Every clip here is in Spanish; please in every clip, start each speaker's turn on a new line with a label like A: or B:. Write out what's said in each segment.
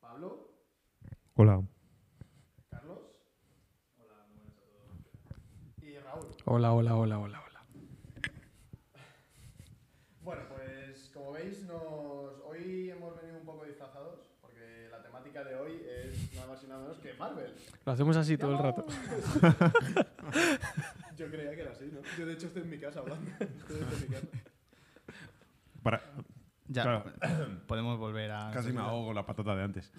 A: Pablo,
B: Hola.
A: Carlos. Y Raúl.
C: Hola, hola, hola, hola, hola.
A: Bueno, pues como veis, nos... hoy hemos venido un poco disfrazados, porque la temática de hoy es nada más y nada menos que Marvel.
C: Lo hacemos así todo el
A: ¡No!
C: rato.
A: Yo creía que era así, ¿no? Yo de hecho estoy en mi casa hablando. Estoy desde mi casa.
B: Para,
D: Ah, Ya,
B: Claro.
D: podemos volver a...
B: casi me ahogo la patata de antes.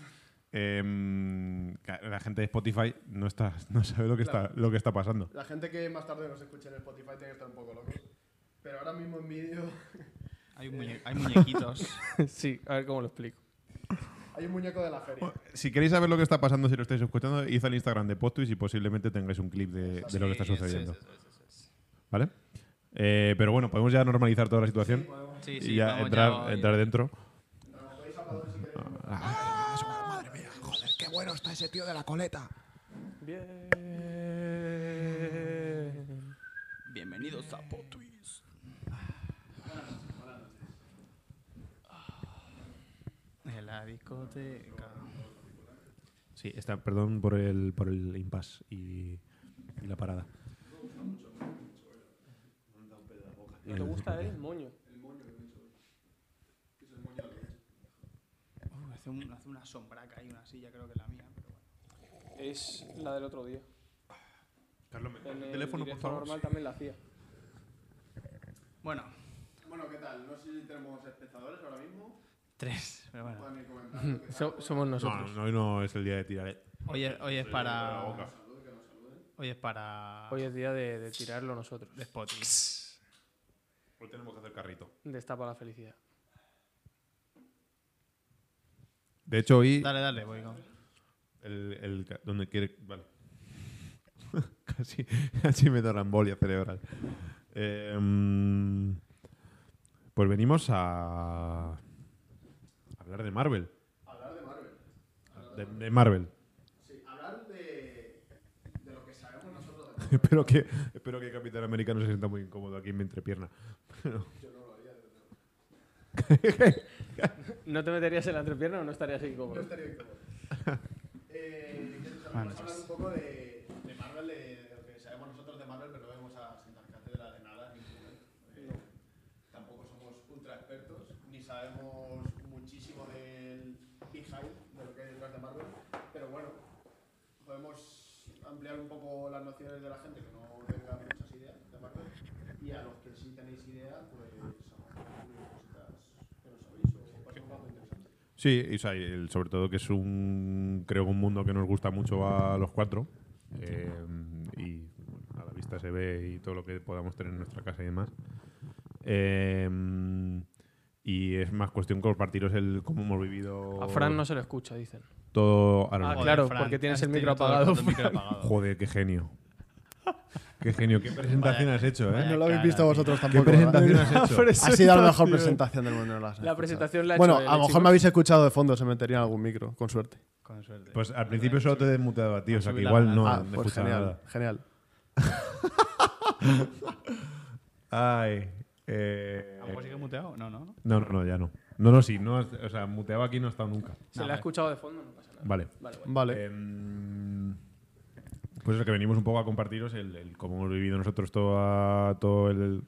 B: Em, ca- la gente de Spotify no, está, no sabe lo que,
A: Claro.
B: está, lo que está pasando.
A: La gente que más tarde nos escuche en Spotify tiene que estar un poco locos. Pero ahora mismo en vídeo
D: Hay, muñe- hay muñequitos.
C: sí, a ver cómo lo explico.
A: hay un muñeco de la feria.
B: Si queréis saber lo que está pasando, si lo estáis escuchando, hizo el Instagram de Potus y posiblemente tengáis un clip de, de lo que está
D: Sí, sí,
B: sucediendo.
D: sí, sí, sí,
B: ¿Vale? Eh, pero bueno, podemos ya normalizar toda la situación
D: sí. Sí,
B: y
D: sí,
B: ya
D: vamos
B: entrar,
D: hoy.
B: entrar dentro.
A: Nos podéis aplaudir si queréis.
E: Madre mía, joder, qué bueno está ese tío de la coleta.
C: Bien.
D: Bienvenidos a Ah. Potwist. En la discoteca.
B: Sí, está, perdón por el, por el impasse y, y la parada.
C: Lo que gusta es el moño.
D: Uh, hace, un- hace una sombraca y una silla, creo que es la mía. Pero bueno.
C: Es la del otro día.
B: Carlos,
C: En el
B: teléfono, por
C: directo
B: favor.
C: normal también la hacía.
D: bueno,
A: Bueno, ¿qué tal? No sé si tenemos espectadores ahora mismo.
D: tres. Pero bueno.
A: Pueden ir comentando. qué tal.
C: somos
B: No, no, hoy no es el día de tirar. eh.
D: Hoy es, hoy es para.
A: Salud, que nos saluden.
D: Hoy es para.
C: Hoy es día de, de tirarlo nosotros.
D: de Potwist.
B: Hoy tenemos que hacer carrito.
C: Destapa la felicidad.
B: De hecho, hoy
D: Dale, dale, voy con.
B: El, el ca- donde quiere. Vale. casi, casi me da la embolia cerebral. Eh, mm, pues venimos a. hablar de Marvel.
A: Hablar de Marvel.
B: De, de Marvel.
A: Sí, hablar de, de lo que sabemos nosotros. de Marvel.
B: espero, que, espero que Capitán América no se sienta muy incómodo aquí en mi entrepierna.
A: Yo no lo haría. desde luego.
C: ¿No te meterías en la entrepierna o no estarías así
A: No
C: cómodo?
A: estaría incómodo. Eh, ¿qué sabemos? Vamos a hablar un poco de, de Marvel, de, de lo que sabemos nosotros de Marvel, pero no vamos a sentar cátedra de nada. ninguna. Eh, Tampoco somos ultra expertos, ni sabemos muchísimo del behind, de lo que hay detrás de Marvel, pero bueno, podemos ampliar un poco las nociones de la gente que no tenga muchas ideas de Marvel y a los que sí tenéis idea, pues cositas que no sabéis o pasan un rato interesante.
B: Sí, y, o sea, y el- sobre todo que es un. Creo que un mundo que nos gusta mucho a los cuatro. eh, y bueno, a la vista se ve y todo lo que podamos tener en nuestra casa y demás. Eh, y es más cuestión compartiros el cómo hemos vivido.
C: A Fran no se lo escucha, dicen.
B: Todo. ahora
C: Ah,
B: mismo.
C: claro. porque tienes
D: has
C: el micro
D: tenido todo rato el
C: apagado.
D: micro apagado.
B: Joder, qué genio. Qué genio, qué presentación
D: Vaya-
B: has hecho,
D: vaya
B: ¿eh?
A: No lo habéis
D: cara,
A: visto
D: tío.
A: vosotros
B: ¿Qué
A: tampoco. ¿verdad?
B: presentación has hecho?
A: Ha sido la mejor presentación del mundo. no has
C: La
A: escuchado.
C: presentación la ha
A: Bueno,
C: hecho él,
A: a lo
C: ¿eh,
A: mejor
C: chicos?
A: me habéis escuchado de fondo, se metería en algún micro, con suerte.
D: Con suerte.
B: Pues al principio solo te he desmuteado a ti, o sea que igual no
A: ah,
B: me
A: pues
B: escuchaba
A: genial,
B: nada.
A: genial.
B: Ay. eh,
D: ¿Tampoco sigue muteado? No, no.
B: No, no, no, ya no. No, no, sí. No, has- o sea, muteaba aquí no he estado nunca.
C: Se la ha escuchado de fondo, no pasa nada.
B: Vale.
C: Vale, guay.
A: Vale.
B: Em, pues es que venimos un poco a compartiros el, el cómo hemos vivido nosotros toda- todo el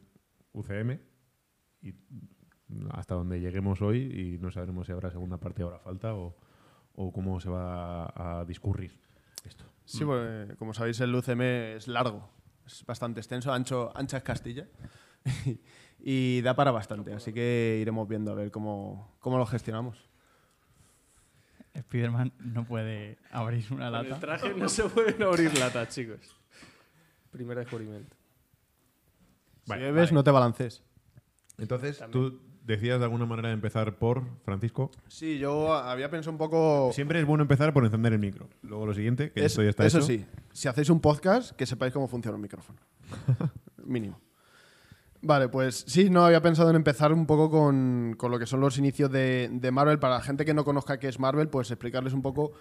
B: UCM y hasta donde lleguemos hoy y no sabremos si habrá segunda parte ahora falta o, o cómo se va a, a discurrir esto.
A: Sí, porque como sabéis, el UCM es largo, es bastante extenso, ancho, ancha es Castilla y da para bastante, así que iremos viendo a ver cómo, cómo lo gestionamos.
D: Spiderman no puede abrir una
C: Con el
D: lata.
C: traje no se pueden abrir latas, chicos. Primer descubrimiento.
B: Vale,
A: si bebes,
B: vale.
A: no te balances.
B: Entonces,
C: También.
B: tú decías de alguna manera empezar por Francisco.
A: Sí, yo había pensado un poco...
B: Siempre es bueno empezar por encender el micro. Luego lo siguiente, que
A: Es-
B: esto ya está
A: Oh. eso
B: hecho.
A: sí, si hacéis un podcast, que sepáis cómo funciona un micrófono. Mínimo. Vale, pues sí, no había pensado en empezar un poco con, con lo que son los inicios de, de Marvel. Para la gente que no conozca qué es Marvel, pues explicarles un poco,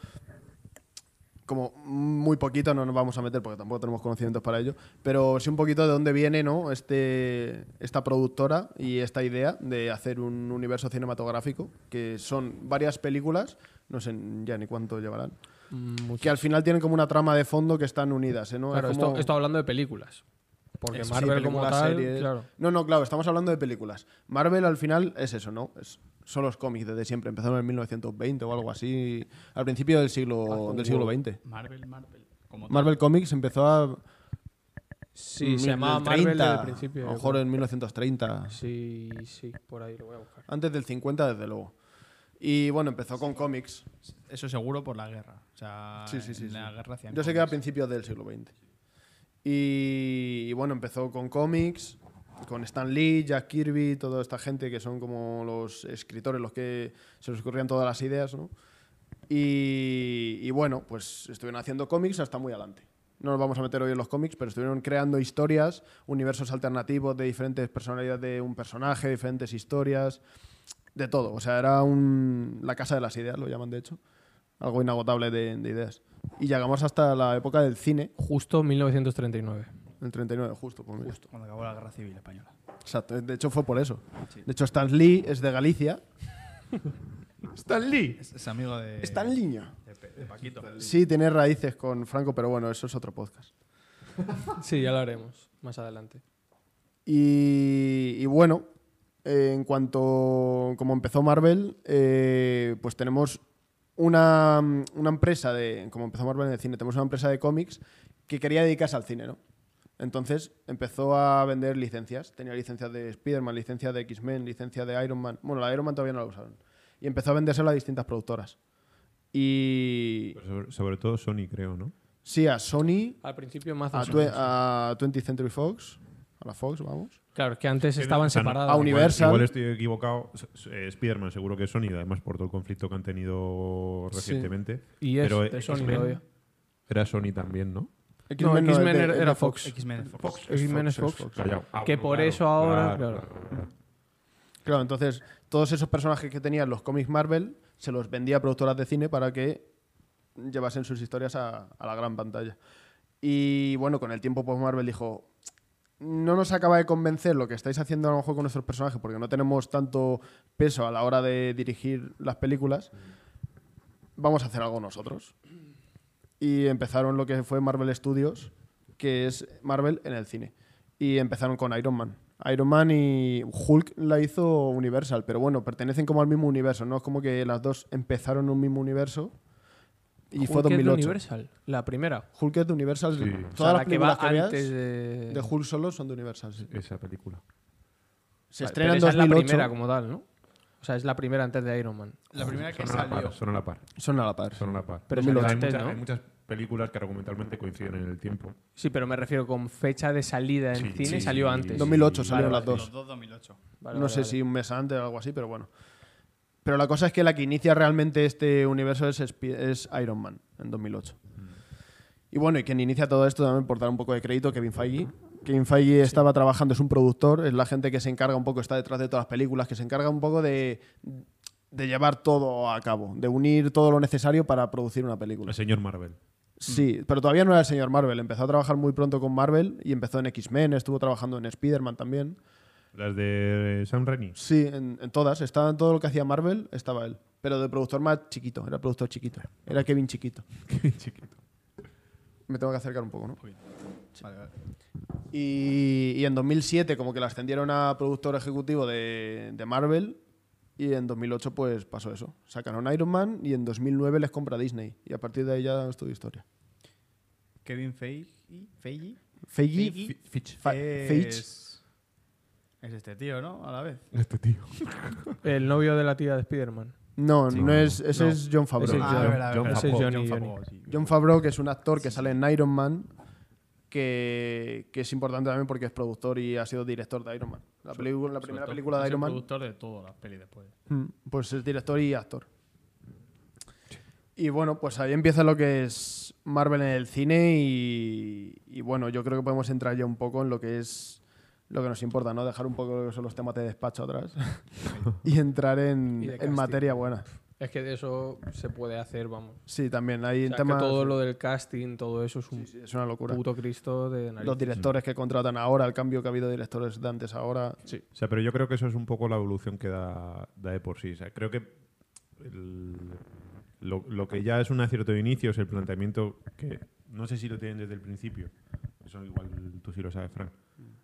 A: como muy poquito, no nos vamos a meter porque tampoco tenemos conocimientos para ello, pero sí un poquito de dónde viene ¿no? este, esta productora y esta idea de hacer un universo cinematográfico, que son varias películas no sé ya ni cuánto llevarán.
C: Mm, mucho.
A: Que al final tienen como una trama de fondo que están unidas, ¿eh? ¿no?
C: Claro,
A: Es como-
C: esto, esto hablando de películas. Porque
A: Eso sí,
C: Marvel como
A: películas,
C: tal,
A: series.
C: claro.
A: No, no, claro, estamos hablando de películas. Marvel al final es eso, ¿no? Es- son los cómics desde siempre. Empezaron en 1920 o algo así, al principio del siglo, del siglo XX.
D: Marvel, Marvel. Ah, Como tal.
A: Marvel Comics empezó a...
C: Sí, se
A: en
C: llamaba
A: el
C: Marvel
A: 30,
C: desde el principio.
A: A
C: yo
A: lo mejor
C: creo.
A: en 1930.
C: Sí, sí, por ahí lo voy a buscar.
A: Antes del 50, desde luego. Y bueno, empezó con cómics.
D: Eso seguro por la guerra. O sea,
A: Sí, sí, sí,
D: en la
A: sí.
D: guerra hacían
A: Yo sé que era a
D: cómics.
A: principios del siglo XX. Y, y bueno, empezó con cómics, con Stan Lee, Jack Kirby, toda esta gente que son como los escritores, los que se les ocurrían todas las ideas, ¿no? Y, y bueno, pues estuvieron haciendo cómics hasta muy adelante. No nos vamos a meter hoy en los cómics, pero estuvieron creando historias, universos alternativos de diferentes personalidades de un personaje, diferentes historias, de todo. O sea, era un, la casa de las ideas, lo llaman de hecho. Algo inagotable de, de ideas. Y llegamos hasta la época del cine,
C: Justo 1939.
A: el 39, justo. Pues mira.
D: Cuando acabó la guerra civil española.
A: Exacto, de hecho fue por eso. De hecho, Stan Lee es de Galicia.
B: ¡Stan Lee!
D: Es, es amigo de.
A: Stan Liña.
D: Eh, De, Pe- de Paquito.
A: Sí, tiene raíces con Franco, pero bueno, eso es otro podcast.
C: Sí, ya lo haremos más adelante.
A: Y, y bueno, eh, en cuanto como empezó Marvel, eh, pues tenemos una, una empresa de, como empezó Marvel en el cine, tenemos una empresa de cómics que quería dedicarse al cine, ¿no? Entonces empezó a vender licencias. Tenía licencias de Spider-Man, licencia de X-Men, licencia de Iron Man. Bueno, la de Iron Man todavía no la usaron. Y empezó a vendérsela a distintas productoras. Y
B: Sobre, sobre todo Sony, creo, ¿no?
A: sí, a Sony,
C: Al principio más
A: a, twe- a 20th Century Fox, a la Fox, vamos.
C: Claro, que antes estaban
B: O sea, no-
C: separadas.
A: a
B: igual-
A: Universal.
B: Igual, estoy equivocado. S- s- eh, Spider-Man seguro que es Sony, además por todo el conflicto que han tenido
C: Sí.
B: recientemente.
C: Y es
B: Pero,
C: de
B: eh,
C: Sony
B: X-Men.
C: todavía.
B: Era Sony también, ¿no?
C: No,
A: es
C: X-Men
A: de-
C: era-
A: es de
C: era Fox.
D: X-Men Fox.
C: X-Men es Fox.
B: Callao. Ah,
C: Que
B: bueno,
C: por
B: claro,
C: eso ahora,
B: claro,
C: claro.
A: Claro, entonces todos esos personajes que tenían los cómics Marvel se los vendía a productoras de cine para que llevasen sus historias a, a la gran pantalla. Y bueno, con el tiempo pues Marvel dijo, no nos acaba de convencer lo que estáis haciendo a lo mejor con nuestros personajes porque no tenemos tanto peso a la hora de dirigir las películas, vamos a hacer algo nosotros. Y empezaron lo que fue Marvel Studios, que es Marvel en el cine. Y empezaron con Iron Man. Iron Man y Hulk la hizo Universal, pero bueno, pertenecen como al mismo universo, ¿no? Es como que las dos empezaron en un mismo universo y fue
C: Hulk es de
A: 2008.
C: Universal, la primera.
A: Hulk es de Universal.
B: Sí.
A: Todas
C: O sea,
A: las
C: la que va
A: películas que, veas
C: antes
A: de...
C: de.
A: Hulk solo son de Universal. sí.
B: Esa película.
A: Se
C: Vale,
A: estrena
C: pero
A: en
C: esa
A: 2008.
C: es la primera como tal, ¿no? O sea, es la primera antes de Iron Man.
D: La primera que
B: Son a la
D: salió.
B: par, son a la par.
A: Son a la par.
B: Son a la par.
C: Pero
B: O sea,
C: salió
B: hay,
C: antes,
B: muchas-
C: ¿no?
B: hay muchas películas que argumentalmente coinciden en el tiempo.
C: Sí, pero me refiero con fecha de salida en
B: Sí, sí,
C: cine, salió
B: sí.
C: antes.
A: 2008
C: Vale,
A: salieron
C: vale.
A: las dos.
D: Los dos 2008.
C: Vale,
A: no
C: vale,
A: sé
C: vale.
A: si un mes antes o algo así, pero bueno. Pero la cosa es que la que inicia realmente este universo es, Spi- es Iron Man, en 2008.
C: Mm.
A: Y bueno, y quien inicia todo esto también por dar un poco de crédito, Kevin Feige. Kevin Feige estaba trabajando, es un productor, es la gente que se encarga un poco, está detrás de todas las películas, que se encarga un poco de, de llevar todo a cabo, de unir todo lo necesario para producir una película.
B: El señor Marvel.
A: Sí, pero todavía no era el señor Marvel. Empezó a trabajar muy pronto con Marvel y empezó en X-Men, estuvo trabajando en Spider-Man también.
B: Las de eh, Sam Raimi.
A: Sí, en, en todas. Estaba en todo lo que hacía Marvel, estaba él. Pero de productor más chiquito, era productor chiquito. Era Kevin chiquito.
B: Qué chiquito.
A: Me tengo que acercar un poco, ¿no?
D: Vale, vale.
A: Y, y en 2007 como que la ascendieron a productor ejecutivo de, de Marvel y en 2008 pues pasó eso. Sacaron Iron Man y en 2009 les compra Disney y a partir de ahí ya es toda historia.
D: Kevin Feige. Feige.
A: Feige, Fa-
D: es, es este tío, ¿no? A la vez.
B: Este tío.
C: El novio de la tía de Spider-Man.
A: No,
B: Sí,
A: no
B: no,
A: es, ese
C: no.
A: es John
C: Ese
A: Favreau.
C: es
D: Ah,
C: John-
D: a ver, a ver,
B: John
D: a ver.
C: Favreau. Ese es Johnny,
D: Favreau, sí.
A: John Favreau, que es un actor que sale en Iron Man, que, que es importante también porque es productor y ha sido director de Iron Man. La, película- la primera
D: Sobre todo,
A: película
D: es
A: de
D: el
A: Iron Man,
D: productor de todas las pelis después.
A: mm, pues es director y actor. Y bueno, pues ahí empieza lo que es Marvel en el cine y, y bueno, yo creo que podemos entrar ya un poco en lo que es lo que nos importa, ¿no? Dejar un poco lo que son los temas de despacho atrás y entrar en,
C: Y de
A: en
C: casting.
A: materia buena.
C: Es que de eso se puede hacer, vamos.
A: Sí, también hay
C: O sea, que
A: temas...
C: todo lo del casting, todo eso es un
A: eh. Sí, sí, es una locura.
C: puto Cristo de nariz.
A: los directores que contratan ahora, el cambio que ha habido de directores de antes ahora.
B: O sea, pero yo creo que eso es un poco la evolución que da, da de por sí. O sea, creo que el, lo, lo que ya es un acierto de inicio es el planteamiento que no sé si lo tienen desde el principio. Eso igual tú sí lo sabes, Frank,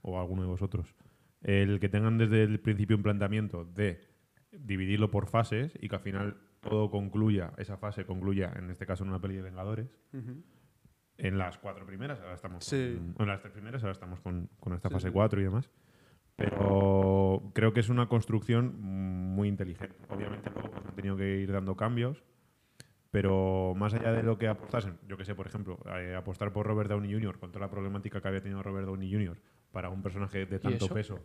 B: o alguno de vosotros. El que tengan desde el principio un planteamiento de dividirlo por fases y que al final todo concluya, esa fase concluya, en este caso en una peli de Vengadores. En las cuatro primeras ahora estamos
A: Sí.
B: con, en las tres primeras ahora estamos con, con esta fase 4 y demás. Pero creo que es una construcción muy inteligente. Obviamente luego pues, han tenido que ir dando cambios, pero más allá de lo que apostasen, yo que sé, por ejemplo, eh, apostar por Robert Downey Jr. con toda la problemática que había tenido Robert Downey Jr. para un personaje de tanto
C: eso?
B: peso.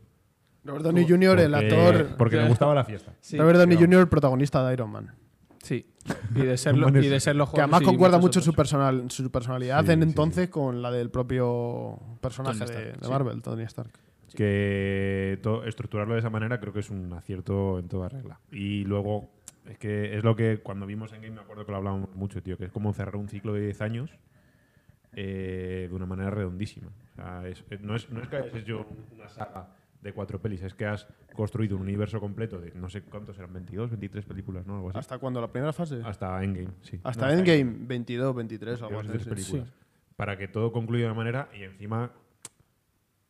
A: Robert Downey Jr., el
B: porque-
A: actor.
B: Porque le gustaba la fiesta.
C: Sí,
A: Robert Downey
B: Pero-
A: Jr., protagonista de Iron Man.
C: sí. Y de serlo,
B: Bueno,
C: y de serlo
A: Que además
C: sí,
A: concuerda
C: muchas
A: mucho su,
C: otras.
A: personal, su personalidad
B: Sí,
A: en
B: sí,
A: entonces con la del propio personaje
D: Tony
A: de,
D: Stark,
A: de
D: sí.
A: Marvel, Tony Stark.
B: que to- estructurarlo de esa manera creo que es un acierto en toda regla. Y luego, es que es lo que cuando vimos en Game, me acuerdo que lo hablábamos mucho, tío, que es como cerrar un ciclo de 10 años eh, de una manera redondísima. O sea, es- eh, no, es, no es que hayas hecho una saga de cuatro pelis, es que has construido un universo completo de no sé cuántos eran, 22, 23 películas, ¿no? Algo así.
A: ¿Hasta cuándo? ¿La primera fase?
B: Hasta Endgame, sí.
A: Hasta
B: No,
A: Endgame, 22, 23, algo
B: Llevas
A: así.
B: tres
A: sí.
B: películas. Para que todo concluya de una manera y encima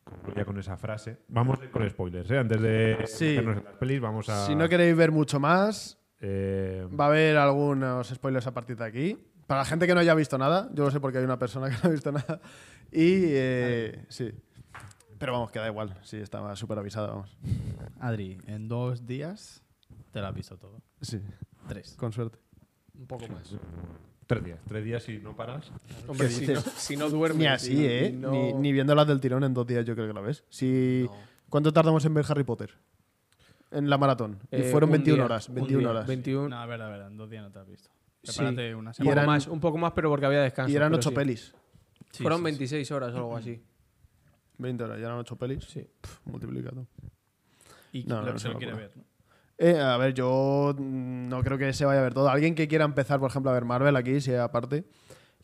B: concluya con esa frase. Vamos con spoilers, ¿eh? Antes de
A: Sí.
B: meternos en las pelis, vamos a.
A: Si no queréis ver mucho más,
B: eh,
A: va a haber algunos spoilers a partir de aquí. Para la gente que no haya visto nada, yo lo sé porque hay una persona que no ha visto nada. Y eh, sí. Pero vamos, que da igual. Sí, estaba súper avisada, vamos.
D: Adri, en dos días te lo has visto todo.
A: Sí,
D: Tres.
A: con suerte.
C: Un poco más.
B: tres días. Tres días si no paras.
C: Hombre,
A: ¿Qué
C: si no,
A: dices?
C: si no duermes.
A: Ni así,
C: y-
A: ¿eh?
C: y no-
A: Ni, ni viéndolas del tirón en dos días, yo creo que la ves. Si, ¿Cuánto tardamos en ver Harry Potter? En la maratón.
C: Eh,
A: y fueron
C: un
A: 21
C: día,
A: horas.
C: un
A: 21
C: día,
A: horas.
C: 21.
D: No, a ver, a ver, en dos días no te has visto.
C: Sí.
D: Prepárate una
C: un,
D: semana.
C: poco
A: eran-
C: más, un poco más, pero porque había descanso.
A: y eran
C: pero
A: 8
C: sí.
A: pelis.
D: Sí,
C: Fueron
D: sí, sí.
C: 26 horas o algo así.
A: 20 horas, ya eran 8 pelis.
C: Sí.
A: Pff, multiplicado.
D: Y
A: No,
D: lo
A: no,
D: que
A: no
D: se
A: se
D: lo
A: me
D: quiere
A: ocurre.
D: ver. ¿no?
A: Eh, a ver, yo mm, no creo que se vaya a ver todo. Alguien que quiera empezar, por ejemplo, a ver Marvel aquí, si aparte,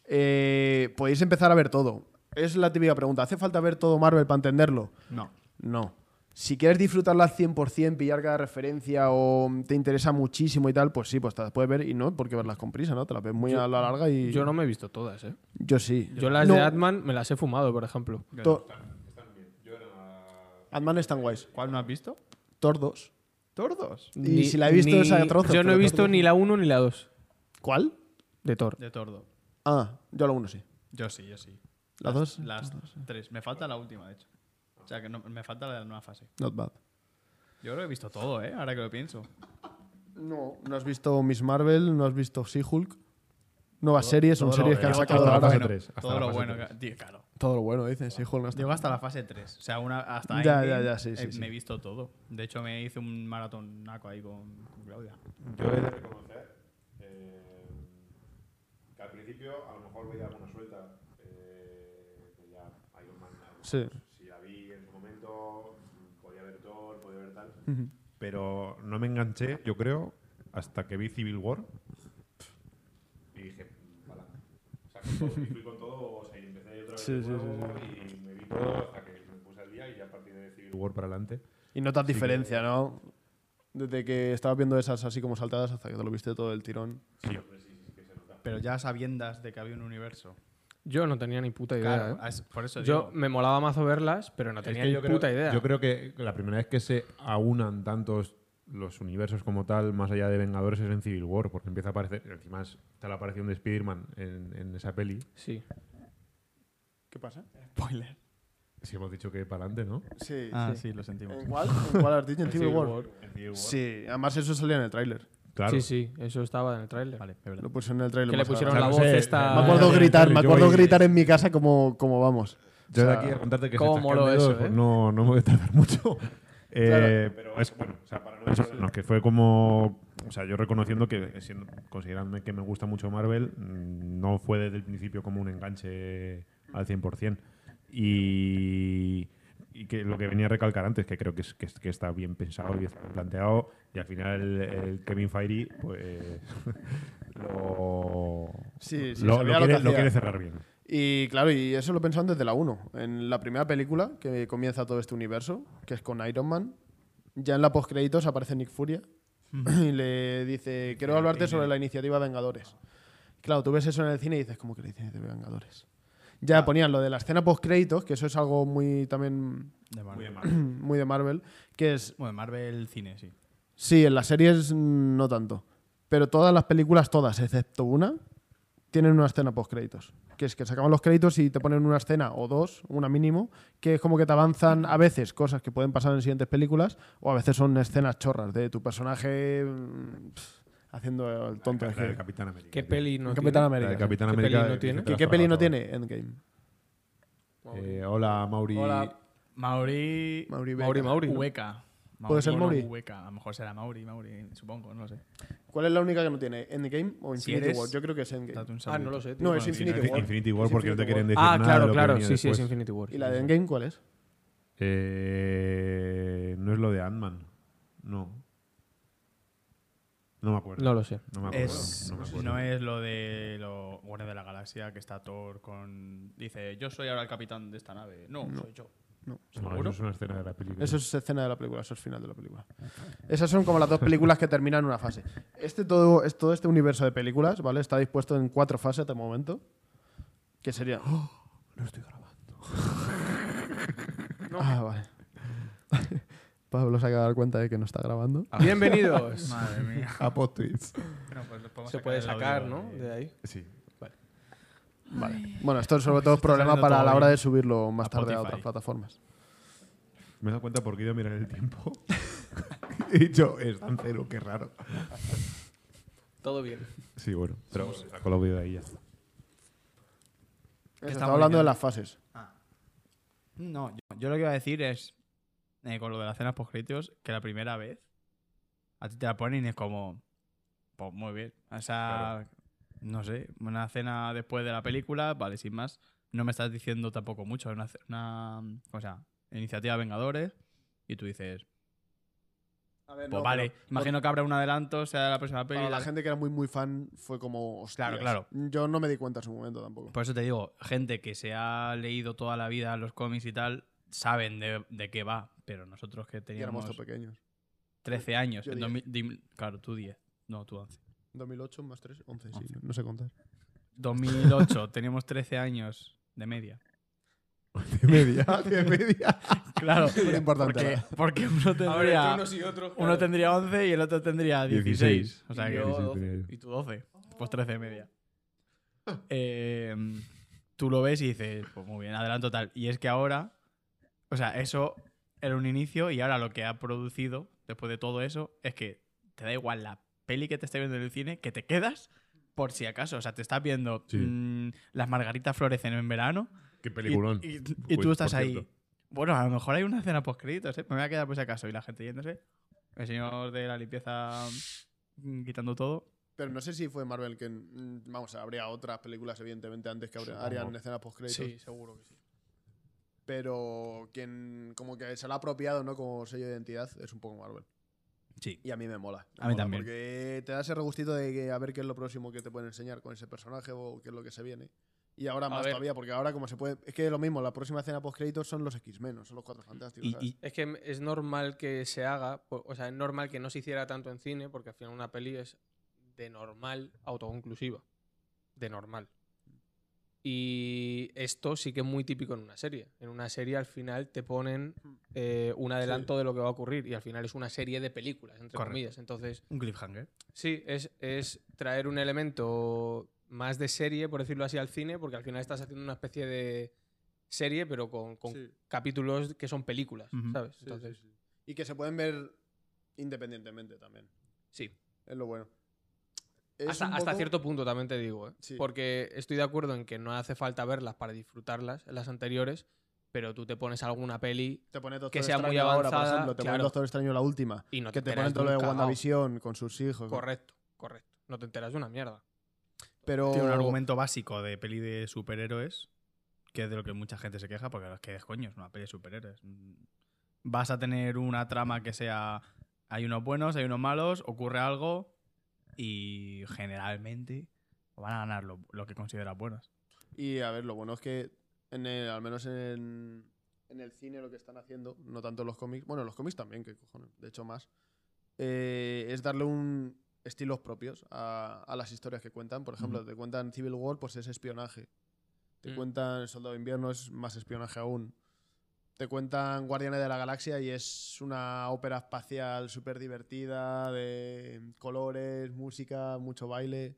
A: eh, podéis empezar a ver todo. Es la típica pregunta. ¿Hace falta ver todo Marvel para entenderlo?
D: No.
A: No. Si quieres disfrutarla al 100%, pillar cada referencia o te interesa muchísimo y tal, pues sí, pues te las puedes ver y no, porque verlas con prisa, ¿no? Te las ves muy a la larga y...
C: Yo no me he visto todas, ¿eh?
A: Yo sí.
C: Yo las
A: No,
C: de Atman me las he fumado, por ejemplo.
A: To- Ant-Man están guays.
D: ¿Cuál no has visto?
A: Tordos.
D: Tordos.
A: Y si la he visto
C: ni-
A: es a trozos,
C: Yo no he
A: pero
C: visto
A: trozos.
C: ni la 1 ni la 2
A: ¿Cuál?
C: de Thor.
D: De Tordo.
A: Ah, yo la uno sí.
D: Yo sí, yo sí.
A: ¿Las dos?
D: Las tres. Me falta la última, de hecho. O sea, que no- me falta la de la nueva fase.
A: Not bad.
D: Yo lo he visto todo, ¿eh? Ahora que lo pienso.
A: No, no has visto Miss Marvel, no has visto She-Hulk. Nuevas series, son
D: Todo lo
A: series que han
D: bueno,
A: sacado
D: todo lo
B: la
A: ahora.
B: fase
D: bueno,
B: tres, hasta
D: Todo
B: la
D: lo
B: fase
D: bueno.
B: tres.
D: que- Tío, claro.
A: Todo lo bueno, dices. She-Hulk no está-
D: Llego hasta la fase 3. O sea, una, hasta
A: Ya,
D: Endgame,
A: ya, ya, sí, sí,
D: eh,
A: sí.
D: Me he visto todo. De hecho, me hice un maratón naco ahí con, con Claudia.
B: Yo he de reconocer eh, que al principio a lo mejor veía alguna suelta eh, que ya Iron Man, algo.
A: Sí.
B: Si la vi en su momento, podía ver Thor, podía ver tal. Pero no me enganché, yo creo, hasta que vi Civil War. Y dije, "Hala". O sea, con todo, y fui con todo, o sea, y empecé otra vez
A: Sí,
B: de
A: sí,
B: nuevo y me vi todo hasta que me puse al día y ya a partir de Civil War para adelante.
A: Y notas diferencia, ¿no? Desde que estabas viendo esas así como saltadas hasta que te lo viste todo el tirón.
D: Pero ya sabiendas de que había un universo.
C: Yo no tenía ni puta idea.
D: Claro,
C: ¿eh?
D: es- por eso
C: Yo
D: digo.
C: me molaba mazo verlas, pero no tenía
B: Es que
C: ni
B: yo creo-
C: puta idea.
B: Yo creo que la primera vez que se aunan tantos los universos como tal, más allá de Vengadores, es en Civil War, porque empieza a aparecer, encima es- está la aparición de Spider-Man en, en esa peli.
C: Sí.
A: ¿Qué pasa?
D: Spoiler.
B: Si hemos dicho que para adelante, ¿no?
A: Sí.
D: Ah, sí, lo sentimos.
A: ¿En cuál? ¿En cuál has dicho? ¿En Civil
C: Civil
A: War?
C: War.
A: Sí, además eso salía en el tráiler.
B: Claro.
C: Sí, sí, eso estaba en el tráiler.
D: Vale, es verdad.
A: Lo pusieron en el tráiler.
C: Que le
A: más
C: pusieron
B: O sea,
A: adelante.
C: la
B: no
C: voz
B: sé,
C: esta.
A: Me
B: la-
A: acuerdo
B: la-
A: gritar, me
B: yo
A: acuerdo
B: voy-
A: gritar en mi casa como, como vamos.
B: Yo de
A: sea,
B: aquí a contarte que
C: ¿cómo
B: se
C: moló
B: moló
C: eso, eh?
B: no, no me voy a tardar mucho. Eh, Pero es bueno, o sea, para no decirlo, que fue como. O sea, yo reconociendo que, siendo- considerando que me gusta mucho Marvel, mm, no fue desde el principio como un enganche al 100%. Y, y que lo que venía a recalcar antes, que creo que, es, que, es- que está bien pensado y está bien planteado, y al final el, Kevin Feige, pues. lo.
A: Sí, sí,
B: lo- lo
A: sabía lo que
B: quiere, lo
A: hacía.
B: quiere cerrar bien.
A: Y claro, y eso lo pensaron desde la 1. En la primera película, que comienza todo este universo, que es con Iron Man, ya en la postcréditos aparece Nick Furia y le dice, quiero hablarte sobre la iniciativa Vengadores. Claro, tú ves eso en el cine y dices, ¿cómo que la iniciativa Vengadores? Ya ponían lo de la escena post-créditos, que eso es algo muy también
D: De Marvel.
F: Muy de
D: Bueno,
F: Marvel.
A: muy de Marvel, que es,
D: de Marvel cine, sí.
A: sí, en las series mm, no tanto, pero todas las películas, todas, excepto una, tienen una escena post-créditos. Que es que se acaban los créditos y te ponen una escena o dos, una mínimo, que es como que te avanzan a veces cosas que pueden pasar en siguientes películas o a veces son escenas chorras de tu personaje mm, pf, haciendo el tonto.
B: La
A: Es
B: de
A: que-
B: Capitán América.
C: ¿Qué
B: tío.
C: peli no
A: Capitán
C: tiene?
B: La de
A: América.
B: Capitán
C: ¿Qué
B: América.
C: peli no
B: de
C: tiene?
A: ¿Qué,
B: Vicente
A: qué peli no
B: Ferraz,
A: tiene Endgame?
B: ahora. Eh, hola, Mauri.
A: Hola.
D: Mauri.
A: Mauri Vega.
C: Mauri Mauri. ¿no?
D: Hueca.
A: ¿Puede ser
D: o no,
A: Mauri?
D: Hueca. A lo mejor será Mauri, Mauri, supongo, no lo sé.
A: ¿Cuál es la única que no tiene? ¿Endgame o
D: Si
A: Infinity
D: eres-
A: War? Yo creo que es Endgame.
D: Date un
C: Ah,
D: saludito.
C: no lo sé. tío.
A: No, es
C: Bueno,
A: Infinity
B: Infinity,
A: War.
B: Infinity War, porque no te
A: Infinity War.
B: quieren decir nada.
C: Ah,
B: de lo
C: claro,
B: que
C: claro.
B: venía
C: Sí, sí, es
B: después.
C: Infinity War.
A: ¿Y la de Endgame cuál es?
B: Eh, no es lo de Ant-Man. No. No me acuerdo.
C: No lo sé.
B: No me acuerdo.
D: Es-
B: no me acuerdo.
D: no es lo de lo Guardia de la Galaxia que está Thor con. Dice, yo soy ahora el capitán de esta nave. No, soy yo.
A: No.
B: No,
D: ¿Seguro?
B: eso es una escena de la película.
A: Eso es escena de la película, eso es final de la película. Esas son como las dos películas que terminan en una fase. Este todo, es- todo este universo de películas, ¿vale? Está dispuesto en cuatro fases hasta el momento. Que sería. ¡Oh! no estoy grabando. Ah, vale. Pablo se acaba de dar cuenta de que no está grabando.
C: Bienvenidos.
D: Madre mía.
B: A post-its.
D: Bueno, pues lo podemos
C: Se puede
D: el audio
C: sacar, ¿no?
D: de-
C: De ahí.
B: Sí.
A: Vale. Bueno, esto es sobre todo
D: Está
A: problema
D: saliendo
A: para
D: todo
A: la hora
D: bien.
A: de subirlo más
D: A
A: tarde a
D: Spotify.
A: otras plataformas.
B: Me he dado cuenta porque he ido a mirar el tiempo. He dicho, es tan cero, qué raro.
C: Todo bien.
B: Sí, bueno. Pero saco el audio de ahí ya.
D: Que
A: Estaba
D: estamos
A: hablando de
D: diciendo.
A: las fases.
D: No, yo, yo lo que iba a decir es, eh, con lo de las cenas postcritios, que la primera vez a ti te la ponen y es como, pues muy bien. O sea, no sé, una cena después de la película, vale, sin más. No me estás diciendo tampoco mucho. Una, ce- una o sea, iniciativa Vengadores y tú dices,
A: A ver,
D: pues
A: no,
D: vale,
A: pero-
D: imagino que habrá un adelanto, sea de la próxima peli.
A: Para la
D: tal.
A: gente que era muy muy fan fue como hostias.
D: Claro, claro.
A: Yo no me di cuenta en su momento tampoco.
D: Por eso te digo, gente que se ha leído toda la vida los cómics y tal, saben de, de qué va. Pero nosotros que
A: Y éramos
D: teníamos...
A: tan pequeños.
D: 13 años.
A: Yo
D: en
A: diez.
D: 2000 dim- claro, tú 10. No, tú 11.
A: 2008 más 3, 11, sí, no sé contar.
D: 2008, teníamos 13 años de media.
B: De media, de media.
D: Claro,
A: Súper importante, ¿verdad?
D: Porque, porque uno tendría,
C: y otros.
D: uno tendría 11 y el otro tendría 16.
B: 16.
D: O sea
C: Y
D: que,
C: yo
B: 16 tenía yo.
D: y tú 12. Pues 13 de media. Eh, tú lo ves y dices, pues muy bien, adelanto tal. Y es que ahora, o sea, eso era un inicio y ahora lo que ha producido, después de todo eso, es que te da igual la peli que te esté viendo en el cine, que te quedas por si acaso. O sea, te estás viendo
B: Sí.
D: mm, Las margaritas florecen en verano
B: Qué
D: y-
B: peliculón.
D: Y, y
B: Pues,
D: tú estás
B: por
D: ahí.
B: cierto.
D: Bueno, a lo mejor hay una escena post-créditos, ¿eh? Me voy a quedar por si acaso. Y la gente yéndose. El señor de la limpieza mm, quitando todo.
A: Pero no sé si fue Marvel que mm, vamos, habría otras películas evidentemente antes que habría- harían escenas post créditos,
C: Sí, seguro que sí.
A: pero quien como que se la ha apropiado, ¿no? Como sello de identidad es un poco Marvel.
D: Sí.
A: Y a mí me mola. me
D: A mí
A: mola
D: también.
A: Porque te da ese regustito de que a ver qué es lo próximo que te pueden enseñar con ese personaje o qué es lo que se viene. Y ahora más
C: ver.
A: todavía, porque ahora como se puede... Es que es lo mismo, la próxima escena post-créditos son los X-Men, no son los Cuatro Fantásticos.
D: Y,
A: ¿sabes?
D: y-
C: Es que es normal que se haga, po- o sea, es normal que no se hiciera tanto en cine, porque al final una peli es de normal autoconclusiva. De normal. Y esto sí que es muy típico en una serie. En una serie al final te ponen
A: Hmm.
C: eh, un adelanto de lo que va a ocurrir y al final es una serie de películas, entre
D: Correcto.
C: comillas. Entonces,
D: un cliffhanger.
C: Sí, es, es traer un elemento más de serie, por decirlo así, al cine, porque al final estás haciendo una especie de serie, pero con, con capítulos que son películas,
D: Ujú.
C: ¿sabes?
A: Sí, sí,
C: Entonces, sí,
A: sí. Y que se pueden ver independientemente también. Es lo bueno. Es
C: Hasta,
A: un
C: hasta
A: poco-
C: cierto punto también te digo, ¿eh?
A: Sí.
C: porque estoy de acuerdo en que no hace falta verlas para disfrutarlas, las anteriores, pero tú te pones alguna peli
A: Te pone Doctor
C: que sea muy
A: Extraño ahora, por
C: avanzada,
A: ejemplo. Te pone
C: claro.
A: Doctor Extraño la última.
C: y no
A: que te
C: enteras
A: ponen todo lo de
C: nunca. Ah,
A: WandaVision con sus hijos.
C: correcto, correcto. No te enteras de una mierda.
A: Pero
D: Tiene un argumento básico de peli de superhéroes, que es de lo que mucha gente se queja, porque es que es coño, es una peli de superhéroes. Mm. Vas a tener una trama que sea. Hay unos buenos, hay unos malos, ocurre algo y generalmente van a ganar lo, lo que consideras buenas.
A: Y a ver, lo bueno es que, en el- al menos en, en el cine, lo que están haciendo, no tanto en los cómics, bueno, en los cómics también, que cojones, de hecho más, eh, es darle un estilos propios a, a las historias que cuentan. Por ejemplo, te cuentan Civil War, pues es espionaje. Te
C: Mm.
A: cuentan Soldado de Invierno, es más espionaje aún. Te cuentan Guardianes de la Galaxia y es una ópera espacial súper divertida, de colores, música, mucho baile.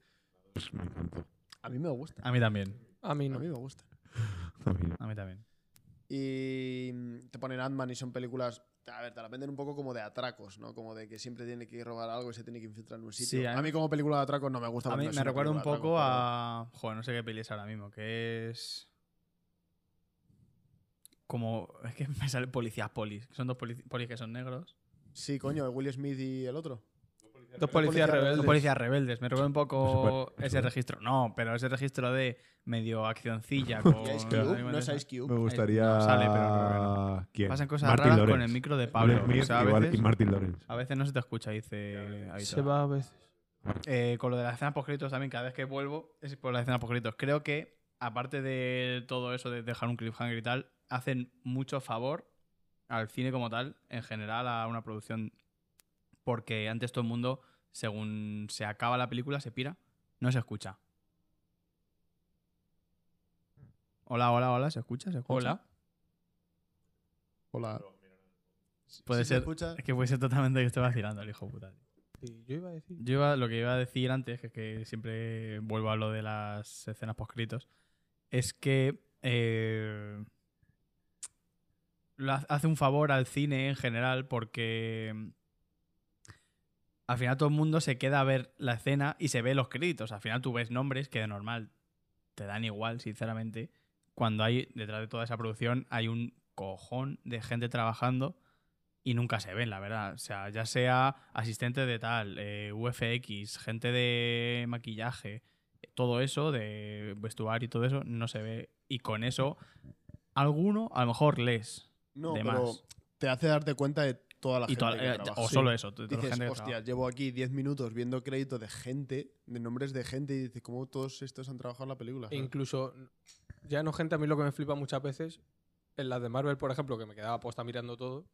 B: Pues Me encantó.
A: A mí me gusta.
D: A mí también.
C: A mí
A: A
C: no.
A: mí me gusta.
B: A mí no.
D: A mí también.
A: Y mm, te ponen Ant-Man y son películas. A ver, te la venden un poco como de atracos, ¿no? Como de que siempre tiene que ir robar algo y se tiene que infiltrar en un sitio.
D: Sí, a
A: a,
D: mí-
A: mí, como película de atracos no me gusta.
D: A
A: porque
D: mí
A: no es
D: me
A: una
D: recuerda un
A: película de
D: poco
A: atracos,
D: a. Joder, no sé qué peli es ahora mismo, que es. Como. Es que me sale policías polis. que Son dos polici- polis que son negros.
A: pero- Sí, coño, Will Smith y el otro.
C: Dos policías
A: Policía
C: rebeldes.
D: Son policías rebeldes. Me recuerda un poco
B: No se puede.
D: ese registro. No, pero ese registro de medio accioncilla. Con
A: Y Ice Cube, no
D: animales.
A: es Ice Cube.
B: Me gustaría.
D: no sale, pero creo que no.
B: ¿Quién?
D: Pasan cosas
B: Martin
D: raras con
B: Lawrence.
D: el micro de
B: Will
D: Pablo.
B: Smith
D: o sea, a,
B: igual
D: veces,
B: y Martin Lawrence.
D: a veces no se te escucha, dice. Aitor.
C: Se va a veces.
D: Eh, con lo de las escenas poscritos también, cada vez que vuelvo es por las escenas poscritos. Creo que, aparte de todo eso de dejar un cliffhanger y tal, hacen mucho favor al cine como tal, en general a una producción, porque antes todo el mundo, según se acaba la película, se pira, no se escucha. Hola, hola, hola, ¿se escucha? ¿Se escucha?
C: Hola.
A: Hola.
D: Puede
A: Si se
D: ser,
A: escucha-
D: es que puede ser totalmente que esté vacilando el hijo de puta. tío.
C: Sí, yo iba a decir.
D: Yo iba- lo que iba a decir antes, que, es que siempre vuelvo a lo de las escenas poscritos, es que eh, lo ha- hace un favor al cine en general porque mm, al final todo el mundo se queda a ver la escena y se ve los créditos. Al final tú ves nombres que de normal te dan igual, sinceramente. Cuando hay detrás de toda esa producción hay un cojón de gente trabajando y nunca se ven, la verdad. O sea, ya sea asistente de tal, eh, UFX, gente de maquillaje, todo eso, de vestuario y todo eso, no se ve. Y con eso, alguno a lo mejor lees.
A: No,
D: de
A: pero
D: más.
A: te hace darte cuenta de toda la
D: Y
A: gente
D: toda-
A: que
D: eh,
A: trabaja.
D: o
A: Sí.
D: solo eso. toda la
A: Dices,
D: gente que
A: hostia,
D: trabaja.
A: llevo aquí 10 minutos viendo crédito de gente, de nombres de gente, y dices, ¿cómo todos estos han trabajado en la película?
C: E incluso, ya no gente, a mí lo que me flipa muchas veces, en las de Marvel, por ejemplo, que me quedaba posta mirando todo,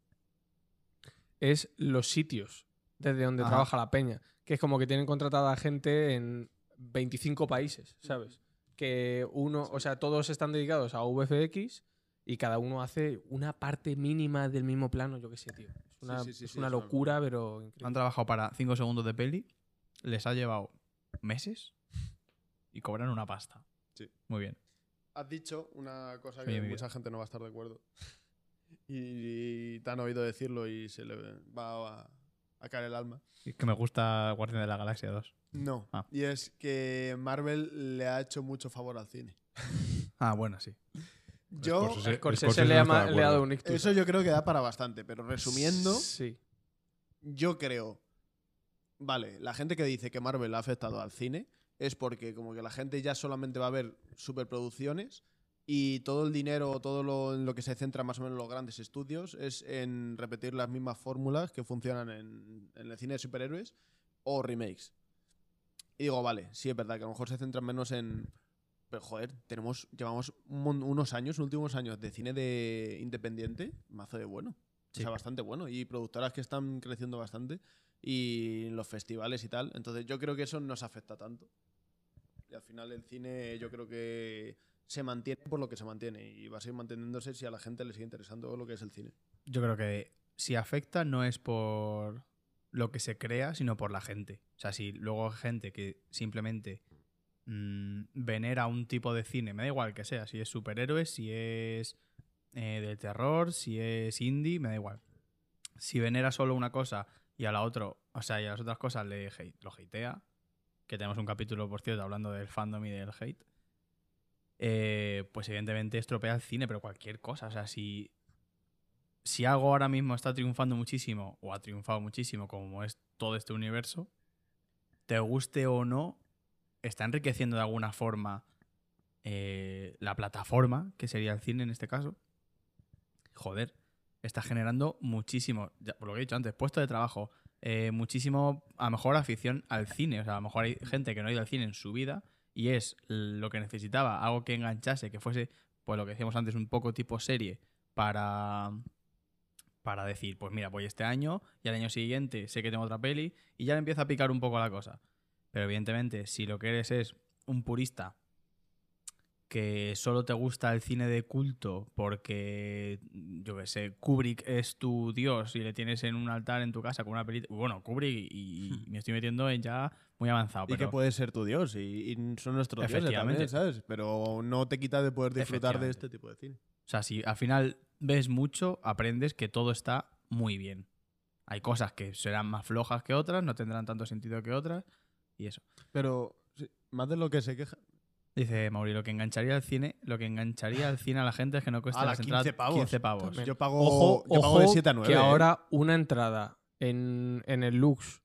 C: es los sitios desde donde
D: Ajá.
C: trabaja la peña. Que es como que tienen contratada gente en 25 países, ¿sabes? Que uno, o sea, todos están dedicados a VFX y cada uno hace una parte mínima del mismo plano, yo qué sé, tío. Es una,
A: sí, sí,
C: es
A: sí,
C: una
A: es una
C: locura, pero increíble.
D: Han trabajado para 5 segundos de peli, les ha llevado meses y cobran una pasta.
A: Sí.
D: Muy bien.
A: Has dicho una cosa
D: Oye,
A: que
D: mi
A: mucha gente no va a estar de acuerdo. Y, y te han oído decirlo y se le va a, a caer el alma.
D: Es que me gusta Guardián de la Galaxia 2.
A: No.
D: Ah.
A: Y es que Marvel le ha hecho mucho favor al cine.
D: Ah, bueno, sí.
A: Yo,
B: Scorsese-
C: Scorsese
B: Scorsese
C: le,
B: no
C: ha,
B: está
C: ma-
B: de
C: le ha
B: acuerdo.
C: dado un ictus.
A: eso yo creo que da para bastante, pero resumiendo,
C: Sí.
A: yo creo. Vale, la gente que dice que Marvel ha afectado al cine es porque como que la gente ya solamente va a ver superproducciones y todo el dinero, todo lo en lo que se centra más o menos los grandes estudios es en repetir las mismas fórmulas que funcionan en, en el cine de superhéroes o remakes. Y digo, vale, sí es verdad que a lo mejor se centran menos en... Pero joder, tenemos, llevamos un mon- unos años, últimos años de cine de independiente, mazo de bueno. O sea, bastante bueno. Y productoras que están creciendo bastante. Y en los festivales y tal. Entonces yo creo que eso nos afecta tanto. Y al final el cine yo creo que se mantiene por lo que se mantiene. Y va a seguir manteniéndose si a la gente le sigue interesando lo que es el cine.
D: Yo creo que si afecta no es por lo que se crea, sino por la gente. O sea, si luego hay gente que simplemente mm, venera un tipo de cine, me da igual que sea, si es superhéroes, si es eh, de terror, si es indie, me da igual. Si venera solo una cosa y a la otra, o sea, y a las otras cosas le hate- lo hatea, que tenemos un capítulo, por cierto, hablando del fandom y del hate, eh, pues evidentemente estropea el cine, pero cualquier cosa. O sea, si si algo ahora mismo está triunfando muchísimo, o ha triunfado muchísimo, como es todo este universo, te guste o no, está enriqueciendo de alguna forma eh, la plataforma, que sería el cine en este caso. Joder, está generando muchísimo, ya, por lo que he dicho antes, puesto de trabajo, eh, muchísimo, a lo mejor afición al cine. O sea, a lo mejor hay gente que no ha ido al cine en su vida y es lo que necesitaba, algo que enganchase, que fuese, pues lo que decíamos antes, un poco tipo serie para para decir, pues mira, voy este año y al año siguiente sé que tengo otra peli y ya le empieza a picar un poco la cosa. Pero evidentemente, si lo que eres es un purista que solo te gusta el cine de culto porque, yo qué sé, Kubrick es tu dios y le tienes en un altar en tu casa con una película... Bueno, Kubrick y, y me estoy metiendo en ya muy avanzado.
A: Y que
D: Ah, pero-
A: puede ser tu dios, y, y son nuestros dioses
D: Efectivamente.
A: también, ¿sabes? Pero no te quita de poder disfrutar de
D: Efectivamente.
A: este tipo de cine.
D: O sea, si al final ves mucho, aprendes que todo está muy bien. Hay cosas que serán más flojas que otras, no tendrán tanto sentido que otras, y eso.
A: Pero sí, más de lo que se queja.
D: Dice Mauri, lo que engancharía al cine, lo que engancharía al cine a la gente es que no cueste
A: Ala,
D: las entradas
A: 15 pavos.
D: 15 pavos.
C: También.
A: Yo pago,
C: Ojo,
A: yo pago
C: ojo
A: de 7 a 9.
C: que
A: ¿eh?
C: ahora una entrada en, en el Lux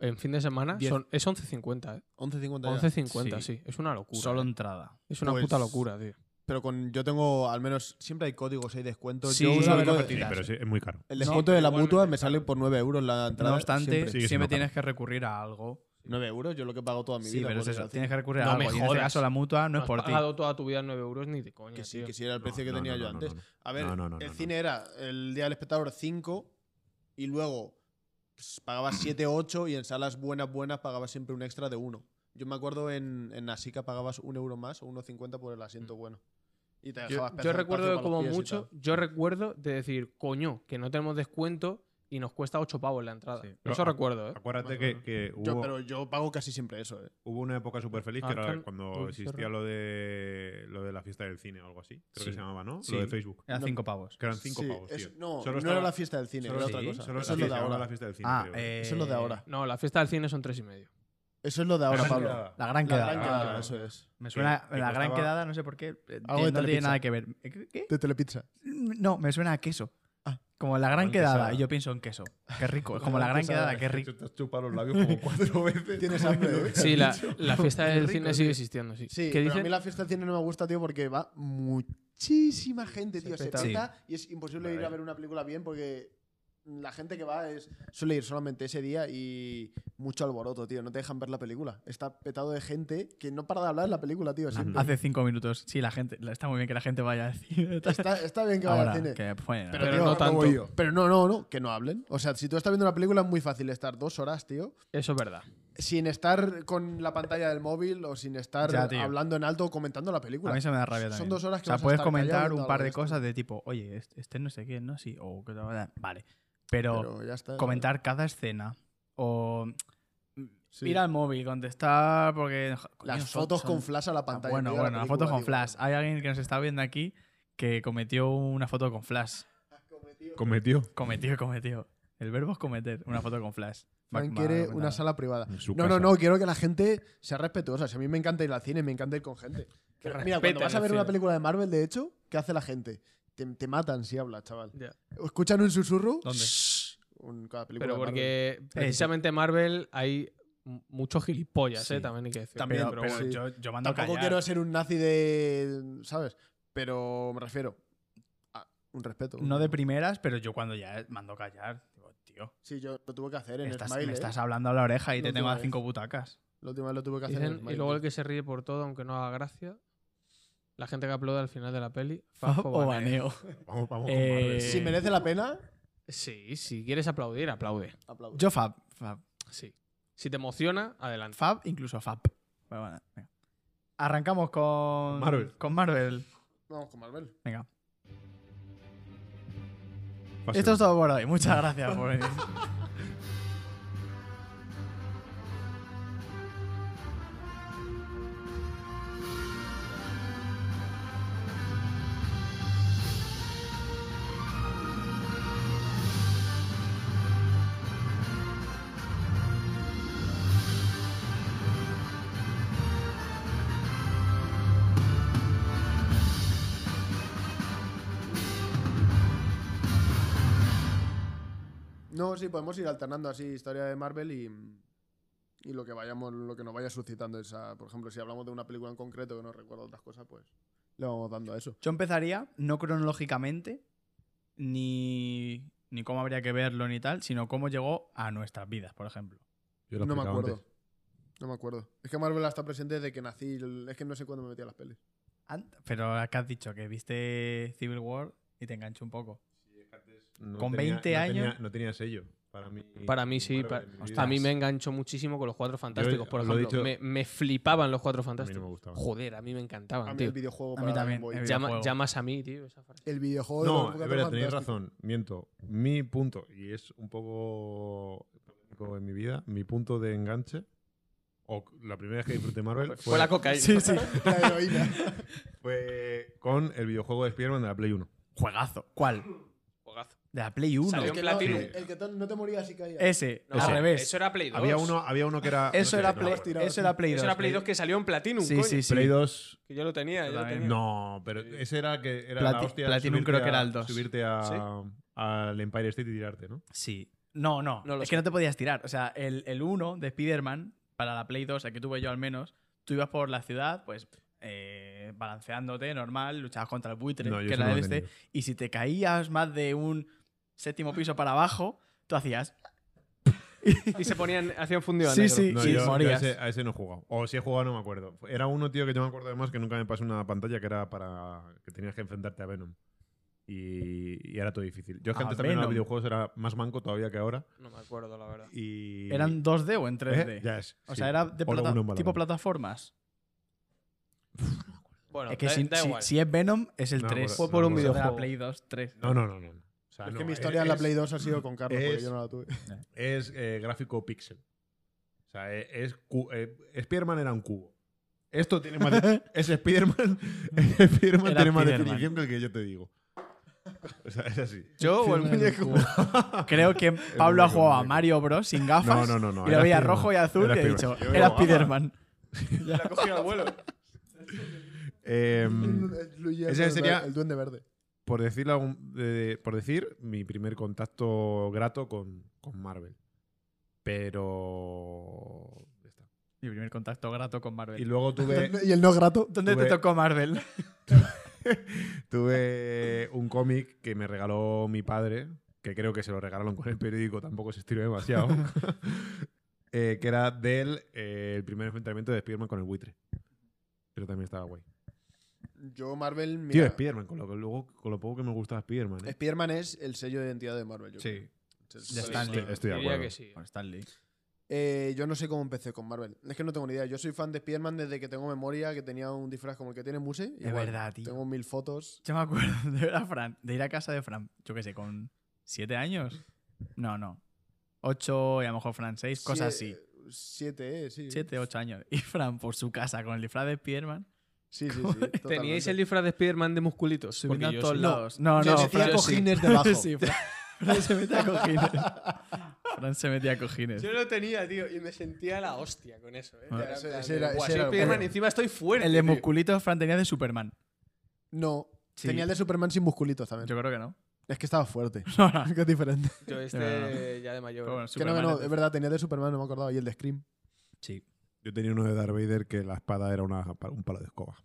C: en fin de semana
A: Diez.
C: son, es 11.50, ¿eh?
A: 11.50 ya.
C: 11.50,
D: Sí.
C: sí. Es una locura.
D: Solo
C: ¿eh?
D: entrada.
C: Es una
A: Pues-
C: puta locura, tío.
A: Pero con, yo tengo, al menos, siempre hay códigos, hay descuentos.
D: Sí,
A: yo uso
D: sí,
A: el,
D: lo
A: código-
D: que tiras.
B: pero sí, es muy caro.
A: el
D: No,
A: descuento
D: pero
A: de la
D: igualmente.
A: mutua me sale por 9 euros la entrada.
D: no obstante,
A: siempre.
D: siempre,
B: Sigue siendo
D: tienes que recurrir a algo.
A: 9 euros, yo lo que pago toda mi
D: Sí,
A: vida.
D: pero es
A: por ir
D: eso,
A: al
D: tienes
A: cine.
D: que recurrir a
C: No
D: algo.
C: me
D: Y en este
C: jodas.
D: caso la mutua no
C: No
D: es
C: has
D: por ti.
C: pagado toda tu vida 9 euros ni de coña,
A: Que sí,
C: tío.
A: que sí era el
B: No,
A: precio que
B: no,
A: tenía
B: no,
A: yo
B: no, no,
A: antes.
B: no.
A: A ver,
B: No, no, no,
A: el
B: no,
A: cine era el Día del Espectador 5 y luego pues, pagabas 7 o 8 y en salas buenas, buenas pagabas siempre un extra de 1. Yo me acuerdo en, en Nasica pagabas un euro más o 1,50 por el
B: Mm.
A: asiento bueno. Y te
C: Yo,
A: dejabas
C: yo
A: pedazo de
C: recuerdo
A: espacio
C: de
A: para los
C: como
A: pies y
C: mucho,
A: tal.
C: yo recuerdo de decir, coño, que no tenemos descuento y nos cuesta 8 pavos la entrada.
D: Sí.
C: Eso
B: Pero-
C: recuerdo, ¿eh?
B: Acuérdate
A: Más o
B: que,
A: menos.
B: que hubo,
A: Yo, pero yo pago casi siempre eso, ¿eh?
B: hubo una época súper feliz que era
C: Arkham
B: cuando
C: Observer.
B: existía lo de lo de la fiesta del cine o algo así. Creo
D: Sí.
B: que se llamaba, ¿no?
D: Sí.
B: Lo de Facebook.
D: Era
A: No.
D: 5 pavos.
B: Que eran cinco
A: Sí,
B: pavos,
A: es-
B: tío.
A: no,
B: Solo
A: no
B: estaba-
A: era la fiesta del cine,
B: solo
A: era
D: sí,
A: otra cosa. eso
B: Solo la
A: es lo de
B: fiesta, ahora
A: ahora.
B: la fiesta del cine.
D: Ah,
B: creo.
D: eh,
A: Eso es lo de ahora.
C: No, la fiesta del cine son 3,5.
A: Eso es lo de ahora,
B: Gran
A: Pablo.
B: quedada.
D: La gran
A: La
D: quedada.
A: gran
B: Ah,
A: quedada,
B: claro.
A: eso es.
D: Me suena
B: Que- que
D: la gran
B: costaba-
D: quedada, no sé por qué. eh,
A: Algo de
D: no tiene
A: Telepizza.
D: nada que ver. ¿Eh, ¿Qué? ¿Qué?
A: De Telepizza.
D: No, me suena a queso.
A: Ah.
D: Como la gran
B: Gran
D: quedada.
B: quesada.
D: Y yo pienso en queso. Qué rico. Como la gran
A: quesada.
D: quedada, qué rico.
B: Te has chupado los labios como cuatro veces.
A: Tienes hambre, ¿eh?
C: Sí, la, la fiesta del
B: rico,
C: cine
B: tío.
C: sigue existiendo, sí.
A: Sí,
C: ¿Qué
A: pero a
C: dicen?
A: mí la fiesta del cine no me gusta, tío, porque va muchísima gente, tío. Se
D: peta.
A: peta y es imposible ir a ver una película bien porque la gente que va es, suele ir solamente ese día y mucho alboroto, tío. No te dejan ver la película. Está petado de gente que no para de hablar de la película, tío. siempre.
D: Hace cinco minutos. Sí, la gente. Está muy bien que la gente vaya al cine.
A: Está, está bien que vaya
D: Ahora,
A: al cine.
D: que pues, bueno.
C: Pero no tanto.
A: voy yo. Pero no, no, no, que no hablen. O sea, si tú estás viendo una película es muy fácil estar dos horas, tío,
C: Eso es verdad.
A: sin estar con la pantalla del móvil o sin estar
D: Ya, tío.
A: hablando en alto o comentando la película.
D: a mí se me da rabia
A: Son
D: también.
A: dos horas que
D: O sea,
A: vas a
D: puedes
A: estar callado
D: comentar
A: viendo
D: un par
A: algo
D: de
A: de esto.
D: cosas de tipo, oye, este, este no sé quién, ¿no? Sí. O qué tal, tal. Vale. Pero,
A: Pero eh, ya está.
D: comentar cada escena. O
A: Sí.
D: ir al móvil, contestar, porque. jo- coño,
A: Las
D: son-
A: fotos con
D: son-
A: flash a la
D: Ah,
A: pantalla.
D: Bueno,
A: tío, de la
D: bueno, las fotos
A: película,
D: con
A: digo,
D: flash. Hay alguien que nos está viendo aquí que cometió una foto con flash.
B: Cometió.
D: Cometió, cometió. El verbo es cometer una foto con flash.
A: Frank
D: Mac-
A: quiere
D: Mac-
A: una sala privada.
B: En su
A: No, no,
B: casa.
A: no, quiero que la gente sea respetuosa. Si a mí me encanta ir al cine, me encanta ir con gente.
C: Que
A: Mira, cuando
C: respeten
A: vas a
C: el
A: ver una
C: cine.
A: película de Marvel, de hecho, ¿qué hace la gente? Te, te matan si hablas, chaval.
C: Ya.
A: ¿O ¿Escuchan un susurro?
D: ¿Dónde?
A: Un- cada película
C: Pero
A: de Marvel.
C: porque precisamente Marvel hay m- muchos gilipollas,
D: Sí.
C: ¿eh? También hay que decir.
A: También,
D: pero,
A: pero
D: pero
A: sí.
D: yo, yo mando a
A: Tampoco
D: callar.
A: quiero ser un nazi de. ¿Sabes? Pero me refiero. a Un respeto.
D: No de primeras, pero yo cuando ya mando a callar, digo, tío,
A: Sí, yo lo tuve que hacer en
D: estás-
A: Smile.
D: me
A: ¿eh?
D: estás hablando a la oreja y
A: La
D: te tengo
A: última
D: a
A: vez.
D: cinco butacas.
A: La última vez lo tuve que hacer
C: Dicen,
A: en Smile.
C: y luego el
A: tío.
C: que se ríe por todo, aunque no haga gracia. La gente que aplaude al final de la peli. fajo
D: O
C: banea.
D: baneo.
B: Vamos, vamos con
D: Eh,
B: Marvel.
A: Si merece la pena,
C: Sí, si quieres aplaudir, aplaude.
A: aplaudo.
D: Yo fab. Fab,
C: Sí. Si te emociona, adelante.
D: Fab, incluso fab. Pero bueno, venga. Arrancamos con
B: Marvel.
D: Con Marvel.
A: Vamos con Marvel.
D: Venga.
B: Fase
D: Esto es
B: uno.
D: todo por hoy. Muchas gracias por venir.
A: No, sí, podemos ir alternando así historia de Marvel y, y lo que vayamos, lo que nos vaya suscitando esa. Por ejemplo, si hablamos de una película en concreto que nos recuerda otras cosas, pues le vamos dando a eso.
D: Yo empezaría no cronológicamente, ni, ni cómo habría que verlo ni tal, sino cómo llegó a nuestras vidas, por ejemplo.
B: Yo lo he
A: No me
B: explicado
A: acuerdo.
B: antes.
A: No me acuerdo. Es que Marvel está presente desde que nací. Es que no sé cuándo me metí a las pelis.
D: Ant- Pero acá has dicho que viste Civil War y te enganchó un poco.
B: no
D: Con
B: tenía-
D: 20
B: no
D: años-
B: tenía- no tenía sello. Para mí,
C: Para mí sí,
B: Marvel
C: para-
B: en mi vida.
C: a mí me enganchó muchísimo con los Cuatro Fantásticos, por
B: lo he dicho-
C: ejemplo. me, me flipaban los Cuatro
B: A mí no
C: Fantásticos.
B: me gustaba.
C: Joder, a mí me encantaban,
A: A mí
C: tío.
A: el videojuego
D: Ah, A mí
A: para
D: también, eh,
A: Game Boy.
D: el
C: Llama-
D: videojuego.
C: llamas a mí, tío, esa frase.
E: El videojuego de
B: No,
E: los
B: es
E: Cuatro
B: verdad, tenéis
E: Fantásticos.
B: razón. Miento. Mi punto, y es un poco polémico en mi vida, mi punto de enganche, o la primera vez que disfruté Marvel,
C: Fue la cocaína.
E: Sí, sí, la heroína.
B: fue con el videojuego de Spider-Man de la Play 1.
D: Juegazo. ¿Cuál?
C: Juegazo.
D: De la Play 1.
C: Salió
E: El
C: en
E: que no-
C: Platinum.
E: El que no te morías y caías.
D: Ese,
C: No,
D: al revés.
C: Eso era Play 2.
B: Había uno, había uno que era. no
D: Eso
B: sé,
D: era
B: no,
D: Play,
B: bueno.
E: tirado,
D: eso
E: sí.
D: era Play 2.
C: Eso era Play 2 que salió en Platinum,
D: Sí,
C: coño.
D: sí, sí.
B: Play 2.
C: Que yo lo tenía, yo lo
D: También.
C: tenía.
B: No, pero ese era que era la
D: Plati-
B: hostia.
D: Platinum
B: subirte
D: creo que
B: a-
D: era el dos.
B: Subirte a-
C: ¿Sí?
B: al Empire State y tirarte, ¿no?
D: Sí. No, no.
C: No lo
D: es
C: sé.
D: que no te podías tirar. O sea, el, el 1 de Spider-Man, para la Play 2, el que tuve yo al menos, tú ibas por la ciudad, pues eh, balanceándote, normal, luchabas contra el buitre,
B: No, yo
D: que
B: eso
D: era
B: no
D: el
B: lo he
D: este, y si te caías más de un séptimo piso para abajo, tú hacías.
C: Y se ponían, hacían fundido a
D: Sí,
C: negro.
D: sí.
B: No,
D: y
B: yo, yo a,
D: morías.
B: ese, a ese no he jugado. O si he jugado, no me acuerdo. Era uno, tío, que yo me acuerdo además que nunca me pasó una pantalla que era para. que tenías que enfrentarte a Venom. Y, y era todo difícil. Yo es que
D: ¿A
B: antes también en los
D: Ah, Venom?
B: videojuegos era más manco todavía que ahora.
C: No me acuerdo, la verdad.
B: Y.
D: ¿Eran 2D o en 3D?
B: ¿Eh? Ya es,
D: O
B: sí.
D: sea, era de
B: O lo
D: plata-
B: uno en
D: tipo
B: balón.
D: plataformas.
C: Bueno,
D: es que
C: da,
D: si,
C: da
D: si-
C: igual.
D: si es Venom, es el
B: No,
D: 3.
B: por- Fue por no, un por-
D: De
C: videojuego.
D: la Play 2, 3.
B: No, no, no, no. no. O sea,
A: Ah, Es
B: no,
A: que mi
B: es-
A: historia en la
B: es-
A: Play 2 ha sido con Carlos, porque
B: es-
A: yo no la tuve.
B: Es eh, gráfico pixel. O sea, eh, es. cu- eh, Spider-Man era un cubo. Esto tiene más. de- es Spider-Man. Spider-Man
D: Era
B: tiene más
D: Spiderman.
B: definición que el que yo te digo. O sea, es así.
D: Yo o el muñeco. Creo que Pablo ha
B: muñeco,
D: jugado a
B: muñeco.
D: Mario Bros sin gafas.
B: eh. No, no, no, no,
D: Y lo
B: era
D: veía
B: Spiderman.
D: rojo y azul
B: Era
D: y he dicho,
B: Spiderman. Yo
D: era
B: digo, ah.
D: Spiderman.
C: La cogió al vuelo.
B: Eh,
E: Incluye el
B: ese
E: duende-
B: sería-
E: El duende verde.
B: por, decirlo algún- de- por decir, mi primer contacto grato con, con Marvel. Pero. ya está.
D: Mi primer contacto grato con
B: Y
D: Marvel.
B: luego tuve,
E: ¿Y el no grato?
D: ¿Dónde
B: tuve-
D: te tocó Marvel?
B: tuve un cómic que me regaló mi padre, que creo que se lo regalaron con el periódico, tampoco se estiró demasiado. eh, que era del eh, el primer enfrentamiento de Spider-Man con el buitre. Pero también estaba guay.
A: Yo, Marvel.
B: Tío,
A: Mira,
B: Spider-Man, con lo, que luego- con lo poco que me gustaba Spider-Man. ¿eh?
A: Spider-Man es el sello de identidad de Marvel. Yo creo. Es-
D: Ya
A: es-
D: está.
B: Estoy- estoy de
C: Diría
B: acuerdo.
C: que sí.
D: Con Stanley.
A: Eh, yo no sé cómo empecé con Marvel. Es que no tengo ni idea. Yo soy fan de Spider-Man desde que tengo memoria, que tenía un disfraz como el que tiene Muse.
D: Es
A: Igual,
D: verdad, tío.
A: Tengo mil fotos.
D: Yo me acuerdo de ver a Fran, de ir a casa de Fran, yo qué sé, con siete años. No, no. Ocho y a lo mejor Fran seis, cosas así.
A: Sie- Siete, eh, sí.
D: Siete, ocho años. Y Fran por su casa con el disfraz de Spiderman.
A: Sí, sí, sí. totalmente.
C: ¿Teníais el disfraz de Spider-Man de musculitos? Porque
D: Subiendo a
C: yo
D: todos
C: sí.
D: lados. No,
A: Yo
D: no,
A: decía
D: Fran.
A: cojines debajo.
D: Sí, Fran, Fran se metía a cojines. Fran se metía a cojines.
C: Yo lo tenía, tío, y me sentía la hostia con eso. ¿eh?
D: Ah.
C: Era en
A: Ese-
C: plan
A: ese
C: de,
A: era-
C: "Buah,
A: ese
C: soy
A: era el
C: Spider-Man,
A: bueno".
C: encima estoy fuerte.
D: El de
C: tío".
D: musculitos Fran tenía de Superman.
A: No.
D: Sí.
A: Tenía el de Superman sin musculitos también.
D: Yo creo que no.
A: Es que estaba fuerte.
D: No, no.
A: que es diferente.
C: Yo este
D: No, no, eh,
C: ya de mayor.
D: Pero bueno,
A: Que no, que
D: Superman
A: no,
D: es de-
A: es verdad, tenía el de Superman, no me acordaba. Y el de Scream.
D: Sí.
B: Yo tenía uno de Darth Vader que la espada era una, un palo de escoba.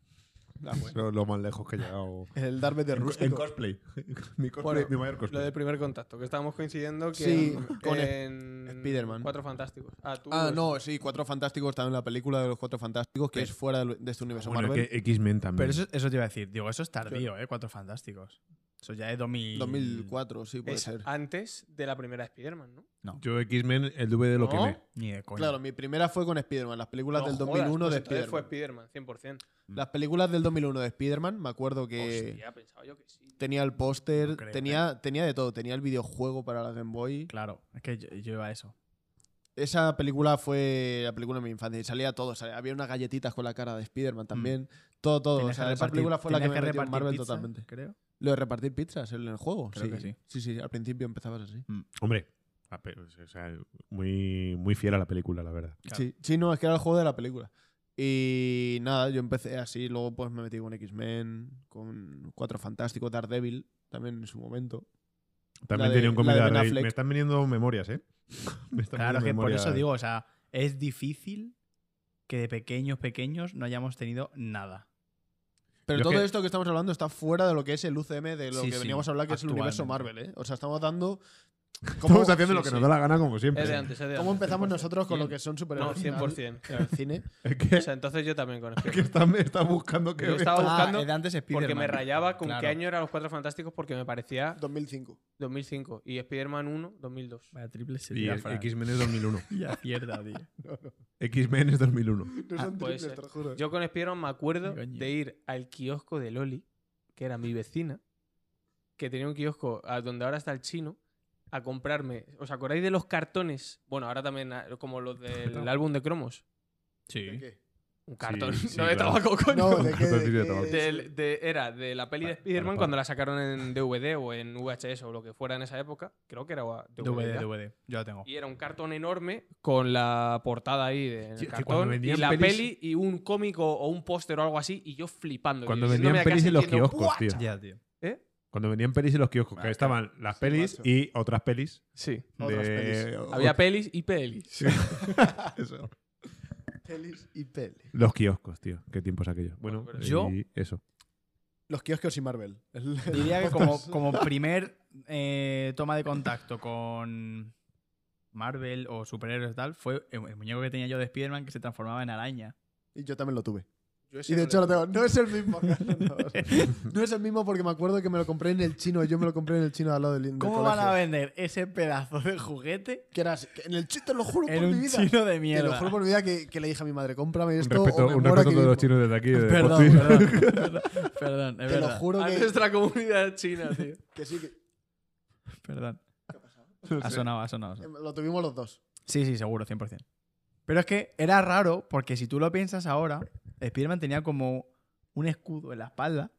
B: Eso es lo más lejos que he llegado.
A: El Darth de
B: En, co- en
A: Rústico.
B: cosplay. mi, cosplay
C: Bueno,
B: mi mayor
C: Lo
B: cosplay.
C: del primer contacto, que estábamos coincidiendo que
A: Sí,
C: en,
A: con
C: en
A: Spider-Man.
C: Cuatro Fantásticos. Ah, tú.
A: Ah,
C: los-
A: no, sí, Cuatro Fantásticos también, la película de los Cuatro Fantásticos, que es fuera del- de este universo
B: Bueno,
A: Marvel.
B: es que X-Men también.
D: Pero eso, eso te iba a decir. Digo, eso es tardío, ¿eh? Cuatro Fantásticos. Eso ya es 2000...
A: 2004, sí, puede
C: Es
A: ser.
C: antes de la primera Spider-Man, ¿no?
B: Yo X-Men, el DVD lo
C: ¿No?
B: quemé.
D: Ni de coña.
A: Claro, mi primera fue con Spider-Man, las películas
C: No
A: del
C: jodas,
A: 2001
C: pues
A: de
C: entonces
A: Spider-Man.
C: fue Spider-Man, 100%.
A: Las películas del 2001 de Spider-Man, me acuerdo que
C: Hostia, pensaba yo que sí.
A: tenía el
D: No
A: póster,
D: creo, eh.
A: tenía, tenía de todo, tenía el videojuego para la Game Boy.
D: Claro, es que yo, yo iba a eso.
A: Esa película fue la película de mi infancia y salía todo, salía- había unas galletitas con la cara de Spider-Man también, todo, todo.
D: Mm. Tenías
A: o sea,
D: que
A: esa
D: repartir-
A: película fue la que
D: tenías
A: me metió en
D: repartir
A: Marvel
D: pizza,
A: totalmente.
D: Creo.
A: Lo de repartir pizzas en el juego,
D: Creo
A: sí.
D: que sí.
A: Sí, sí, al principio empezabas así.
B: Hombre, a pe- o sea, muy, muy fiel a la película, la verdad.
D: Claro.
A: Sí, sí, no, es que era el juego de la película. Y nada, yo empecé así, luego pues me metí con X-Men, con Cuatro Fantásticos, Daredevil, también en su momento.
B: También
A: de-
B: tenía un
A: la de
B: comida
A: Ben
B: de
A: Affleck.
B: Me están viniendo memorias, ¿eh? Me están viniendo
D: Claro, es que por
B: memorias.
D: eso digo, o sea, es difícil que de pequeños, pequeños no hayamos tenido nada.
A: Pero
B: Yo
A: todo
B: que-
A: esto que estamos hablando está fuera de lo que es el UCM, de lo
D: Sí,
A: que
D: sí,
A: veníamos a hablar, que es el universo
D: actualmente.
A: Marvel, ¿eh? O sea, estamos dando
G: ¿Cómo-
B: Estamos haciendo lo que
G: sí,
B: nos
G: sí.
B: da la gana, como siempre.
C: Es de antes, es de
G: ¿Cómo
C: antes.
G: empezamos nosotros con lo que son
C: No,
G: superhéroes?
C: 100%.
G: En el cine.
B: Es
C: O
B: que,
C: sea, entonces yo también con
B: que
C: Spider-Man.
B: está, está buscando que.
C: Yo estaba buscando
D: es de antes
C: porque
D: Spiderman.
C: me rayaba con qué
D: Claro.
C: año eran los Cuatro Fantásticos porque me parecía
A: 2005.
C: 2005 y Spider-Man 1, 2002.
D: Vaya triple se
B: Y
D: tira,
B: es-
D: Fran.
B: X-Men es 2001.
D: Ya cierta, tío.
B: X-Men es 2001.
A: No
C: Ah,
A: son
C: puede
A: triples,
C: ser.
A: te lo juro.
C: Yo con Spiderman me acuerdo
D: Qué coño.
C: de ir al kiosco de Loli, que era mi vecina, que tenía un kiosco a donde ahora está el chino, a comprarme. ¿Os acordáis de los cartones? Bueno, ahora también, ah, como los del álbum de cromos.
A: ¿De
D: Sí.
A: qué?
C: Un cartón,
B: sí,
C: no de
B: claro.
C: tabaco, coño.
A: No, ¿de qué?
B: Cartón
A: ¿De
B: de
A: qué?
B: tabaco.
C: Del- de- era de la peli de
B: Para-
C: Spider-Man
B: para-
C: cuando la sacaron en DVD o en VHS o lo que fuera en esa época. Creo que era DVD.
D: DVD,
C: ya.
D: DVD. Yo la tengo.
C: Y era un cartón enorme con la portada ahí de en el
B: Tío, es que cuando
C: cartón y
B: vendían
C: la
B: pelis-
C: peli y un cómico o un póster o algo así y yo flipando.
B: Cuando
C: yo
B: vendían
C: yéndome a casa
B: pelis en los
C: diciendo,
B: kioscos, ¿Eh? tío.
D: Ya, tío.
B: Cuando vendían pelis en los kioscos, que estaban las pelis
A: macho.
B: y otras pelis.
C: Sí.
A: Otras
B: de-
A: pelis.
B: o-
C: Había pelis y pelis.
B: eso.
A: Pelis y peli.
B: Los kioscos, tío. Qué tiempos aquellos. Bueno,
C: Bueno, pero
D: yo-
B: y eso.
A: Los kioscos y Marvel. El-
D: Diría que como, como primer eh, toma de contacto con Marvel o superhéroes tal fue el, el muñeco que tenía yo de Spiderman que se transformaba en araña.
A: Y yo también lo tuve.
C: Yo ese
A: Y de
C: no
A: hecho lo
C: le-
A: tengo. No es el mismo. Carlos, no. No es el mismo porque me acuerdo que me lo compré en el chino. Yo me lo compré en el chino al lado del, del
D: ¿Cómo
A: colegio.
D: van a vender ese pedazo de juguete
A: Que eras, que en el chino, te lo juro
D: en
A: por mi
D: un
A: vida.
D: chino de
A: Te lo
D: mierda? Eh,
A: juro por mi vida que, que le dije a mi madre, cómprame
B: Un
A: esto
B: respeto,
A: o me
B: un
A: muero
B: respeto a
A: aquí
B: todos
A: mismo".
B: los chinos desde aquí. de Postín.
D: Perdón, perdón, perdón, perdón, es
A: Te lo
D: verdad.
A: juro
C: A
A: que,
C: nuestra comunidad china, tío.
A: que sí, que
D: Perdón. Ha sonado, ha sonado. ha sonado.
A: lo tuvimos los dos.
D: Sí, sí, seguro, 100%. Pero es que era raro porque si tú lo piensas ahora, Spiderman tenía como un escudo en la espalda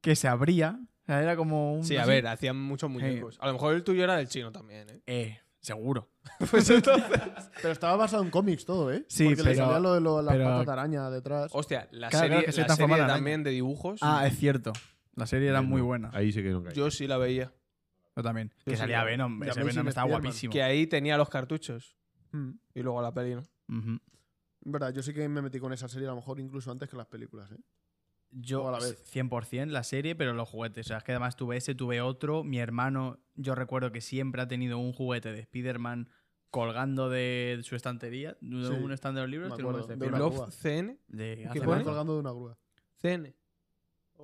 D: que se abría. O sea, era como un...
C: Sí, a
D: así.
C: ver, hacían muchos muñecos. A lo mejor el tuyo era del chino también, ¿eh?
D: Eh, seguro.
C: Pues entonces...
A: Pero estaba basado en cómics todo, ¿eh?
D: Sí,
A: porque le
D: pero-
A: salía lo de lo- las
D: pero-
A: patas de araña detrás.
C: Hostia, la
D: Claro, claro,
C: serie,
D: que se
C: la
D: transforma
C: serie
D: en araña.
C: también de dibujos,
D: Ah, es cierto. La serie era
B: Bueno,
D: muy buena.
B: Ahí sí que nunca.
C: yo sí la veía.
D: Yo también.
C: Sí,
D: Que
C: sí,
D: salía
C: sí.
D: Venom.
A: The
D: Ese
A: Amazing
D: Venom estaba
A: Spider-Man.
D: guapísimo.
C: Que ahí tenía los cartuchos.
A: Mm.
C: Y luego la peli, ¿no?
D: Ujú.
A: En verdad, yo sí que me metí con esa serie a lo mejor incluso antes que las películas, ¿eh?
D: Yo
A: a la vez.
D: 100% la serie, pero los juguetes. O sea, es que además tuve ese, tuve otro. Mi hermano, yo recuerdo que siempre ha tenido un juguete de Spider-Man colgando de su estantería, de
A: Sí,
D: un stand de los libros.
A: me
D: tiene uno
A: acuerdo,
D: de
A: de una
D: Spider-Man.
C: Love
A: grúa.
C: CN.
D: De
C: ¿Qué
D: hace
A: Se
C: pone?
A: van
D: poco.
A: colgando de una grúa.
C: CN.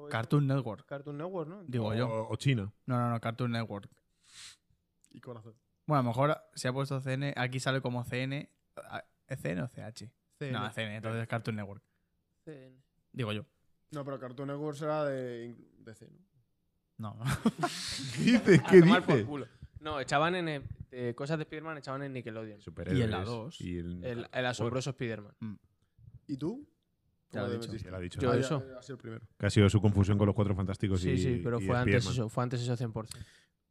D: Cartoon Network.
C: Cartoon Network, ¿no?
D: Digo yo.
B: O, o China.
D: No, no, no, Cartoon Network.
A: Y corazón.
D: Bueno, a lo mejor se ha puesto CN. Aquí sale como CN. Ah, ¿Es CN o CH? No, CN, entonces es Cartoon Network.
C: CN.
D: Digo yo.
A: No, pero Cartoon Network era de, de C, ¿no?
D: No, no.
B: ¿Qué dices?
C: A
B: ¿Qué
C: tomar por
B: dices?
C: culo. No, echaban en... eh, eh, cosas de Spider-Man echaban en Nickelodeon.
B: Superhéroes
D: Y en la dos.
B: Y en-
C: El, el asombroso Spider-Man.
A: ¿Y tú?
D: Ya lo he
A: ¿Cómo te
D: dicho.
A: metiste?
B: Ya lo ha dicho.
C: Yo-
A: Ah, ya,
C: eso.
A: ya, ha sido el primero.
B: Que ha sido su confusión con los cuatro fantásticos.
C: Sí,
B: Pues y,
C: sí, pero
B: y
C: fue antes
B: Spiderman.
C: eso, fue antes eso 100%.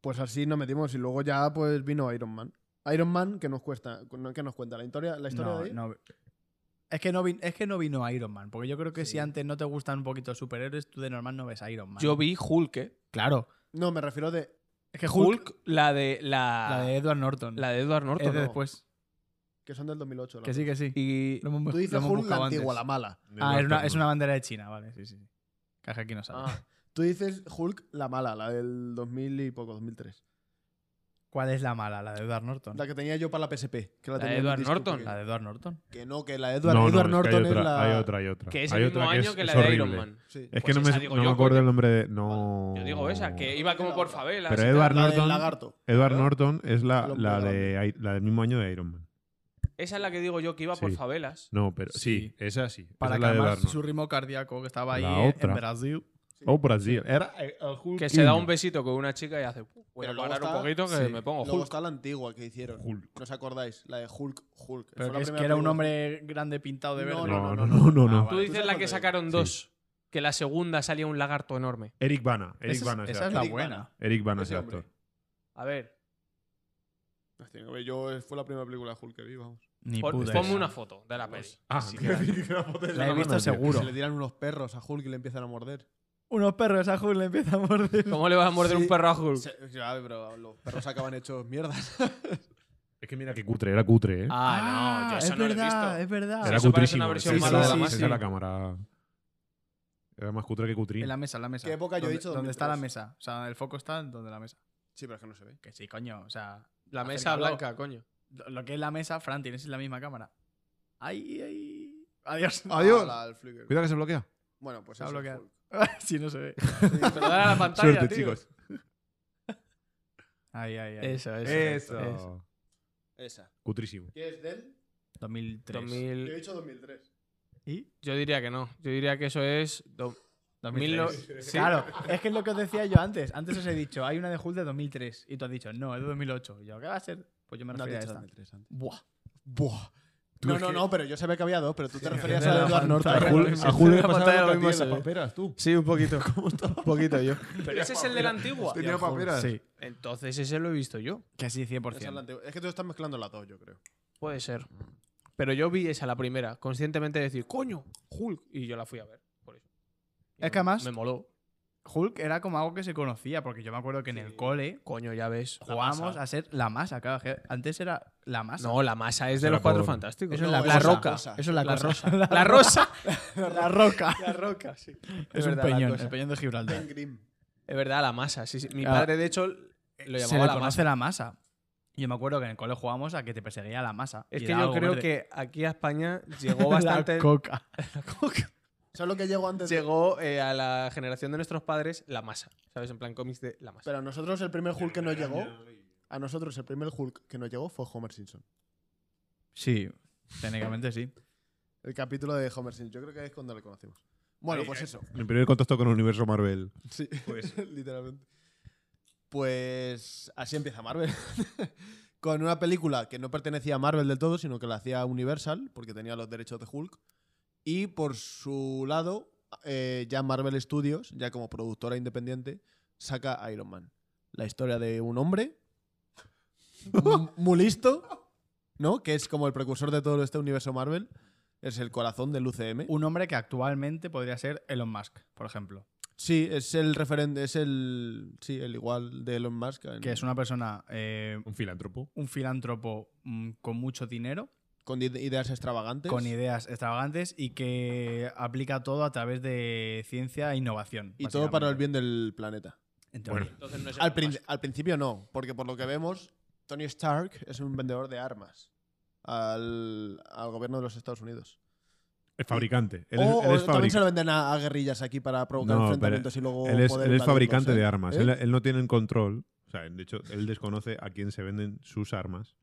A: Pues así nos metimos y luego ya pues vino Iron Man. Iron Man que nos cuesta, que nos cuenta la historia, la historia
D: No,
A: de
D: no. Es que no, vi- es que no vino Iron Man, porque yo creo que si antes no te gustan un poquito los superhéroes, tú de normal no ves a Iron Man.
C: Yo vi Hulk, ¿eh?
D: Claro.
A: No, me refiero de
D: Es que Hulk,
C: Hulk, la de la,
D: la de Edward Norton,
C: la de Edward
D: es
C: Norton.
D: de
A: no.
D: después.
A: que son del 2008. la
D: Que sí, que sí.
C: Y
D: Lo hemos-
A: Tú dices
D: lo hemos
A: Hulk la
D: buscado
A: antigua, la
D: antes.
A: mala.
D: Ah, es una, es una bandera de China, vale, sí, sí. sí. Caja aquí no sale.
C: ah,
A: Tú dices Hulk la mala, la del 2000 y poco, 2003.
D: ¿Cuál es la mala? La de Edward Norton.
A: La que tenía yo para la PSP. Que la,
C: La
A: tenía
C: de
A: en un
C: Edward
A: disco
C: Norton.
A: pequeño.
D: La de Edward Norton.
A: Que no, que la de Edward,
B: No, no,
A: Edward
B: es que
A: Norton
B: hay otra,
A: es la...
B: Hay otra, hay otra.
C: que es
B: Hay
C: el mismo
B: otra
C: año
B: es-
C: que la
B: es
C: de
B: horrible.
C: Iron Man.
A: Sí.
B: Es que
C: Pues
B: no me,
C: esa
B: su-
C: digo
B: no me
C: yo,
B: acuerdo
C: coño.
B: el nombre de. No.
C: Yo digo esa, que iba como por favelas.
B: Oh. Pero
C: y tal.
B: Edward
A: La del
B: Norton.
A: lagarto.
B: Edward Norton es la,
A: El hombre
B: la, de, I- la del mismo año de Iron Man.
C: Esa es la que digo yo que iba por
B: Sí.
C: favelas.
B: No, pero sí,
D: Sí.
B: esa sí. esa
D: Para
B: es la de
D: calmar
B: Edward
D: su ritmo cardíaco que estaba ahí
B: La
D: en- en
B: otra.
D: Brasil.
B: Oh, Brasil. Era eh, el Hulk.
C: Que se da un besito con una chica y hace. "Uh, Voy
A: Pero
C: a
A: luego
C: parar un
A: está-
C: poquito que
D: sí.
C: me pongo
A: Luego
C: Hulk.
A: está la antigua que hicieron.
B: Hulk.
A: ¿No os acordáis? La de Hulk, Hulk. Fue
D: Pero
A: la
D: que, es
A: primera
D: que era un
A: película.
D: hombre grande pintado de verde.
A: No,
B: No, no, no,
A: no,
B: no. no,
D: Ah,
C: Tú
D: vale.
C: dices la que sacaron dos. Que la segunda salía un lagarto enorme.
B: Eric Bana. Eric
D: Esa es-
B: Bana. ese
D: esa es la
B: actor.
A: Eric Bana.
D: buena.
B: Eric Bana es
A: Ese
B: el
A: hombre.
B: actor.
C: A ver,
A: Las tengo que ver. Yo eh, fue la primera película de Hulk que vi, vamos.
D: Ni
C: pon-
D: puta
C: ponme
D: idea.
C: una foto de la peli.
B: Ah,
A: Sí,
B: que
A: claro.
B: la foto de
D: La he
B: Iron
D: visto
B: Man, tío.
D: seguro.
A: Se le tiran unos perros a Hulk y le empiezan a morder.
D: Unos perros a Hulk le empieza a morder.
C: ¿Cómo le vas a morder
A: Sí.
C: un perro a Hulk?
A: Se- ya, pero los perros acaban hechos mierdas.
B: Es que mira que cutre, era cutre, ¿eh?
C: Ah, no, yo
D: Ah,
C: eso no
D: es
C: lo he
D: verdad,
C: visto.
D: Es verdad.
B: era
C: eso parece
B: cutrísimo.
C: una versión
B: sí,
D: mala de la
B: sí,
D: Maxi.
B: sí, la cámara. Era más cutre que cutrín.
D: En la mesa, en la mesa.
A: ¿Qué época yo he
D: Donde-
A: dicho?
D: Donde está la
A: 2003.
D: mesa. O sea, el foco está en donde la mesa.
A: Sí, pero es que no se ve.
D: Que sí, coño. O sea,
C: La mesa
D: Acércalo.
C: blanca, coño.
D: Lo lo que es la mesa, Fran, tienes en la misma cámara. ¡Ay, ay! Adiós.
A: Adiós. al Flickr.
B: Cuidado que se bloquea.
A: Bueno, pues
D: Se ha
A: eso.
D: bloqueado. si no se ve.
C: Pero dale a la pantalla,
B: Suerte,
C: tío.
B: chicos.
D: Ay, ay, ay.
C: Eso, eso.
A: Eh,
B: Eso.
C: eso.
A: Esa.
B: Cutrísimo.
A: ¿Qué es del?
D: 2003.
C: 2000
A: Yo he dicho 2003.
D: ¿Y?
C: Yo diría que no. Yo diría que eso es. do-
D: 2003.
C: 2003. Sí.
D: Claro, es que es lo que os decía yo antes. Antes os he dicho, hay una de Hulk de 2003. Y tú has dicho, no, es de 2008. Y yo, ¿qué va a ser? Pues yo me
A: No has
D: refería a
A: dicho
D: esta.
A: 2003 antes.
D: Buah.
A: Buah.
B: Tú
A: no,
B: es
A: no,
B: que-
A: no, pero yo sabía que había dos, pero tú te referías
D: de
A: a
D: la
A: Edward Norton.
B: A Jul- a Julio le pasaba
C: pantalla
B: lo que
C: lo
B: a ti
C: mismo
B: en
C: se
B: las
C: ve.
B: paperas, tú.
C: Sí, un poquito. un poquito yo. Pero ese es el de la antigua.
B: Tenía paperas.
D: Sí,
C: Entonces ese lo he visto yo.
D: que sí, 100%.
A: Esa es, la antigua. Es que tú estás mezclando las dos, yo creo.
C: Puede ser. Pero yo vi esa la primera, conscientemente decir, coño, Hulk. Y yo la fui a ver. Por eso. Y
D: Es que
C: me-
D: además-
C: Me moló.
D: Hulk era como algo que se conocía, porque yo me acuerdo que en el cole
C: Coño, ya ves. la
D: jugábamos
C: masa.
D: a ser la masa. claro, que Antes era la masa.
C: No, la masa es de
B: Era
C: los cuatro
B: por-
C: fantásticos.
D: Eso es
C: No,
D: la
C: la
D: cosa.
C: roca.
A: Cosa.
D: Eso es la,
C: La
D: cosa.
C: rosa. La rosa.
D: La roca.
C: La roca, sí.
D: es
C: verdad,
D: un
C: la
D: peñón,
C: cosa.
D: el peñón de Gibraltar.
A: Ben Grimm.
C: Es verdad, la masa. Sí, sí. Mi
D: Claro.
C: padre, de hecho, lo
D: se
C: llamaba
D: le
C: la
D: conoce
C: masa.
D: la masa. Yo me acuerdo que en el cole jugábamos a que te perseguía la masa.
C: Es
D: Y
C: que
D: era
C: yo
D: algo
C: creo
D: te-
C: que aquí a España llegó bastante.
D: La coca.
A: ¿Sabes lo que llegó antes? de-
C: llegó eh, a la generación de nuestros padres la masa. ¿Sabes? En plan cómics de la masa.
A: Pero a nosotros el primer Hulk que nos llegó, a nosotros el primer Hulk que nos llegó fue Homer Simpson.
D: Sí, técnicamente sí.
A: El capítulo de Homer Simpson, yo creo que es cuando lo conocimos. Bueno, pues eso.
B: Mi primer contacto con el universo Marvel.
A: Sí, pues. literalmente. Pues así empieza Marvel. Con una película que no pertenecía a Marvel del todo, sino que la hacía Universal, porque tenía los derechos de Hulk. Y por su lado, eh, ya Marvel Studios, ya como productora independiente, saca Iron Man. La historia de un hombre mu- muy listo, ¿no? Que es como el precursor de todo este universo Marvel. Es el corazón del UCM.
D: Un hombre que actualmente podría ser Elon Musk, por ejemplo.
A: Sí, es el referente, es el. Sí, el igual de Elon Musk. en-
D: Que es una persona, eh,
B: Un filántropo.
D: un filántropo mm, con mucho dinero,
A: Con ide- ideas extravagantes.
D: con ideas extravagantes y que aplica todo a través de ciencia e innovación.
A: y todo para el
D: básicamente.
A: bien del planeta.
D: En teoría.
C: Entonces no es
A: Al, prin- al principio no, porque por lo que vemos, Tony Stark es un vendedor de armas al, al gobierno de los Estados Unidos.
B: Es fabricante. Él, es-
A: o o
B: él es
A: Oh, también
B: fabricante.
A: se lo venden a, a guerrillas aquí para provocar
B: No, pero
A: enfrentamientos y luego.
B: Él
A: poder
B: es, él es
A: invadirlos,
B: fabricante
A: ¿eh?
B: de armas.
A: ¿Eh?
B: Él, él no tiene el control. O sea, de hecho, él desconoce a quién se venden sus armas.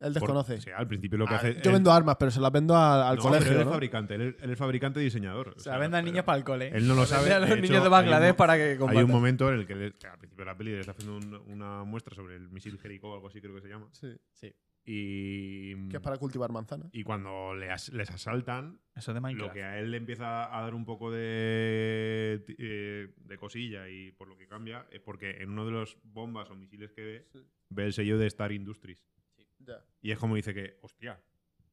A: Él
B: Por-
A: desconoce.
B: o sea, al principio lo que
A: Ah,
B: hace.
A: Yo
B: él-
A: vendo armas, pero se las vendo a- al
B: No, pero él
A: colegio.
B: es
A: ¿no?
B: fabricante. Él, es- él es fabricante y diseñador. pues, O
D: Se
B: sea,
D: la venden
B: pero
D: niños para el cole.
B: Él no lo sabe.
C: a los
B: de
C: niños
B: hecho,
C: de
B: hay
C: Bangladesh
B: un-
C: para que
B: Hay
C: combatan.
B: un momento en el que, le- que al principio de la peli le está haciendo un- una muestra sobre el misil Jericho o algo así, creo que se llama.
A: Sí.
B: Y.
A: Que es para cultivar manzanas.
B: Y cuando le as- les asaltan,
D: Eso es
B: lo
D: de Minecraft.
B: que a él le empieza a dar un poco de, ti- eh, de cosilla y por lo que cambia es porque en uno de los bombas o misiles que ve, ve el sello de Star Industries.
A: Ya.
B: Y es como dice que, hostia.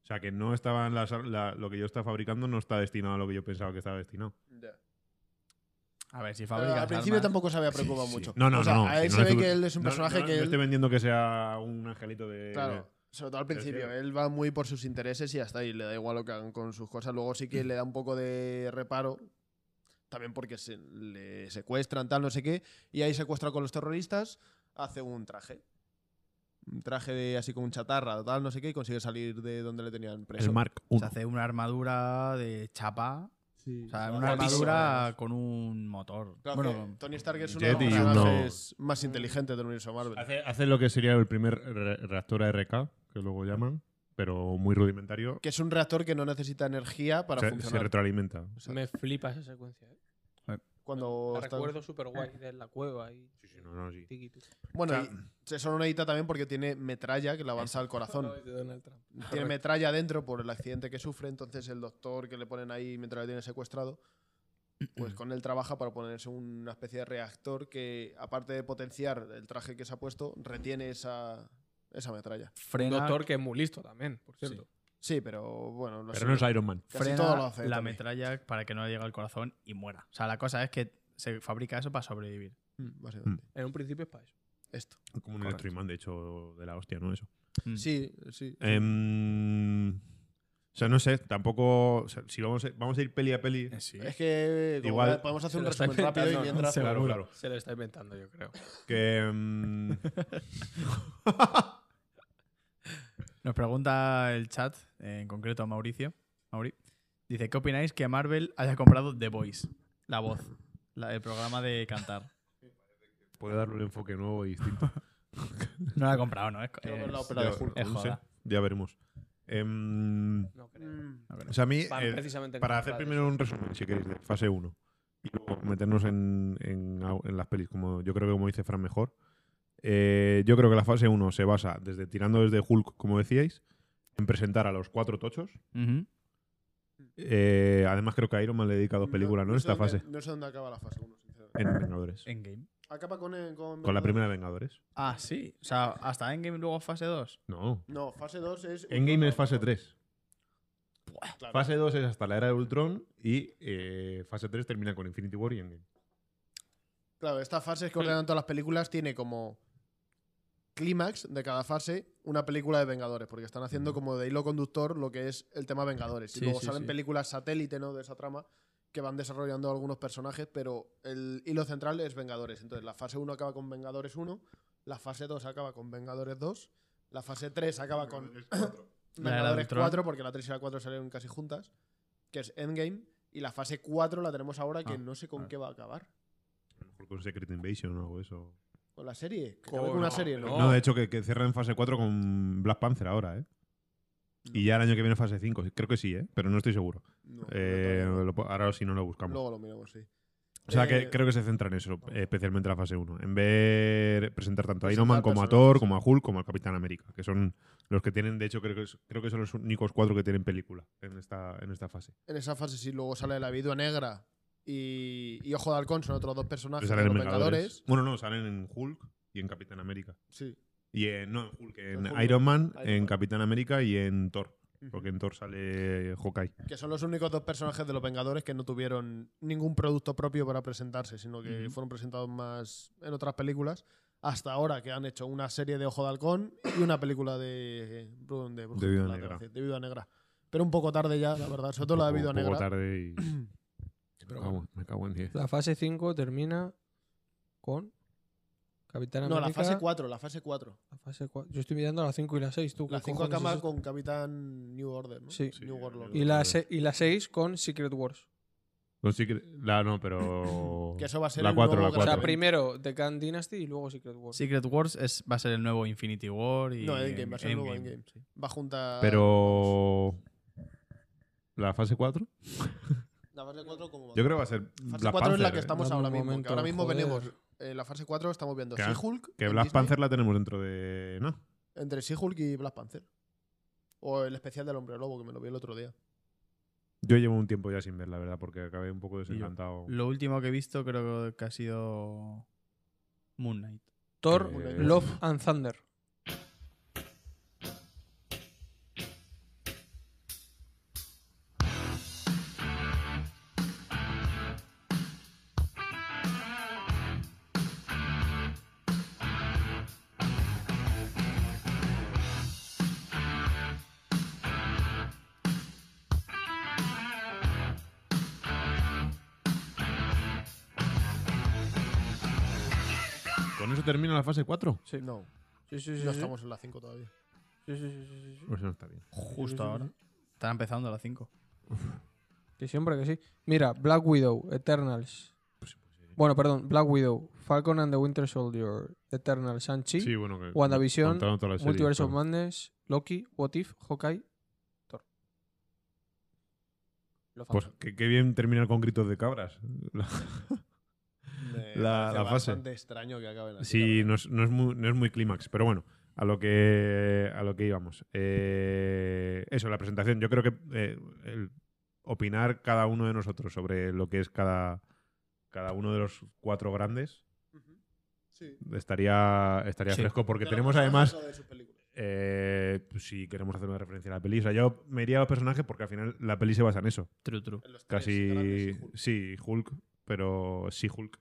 B: O sea, que no estaban las, ar- la- lo que yo estaba fabricando no está destinado a lo que yo pensaba que estaba destinado.
D: A ver, si
A: Pero
D: fabricas
A: al principio
D: armas-
A: tampoco se había preocupado
B: Sí.
A: mucho.
B: No, no,
A: O sea,
B: no.
A: A él
B: no
A: se
B: le
A: ve
B: estoy-
A: que él es un
B: no-
A: personaje
B: no-
A: que
B: No
A: él-
B: estoy vendiendo que sea un angelito de.
A: Claro, sobre todo al
B: pero sí,
A: principio.
B: eh.
A: Él va muy por sus intereses y hasta ahí le da igual lo que hagan con sus cosas. Luego sí que le da un poco de reparo, también porque se le secuestran, tal, no sé qué. Y ahí secuestra con los terroristas, hace un traje. Un traje de así como un chatarra, tal, no sé qué, y consigue salir de donde le tenían preso.
B: El Mark
D: Se hace una armadura de chapa. O sea,
A: sí,
D: una
A: guapísimo,
D: armadura con un motor.
A: Claro
D: bueno,
A: que
D: con-
A: Tony Stark es uno de
B: Jet
A: los
B: y uno-
A: personajes más inteligentes del universo Marvel.
B: Hace, hace lo que sería el primer re- reactor ARK, que luego llaman, pero muy rudimentario.
A: Que es un reactor que no necesita energía para
B: se, se
A: funcionar.
B: retroalimenta.
C: Me flipa esa secuencia. ¿eh?
A: cuando
C: La
A: está-
C: recuerdo súper guay de la cueva y.
B: Sí, sí, no, no, sí.
C: tiqui, tiqui.
A: Bueno,
B: O
A: y se son una hita también porque tiene metralla que le avanza al corazón.
C: De Donald Trump.
A: tiene metralla dentro por el accidente que sufre, entonces el doctor que le ponen ahí mientras le tiene secuestrado, pues con él trabaja para ponerse una especie de reactor que, aparte de potenciar el traje que se ha puesto, retiene esa, esa metralla.
C: Un
D: frena,
C: doctor que es muy listo también, por cierto.
A: Sí, pero bueno, lo
B: Pero
A: sé.
B: no es Iron Man.
A: casi
D: frena
A: todo lo hace
D: la
A: Tony.
D: metralla para que no le llegue al corazón y muera. O sea, la cosa es que se fabrica eso para sobrevivir.
A: Mm, básicamente.
C: En un principio es para eso.
A: Esto.
B: Como un electroimán, de hecho, de la hostia, ¿no? Eso.
D: Mm.
A: Sí, sí.
B: Eh, Em, o sea, no sé, tampoco. o sea, si vamos a, vamos a ir peli a peli.
D: Eh, sí.
A: Es que como
B: Igual-
A: ve- podemos hacer un
C: lo está
A: resumen rápido y
C: inventando, ¿no?
A: mientras... pues,
B: Claro, claro. em,
C: Se lo está inventando, yo creo.
B: Que. em,
D: Nos pregunta el chat, eh, en concreto a Mauricio. Mauri, dice, ¿qué opináis que Marvel haya comprado The Voice? La voz, la- el programa de cantar.
B: Puede darle un enfoque nuevo y distinto.
D: No la ha comprado, ¿no? Es,
H: Creo que
D: es-
H: es la ópera de Hulk.
D: es
B: No sé,
D: joda.
B: ya veremos. Em,
C: No creo.
A: Mm.
B: o sea, a mí,
C: Van
B: eh,
C: precisamente
B: para hacer
C: contra de
B: primero un resumen, si queréis, de fase 1 y luego meternos en, en au- en las pelis, como yo creo que como dice Fran mejor. Eh, yo creo que la fase 1 se basa desde tirando desde Hulk, como decíais, en presentar a los cuatro tochos.
D: Ujú.
B: Eh, además, creo que a Iron Man le dedica dos películas, ¿no? En
A: sé
B: esta
A: dónde-
B: fase.
A: No sé dónde acaba la fase 1, sinceramente.
B: En Vengadores.
D: Endgame.
A: Acaba con, eh, con,
B: Con la primera de Vengadores.
D: Ah, sí. O sea, hasta Endgame luego fase 2.
B: No.
A: No, fase 2 es.
B: Endgame es fase 3.
A: Claro.
B: Fase 2 es hasta la era de Ultron y eh, fase 3 termina con Infinity War y Endgame.
A: Claro, estas fases que
D: Hmm.
A: ordenan todas las películas tiene como clímax de cada fase una película de Vengadores, porque están haciendo como de hilo conductor lo que es el tema Vengadores.
D: Sí,
A: y luego
D: sí,
A: salen
D: sí.
A: películas satélite ¿no? de esa trama que van desarrollando algunos personajes, pero el hilo central es Vengadores. Entonces la fase 1 acaba con Vengadores 1, la fase 2 acaba con Vengadores 2, la fase 3 acaba con
D: La era de
A: Vengadores
D: Ultron.
A: 4, porque la 3 y la 4 salieron casi juntas, que es Endgame, y la fase 4 la tenemos ahora que
D: Ah,
A: no sé con
D: vale.
A: qué va a acabar.
B: A lo mejor con Secret Invasion o algo de eso.
A: Con la serie. Que
C: Oh,
A: acabe con una
C: no,
A: serie, ¿no?
C: no.
B: No, de hecho, que, que cierra en fase 4 con Black Panther ahora, ¿eh? Y ya el año que viene fase 5. Creo que sí, ¿eh? Pero no estoy seguro.
A: No,
B: Eh,
A: no, no, no.
B: lo po- ahora si no lo buscamos.
A: Luego lo miramos, sí.
B: o sea,
A: eh,
B: que creo que se centra en eso, eh, especialmente la fase 1. En ver presentar tanto a
A: Presentar
B: Iron Man como a
A: personajes.
B: Thor, como a Hulk, como al Capitán América. Que son los que tienen, de hecho, creo que, es- creo que son los únicos cuatro que tienen película en esta, en esta fase.
A: En esa fase sí, luego sale la Vidua Negra y, y Ojo de Halcón, son otros dos personajes de
B: salen en
A: los
B: Vengadores.
A: Ah, Vengadores.
B: Bueno, no, salen en Hulk y en Capitán América.
A: Sí.
B: Y en, no, en Hulk, en
A: En Hulk,
B: Iron Man,
A: Iron
B: en
A: Man.
B: Capitán América y en Thor.
A: Ujú.
B: Porque en Thor sale Hawkeye.
A: Que son los únicos dos personajes de los Vengadores que no tuvieron ningún producto propio para presentarse, sino que
D: Ujú.
A: fueron presentados más en otras películas. Hasta ahora que han hecho una serie de Ojo de Halcón y una película de, de, Bruja
B: De Viuda
A: Escarlata,
B: Negra.
A: sí, de Viuda Negra. Pero un poco tarde ya, la verdad. Sobre todo la de
B: Un
A: Viuda
B: poco- poco
A: Negra.
B: tarde y.
A: Pero
B: Vamos, me cago en 10.
C: La fase 5 termina con Capitán
A: No,
C: América.
A: la fase 4, la fase 4.
C: la fase cua- Yo estoy mirando la 5 y la 6. ¿Tú
A: La
C: qué
A: 5
C: cojones
A: acaba
C: es
A: con Capitán New Order, ¿no?
C: Sí.
B: Sí,
A: New
B: eh,
A: Warlord.
C: Y la, se- y la 6 con Secret Wars.
B: No, sí que- la, no, pero.
A: Que eso va a ser
B: La
A: el
B: 4,
A: nuevo
B: la
C: O
B: 4.
C: sea,
A: gran-
C: primero The Khan Dynasty y luego Secret Wars.
D: Secret Wars es, va a ser el nuevo Infinity War y
A: No, Endgame, va a ser el nuevo
D: Endgame,
A: Endgame.
D: sí.
A: Va a juntar.
B: Pero. ¿La fase 4?
A: La fase 4 como.
B: Yo creo que va a ser.
A: fase 4
B: Black
A: es la
B: Panther,
A: que
B: ¿eh?
A: estamos
C: Dame
A: ahora
C: un
A: mismo.
C: momento,
A: que ahora mismo
C: joder.
A: venimos. En la fase 4 estamos viendo
B: Que-
A: She-Hulk.
B: Que
A: en
B: Black
A: Disney,
B: Panther la tenemos dentro de. No.
A: Entre She-Hulk y Black Panther. O el especial del Hombre Lobo, que me lo vi el otro día.
B: Yo llevo un tiempo ya sin ver, la verdad, porque acabé un poco desencantado.
D: Lo último que he visto creo que ha sido Moon Knight.
C: Thor,
B: Eh,
C: Love and Thunder.
B: ¿Con eso termina la fase 4?
A: No,
C: Sí, sí, sí.
A: no
C: sí.
A: estamos en la 5 todavía.
C: Sí, sí, sí, sí, sí.
B: Pues no está bien.
D: Justo ahora. Está empezando a las 5.
C: Que siempre que sí. Mira, Black Widow, Eternals. Bueno, perdón, Black Widow, Falcon and the Winter Soldier, Eternals, Shang-Chi,
B: Sí, pues, bueno. Que,
C: WandaVision,
B: contando todas las series,
C: Multiverse of
B: claro.
C: Madness, Loki, What If, Hawkeye, Thor. Love and
B: Pues
C: Thunder.
B: qué qué bien terminar con gritos de cabras. La-
A: Me
B: La-
A: parece
B: la fase.
A: bastante extraño que acaben así. la
B: Sí,
A: verdad.
B: no es, no es muy, no es muy clímax, pero bueno, a lo que a lo que íbamos. Eh, eso, la presentación. Yo creo que eh, el opinar cada uno de nosotros sobre lo que es cada, cada uno de los cuatro grandes
A: Ujú. Sí.
B: estaría, estaría
D: Sí.
B: fresco, porque
A: De los
B: tenemos
A: personajes
B: además,
A: o de sus películas.
B: eh, si queremos hacer una referencia a la peli, o sea, yo me iría a los personajes porque al final la peli se basa en eso.
D: True, true.
A: En los tres grandes y
B: Casi,
A: Hulk.
B: sí, Hulk, pero sí, Hulk.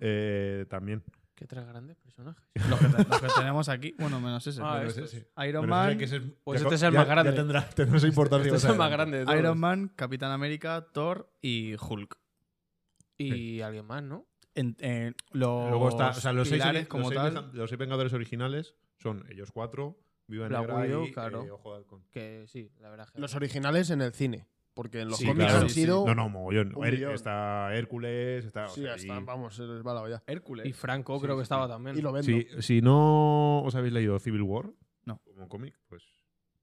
B: eh, también.
C: Qué tres grandes personajes.
D: Los que, te- los que tenemos aquí, bueno, menos ese.
C: Ah,
D: pero
C: estos.
D: ese sí. Iron
B: Pero eso
D: Man,
B: este sí que ese es-
C: Pues
B: ya
C: este
B: co-
C: es el
B: ya-
C: más grande.
B: Ya tendrá, tendrá su importancia.
C: Este es el
B: más
C: más grande de todos.
D: Iron Man, Capitán América, Thor y Hulk.
C: Y alguien más, ¿no?
D: En- en los
B: Luego está, o sea, los seis,
D: pilares
B: ori-
D: como
B: los seis
D: tal.
B: venga- los seis Vengadores originales son ellos cuatro, Viva
C: Black
B: Negra
C: Widow,
B: y,
C: claro.
B: eh, Ojo de Halcón.
C: Que sí, la verdad es que.
A: Los originales en el cine. Porque en los
B: Sí,
A: cómics
B: claro.
A: han
B: Sí,
A: sido.
B: No, no, mogollón.
A: un
B: Her-
A: millón.
B: está Hércules, está... Ah, o
A: Sí, ya
B: sea, y-
A: están, vamos, es balao ya.
C: Y
D: Hércules.
C: Franco
B: Sí,
C: creo
B: sí,
C: que
B: sí.
C: estaba también.
A: Y lo vendo.
B: Si, si no os habéis leído Civil War
D: No.
B: como cómic, pues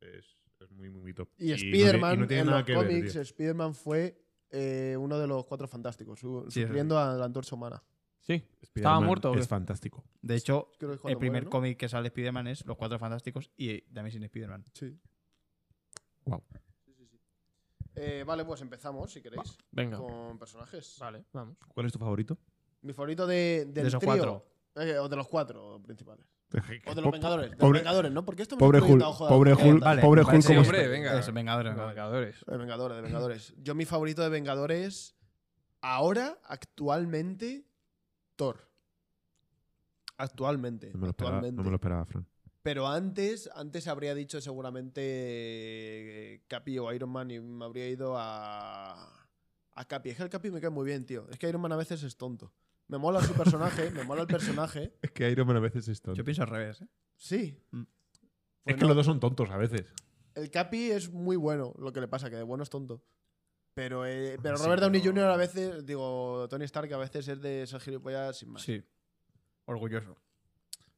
B: es, es muy, muy, muy top.
A: Y
B: no tiene-
A: Spider-Man
B: y no tiene
A: en
B: nada
A: los
B: que ver,
A: cómics,
B: tío.
A: Spider-man fue eh, uno de los cuatro fantásticos, su-
D: Sí, es
A: supliendo a la antorcha humana.
C: Sí.
B: Spider-man
C: muerto, ¿o
B: Es
C: qué?
B: fantástico.
D: De hecho,
A: Creo que es cuando
D: el primer
A: muere, ¿no?
D: cómic que sale Spider-Man es Los Cuatro Fantásticos y también sin Spider-Man.
A: Sí.
B: Guau.
A: Sí, sí, sí. Eh, vale, pues empezamos, si queréis,
C: Venga.
A: con personajes.
C: Vale, vamos.
B: ¿Cuál es tu favorito?
A: Mi favorito de, del
D: De esos
A: trío,
D: cuatro.
A: eh, o de los cuatro principales. O de los
B: Po-
A: Vengadores. de los
B: pobre-
A: Vengadores, ¿no? Porque esto me
B: Pobre
A: lo he
B: Hulk.
A: proyectado, joder, eh,
B: Pobre
A: porque-
B: Hulk.
D: Vale,
B: Pobre
D: me
B: Hulk
D: parece
B: como
D: bien.
B: está.
C: Hombre, venga.
D: Eso, Vengadores. ¿no?
C: Vengadores.
A: De Vengadores, de Vengadores. Yo mi favorito de Vengadores, ahora, actualmente, Thor. Actualmente.
B: No me lo esperaba,
A: actualmente.
B: no me lo esperaba, Fran.
A: Pero antes, antes habría dicho seguramente eh, Capi o Iron Man y me habría ido a, a Capi. Es que el Capi me cae muy bien, tío. Es que Iron Man a veces es tonto. Me mola su personaje, me mola el personaje.
B: Es que Iron Man a veces es tonto.
D: Yo pienso al revés. ¿eh?
A: Sí.
D: Mm.
A: Pues
B: es que
A: no,
B: los dos son tontos a veces.
A: El Capi es muy bueno, lo que le pasa, que de bueno es tonto. Pero, eh, pero
B: Ah, Sí,
A: Robert Downey
B: pero-
A: Jr. a veces, digo, Tony Stark a veces es de ser gilipollas sin más.
D: Sí. Orgulloso.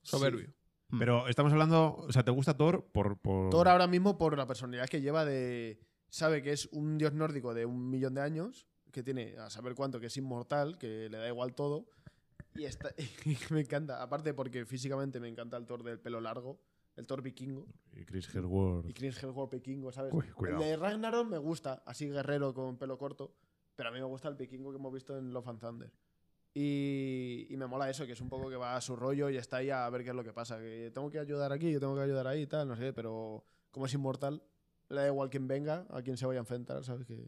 C: Soberbio.
D: Mm.
B: Pero estamos hablando. O sea, ¿te gusta Thor por. por...
A: Thor ahora mismo por la personalidad que lleva de... Sabe que es un dios nórdico de un millón de años, que tiene a saber cuánto, que es inmortal, que le da igual todo. Y está, y me encanta, aparte porque físicamente me encanta el Thor del pelo largo, el Thor vikingo
B: Y Chris Hemsworth.
A: y Chris Hemsworth vikingo, ¿sabes?
B: Uy, cuidado.
A: El de Ragnarok me gusta, así guerrero con pelo corto, pero a mí me gusta el vikingo que hemos visto en Love and Thunder. Y, y me mola eso, que es un poco que va a su rollo y está ahí a ver qué es lo que pasa. Que tengo que ayudar aquí, yo tengo que ayudar ahí y tal, no sé, pero como es inmortal, le da igual quién venga, a quién se vaya a enfrentar, ¿sabes? Que...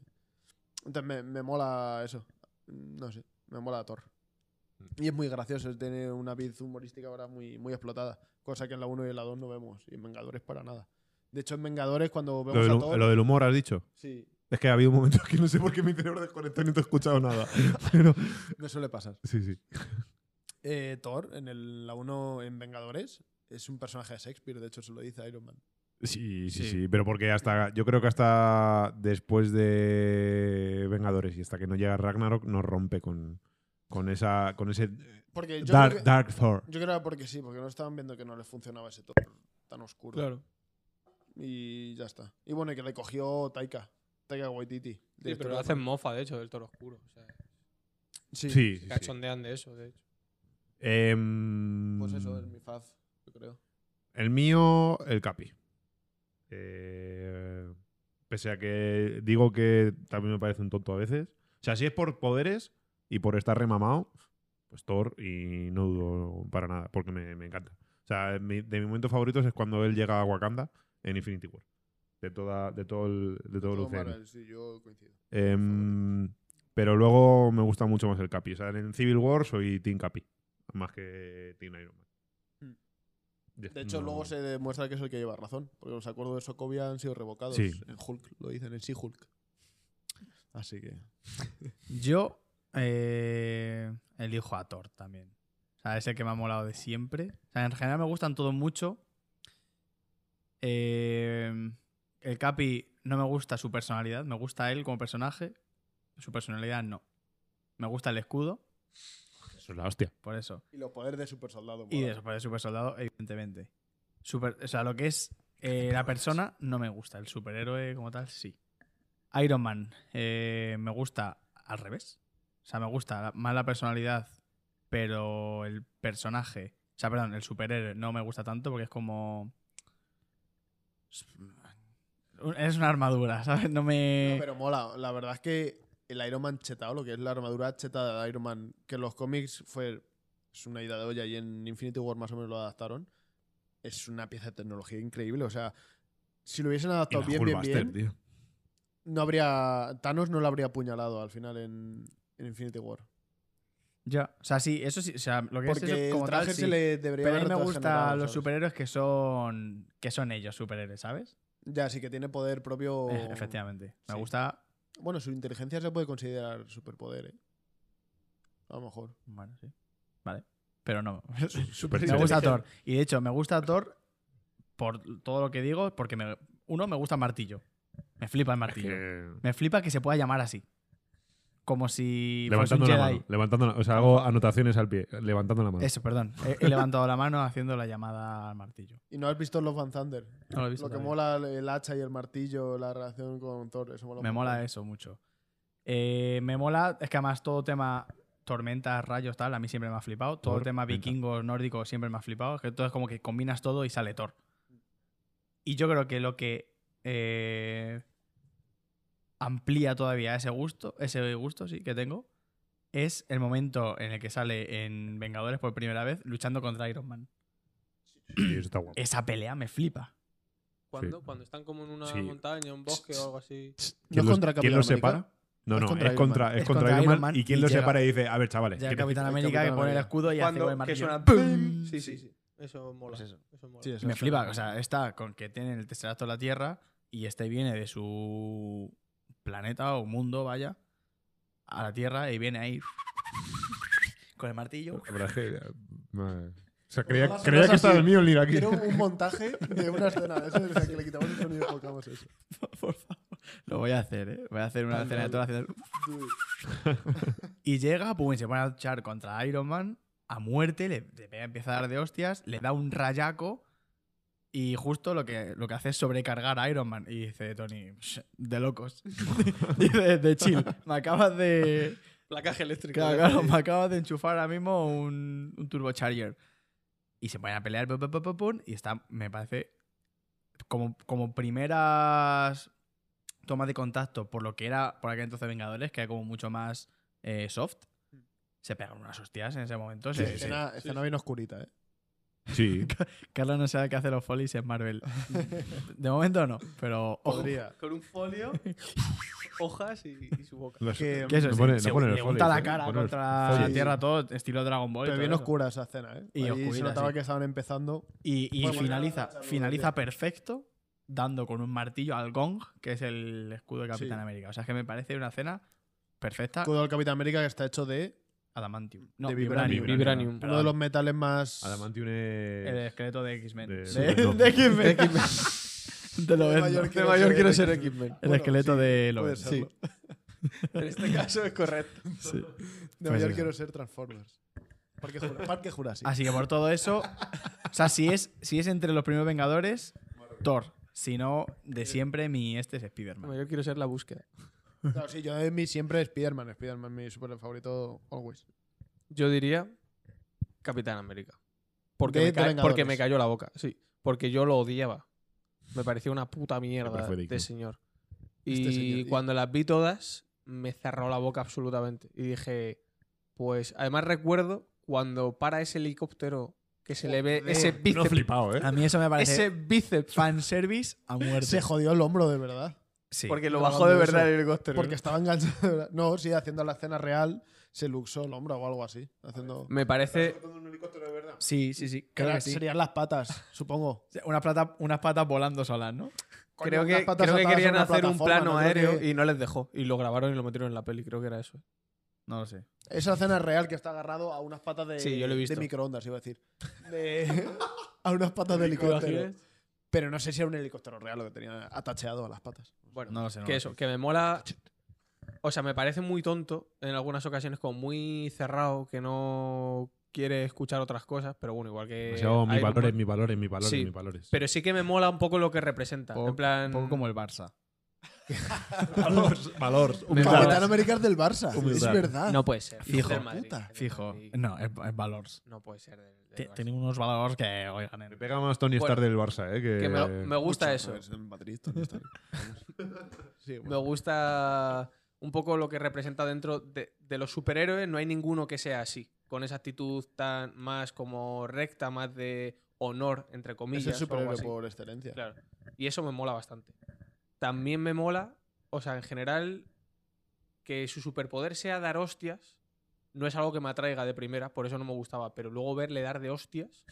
A: Entonces me, me mola eso. No sé, me mola Thor.
B: Mm.
A: Y es muy gracioso, tiene una vid humorística ahora muy, muy explotada, cosa que en la 1 y en la 2 no vemos, y en Vengadores para nada. De hecho, en Vengadores cuando
B: Lo,
A: vemos
B: del,
A: a Thor...
B: lo del humor, has dicho.
A: Sí,
B: Es que ha habido momentos que no sé por qué mi cerebro desconectó y no te he escuchado nada. Pero.
A: me suele pasar.
B: Sí, sí.
A: Eh, Thor, en el- la 1 en Vengadores, es un personaje de Shakespeare, de hecho se lo dice Iron Man.
B: Sí, sí, sí,
D: Sí.
B: pero porque hasta yo creo que hasta después de Vengadores y hasta que no llega Ragnarok nos rompe con, con esa con ese
A: Porque yo,
B: dark,
A: creo que,
B: dark Thor.
A: yo creo que era porque sí, porque no estaban viendo que no les funcionaba ese Thor tan oscuro.
C: Claro.
A: Y ya está. Y bueno, y que le cogió Taika, Taika Waititi.
C: Sí,
A: director
C: pero
A: de
C: hacen
A: Thor.
C: mofa, de hecho, del toro oscuro. O sea,
A: Sí,
B: Sí, sí, sí.
C: cachondean de eso, de hecho.
B: Em,
A: Pues eso es mi faz, yo creo.
B: El mío, el Capi. Eh, pese a que digo que también me parece un tonto a veces. O sea, si es por poderes y por estar remamado, pues Thor y no dudo para nada, porque me, me encanta. O sea, mi- de mis momentos favoritos es cuando él llega a Wakanda en Infinity War. De, toda, de todo el, de todo el
A: Todo
B: UCM.
A: Marvel, sí, yo coincido.
B: Em, pero luego me gusta mucho más el Capi. O sea, en Civil War soy Team Capi, más que Team Iron Man.
D: Hmm.
B: Ya,
A: De hecho,
B: no-
A: luego se demuestra que es el que lleva razón, porque los acuerdos de Sokovia han sido revocados.
B: Sí.
A: En Hulk, lo dicen, en sí Hulk. Así que.
D: Yo eh, elijo a Thor también. O sea, es el que me ha molado de siempre. O sea, en general me gustan todos mucho. Eh, el Capi no me gusta su personalidad, me gusta él como personaje. Su personalidad no. Me gusta el escudo,
B: Eso es la hostia.
D: por eso.
A: Y los poderes de super soldado.
D: Y de super, super soldado, evidentemente. Super- o sea, lo que es eh, la persona no me gusta. El superhéroe como tal, sí. Iron Man eh, me gusta al revés. O sea, me gusta la- más la personalidad, pero el personaje. O sea, perdón, el superhéroe no me gusta tanto porque es como. Es una armadura, ¿sabes? No me.
A: pero mola, la verdad es que el Iron Man chetado, lo que es la armadura chetada de Iron Man, que en los cómics fue. Es una ida de olla y en Infinity War más o menos lo adaptaron. Es una pieza de tecnología increíble, o sea. Si lo hubiesen
B: Y la
A: adaptado bien, bien,
B: Hulkbuster,
A: bien,
B: tío.
A: no habría. Thanos no lo habría apuñalado al final en, en Infinity War.
D: Ya. O sea, sí, eso sí. O sea, lo que es Pues eso
A: Porque
D: como
A: el
D: tal,
A: traje se
D: sí.
A: le debería
D: Pero a mí
A: haber
D: me gustan
A: regenerado,
D: los
A: ¿sabes?
D: superhéroes que son. que son ellos superhéroes, ¿sabes?
A: Ya, sí que tiene poder propio.
D: Eh, Efectivamente. Me
A: sí.
D: gusta.
A: Bueno, su inteligencia se puede considerar superpoder, ¿eh? A lo mejor.
D: Bueno, sí. Vale. Pero no.
B: Súper
D: me gusta
B: inteligente.
D: Thor. Y de hecho, me gusta Thor por todo lo que digo, porque me- uno, me gusta el martillo. Me flipa el martillo.
B: Que-
D: Me flipa que se pueda llamar así. Como si fuese
B: Levantando
D: un
B: la
D: Jedi.
B: mano. Levantando la- o sea, hago anotaciones al pie. Levantando la mano.
D: Eso, perdón. He, he levantado la mano haciendo la llamada al martillo.
A: Y no has visto Love and Thunder.
D: No lo he visto
A: Lo que
D: todavía.
A: mola el hacha y el martillo, la relación con Thor, eso mola un
D: Me mola
A: montón.
D: eso mucho. Eh, me mola, es que además todo tema tormentas, rayos, tal, a mí siempre me ha flipado. Todo el tema
B: Tormenta.
D: vikingos, nórdicos, siempre me ha flipado. Es que todo es como que combinas todo y sale Thor. Y yo creo que lo que eh, amplía todavía ese gusto, ese gusto sí que tengo, es el momento en el que sale en Vengadores por primera vez luchando contra Iron Man.
B: Sí, eso está guapo.
D: Esa pelea me flipa.
C: ¿Cuándo? Cuando están como en una
B: Sí.
C: montaña, un bosque o algo así.
A: ¿No es
B: los-
A: contra
B: ¿quién
A: Capitán
B: los
A: América?
B: separa? No,
A: Es
B: no,
A: contra
B: es
A: Iron
B: contra,
D: Man.
B: es
D: Es
B: contra
D: contra
B: Iron Man.
D: Iron Man
B: ¿Y quién
D: y
B: los
D: llega-
B: separa y dice, a ver, chavales?
D: Ya
B: ¿qué
D: el Capitán
A: el
D: América
A: Capitán
D: que pone el
A: América.
D: escudo y hace
C: Cuando
D: con el
C: que
D: martillo.
C: suena ¡pum! Sí, sí,
D: sí.
C: sí. Eso mola.
A: Pues eso.
C: Eso mola.
A: Sí, eso
D: me
A: es
D: flipa,
A: una-
D: o sea, está con que tienen el Tesseracto en la Tierra y este viene de su planeta o mundo, vaya, a la Tierra y viene ahí con el martillo.
B: La verdad es que, eh, no, eh. O sea, creía,
A: Ojalá
B: creía que
A: sonase
B: estaba el
A: así.
B: mío el aquí.
A: Quiero un montaje de una escena de eso, o sea, que le quitamos el sonido y colocamos eso.
D: Por favor. Lo voy a hacer, ¿eh? Voy a hacer
A: Tal
D: una escena de
A: cual.
D: toda la ciudad. Y llega, pum, y se pone a luchar contra Iron Man a muerte, le, le pega- empieza a dar de hostias, le da un rayaco y justo lo que, lo que hace es sobrecargar a Iron Man. Y dice Tony, "Psh, de locos. dice, de, chill, me acabas de...
C: Placaje eléctrico.
D: claro, claro, me acabas de enchufar ahora mismo un, un turbocharger. Y se ponen a pelear, pum, pum, pum, pum, pum, y está, me parece, como, como primeras tomas de contacto por lo que era por aquel entonces Vengadores, que era como mucho más eh, soft. Se pegaron unas hostias en ese momento. se- se-
A: escena escena bien oscurita, ¿eh?
B: Sí,
D: Carlos no sabe qué hace los folies en Marvel. De momento no, pero
A: Oh.
D: ojo.
A: Podría.
C: Con un folio, hojas y, y su boca.
B: los-
A: Que-
D: Que eso,
B: No
D: sí,
B: pone- no
D: se
B: pone los
D: le unta
B: folies,
D: la
B: ¿eh?
D: cara
B: Pone los
D: contra la
B: folies.
D: tierra, todo estilo Dragon Ball. y
A: Pero
D: todo
A: bien
D: eso.
A: oscura esa escena, ¿eh?
D: Y
A: Ahí se
D: oscurita,
A: notaba
D: sí.
A: que estaban empezando.
D: Y, y
A: Bueno,
D: finaliza,
A: bueno,
D: finaliza perfecto dando con un martillo al gong, que es el escudo de Capitán
A: Sí.
D: América. O sea, es que me parece una escena
C: Ah.
D: perfecta.
A: Escudo del Capitán América que está hecho de
D: Adamantium. No,
A: de
D: vibranium.
B: vibranium.
C: Vibranium.
A: uno de los metales más.
B: Adamantium
D: El
B: es...
D: esqueleto de X-Men.
B: De-
D: De,
B: de- no.
D: de X-Men. Te lo
A: De
D: vendo.
A: mayor
D: De
A: quiero
D: mayor
A: ser
D: quiero
A: X-Men.
D: ser X-Men. El
A: Bueno,
D: esqueleto
A: sí,
D: de
A: puede
D: Logan.
A: serlo.
C: En este caso es correcto.
D: Sí.
A: De
D: Pues
A: mayor
D: eso.
A: quiero ser Transformers. Parque, Jura- Parque Jurásico.
D: Así que por todo eso, o sea, si es, si es entre los primeros Vengadores, Thor. Si no, de siempre mi este es Spider-Man.
C: Yo quiero ser la búsqueda.
A: Claro, sí, yo de mí siempre Spider-Man. Spider-Man, mi super favorito, always.
C: Yo diría Capitán América. Porque,
A: De-
C: me,
A: de
C: ca-
A: Vengadores.
C: porque me cayó la boca, sí. Porque yo lo odiaba. Me parecía una puta mierda
B: parece digno.
C: de señor. Y
A: Este señor.
C: cuando las vi todas, me cerró la boca absolutamente. Y dije, pues además recuerdo cuando para ese helicóptero que se le ve ese
B: No he
C: bíceps.
B: flipado, ¿eh?
D: A mí eso me parece
C: ese bíceps.
D: fanservice a muerte.
A: Se jodió el hombro de verdad.
D: Sí.
C: Porque lo
A: no,
C: bajó de
A: no,
C: verdad eh.
A: eso.
C: el helicóptero.
A: Porque estaba enganchado. de verdad. No, sí, haciendo la escena real, se luxó el hombro o algo así. Haciendo.
C: Me parece.
I: ¿Estás un helicóptero de verdad?
D: Sí, sí, sí. Creo
A: Era-
D: que sí.
A: Serían las patas, supongo.
D: Unas, plata- unas patas volando solas, ¿no?
A: Coño,
C: creo
A: unas
C: que,
A: patas
C: creo que
A: atadas a
C: querían
A: una
C: hacer un
A: plataforma,
C: plano
A: no creo
C: aéreo
A: que-
C: y no les dejó. Y lo grabaron y lo metieron en la peli, creo que era eso.
D: No lo sé.
A: Esa escena real que está agarrado a unas patas de,
C: Sí, yo lo he visto.
A: de microondas, iba a decir. De- a unas patas de helicóptero. Pero no sé si era un helicóptero real lo que tenía atacheado a las patas.
C: Bueno,
D: No lo sé. no
C: que
D: lo
C: eso,
D: sé.
C: que me mola. O sea, me parece muy tonto en algunas ocasiones, como muy cerrado, que no quiere escuchar otras cosas, pero bueno, igual que.
B: Demasiado mis
C: Iron Man.
B: valores, mis valores, mis valores,
C: Eh, Sí,
B: mis valores.
C: Pero sí que me mola un poco lo que representa.
D: Poco-
C: en plan.
D: Un poco como el Barça.
B: Valores, valores.
C: me
B: humildad.
C: mola-
A: Capitán América es del Barça. Es
B: Humildad.
A: verdad.
C: No puede ser.
D: Fijo.
C: del Madrid,
A: Ah, Puta.
C: del
D: Fijo.
C: Madrid.
D: No, es, es Valors.
C: No puede ser. del- del
D: Te-
C: Barça.
D: Tienen unos Valors que, oigan,
B: Me
D: en-
B: pega más Tony Stark del Barça, ¿eh? Que,
C: Que me, me gusta eso.
A: Es en Madrid, Tony Stark. Sí,
C: Me
A: bueno.
C: gusta un poco lo que representa dentro de, de los superhéroes. No hay ninguno que sea así, con esa actitud tan más como recta, más de honor, entre
A: Es
C: comillas.
A: el
C: o algo
A: superhéroe
C: así.
A: por excelencia.
C: Claro. Y eso me mola bastante. También me mola, o sea, en general, que su superpoder sea dar hostias. No es algo que me atraiga de primera, por eso no me gustaba. Pero luego verle dar de hostias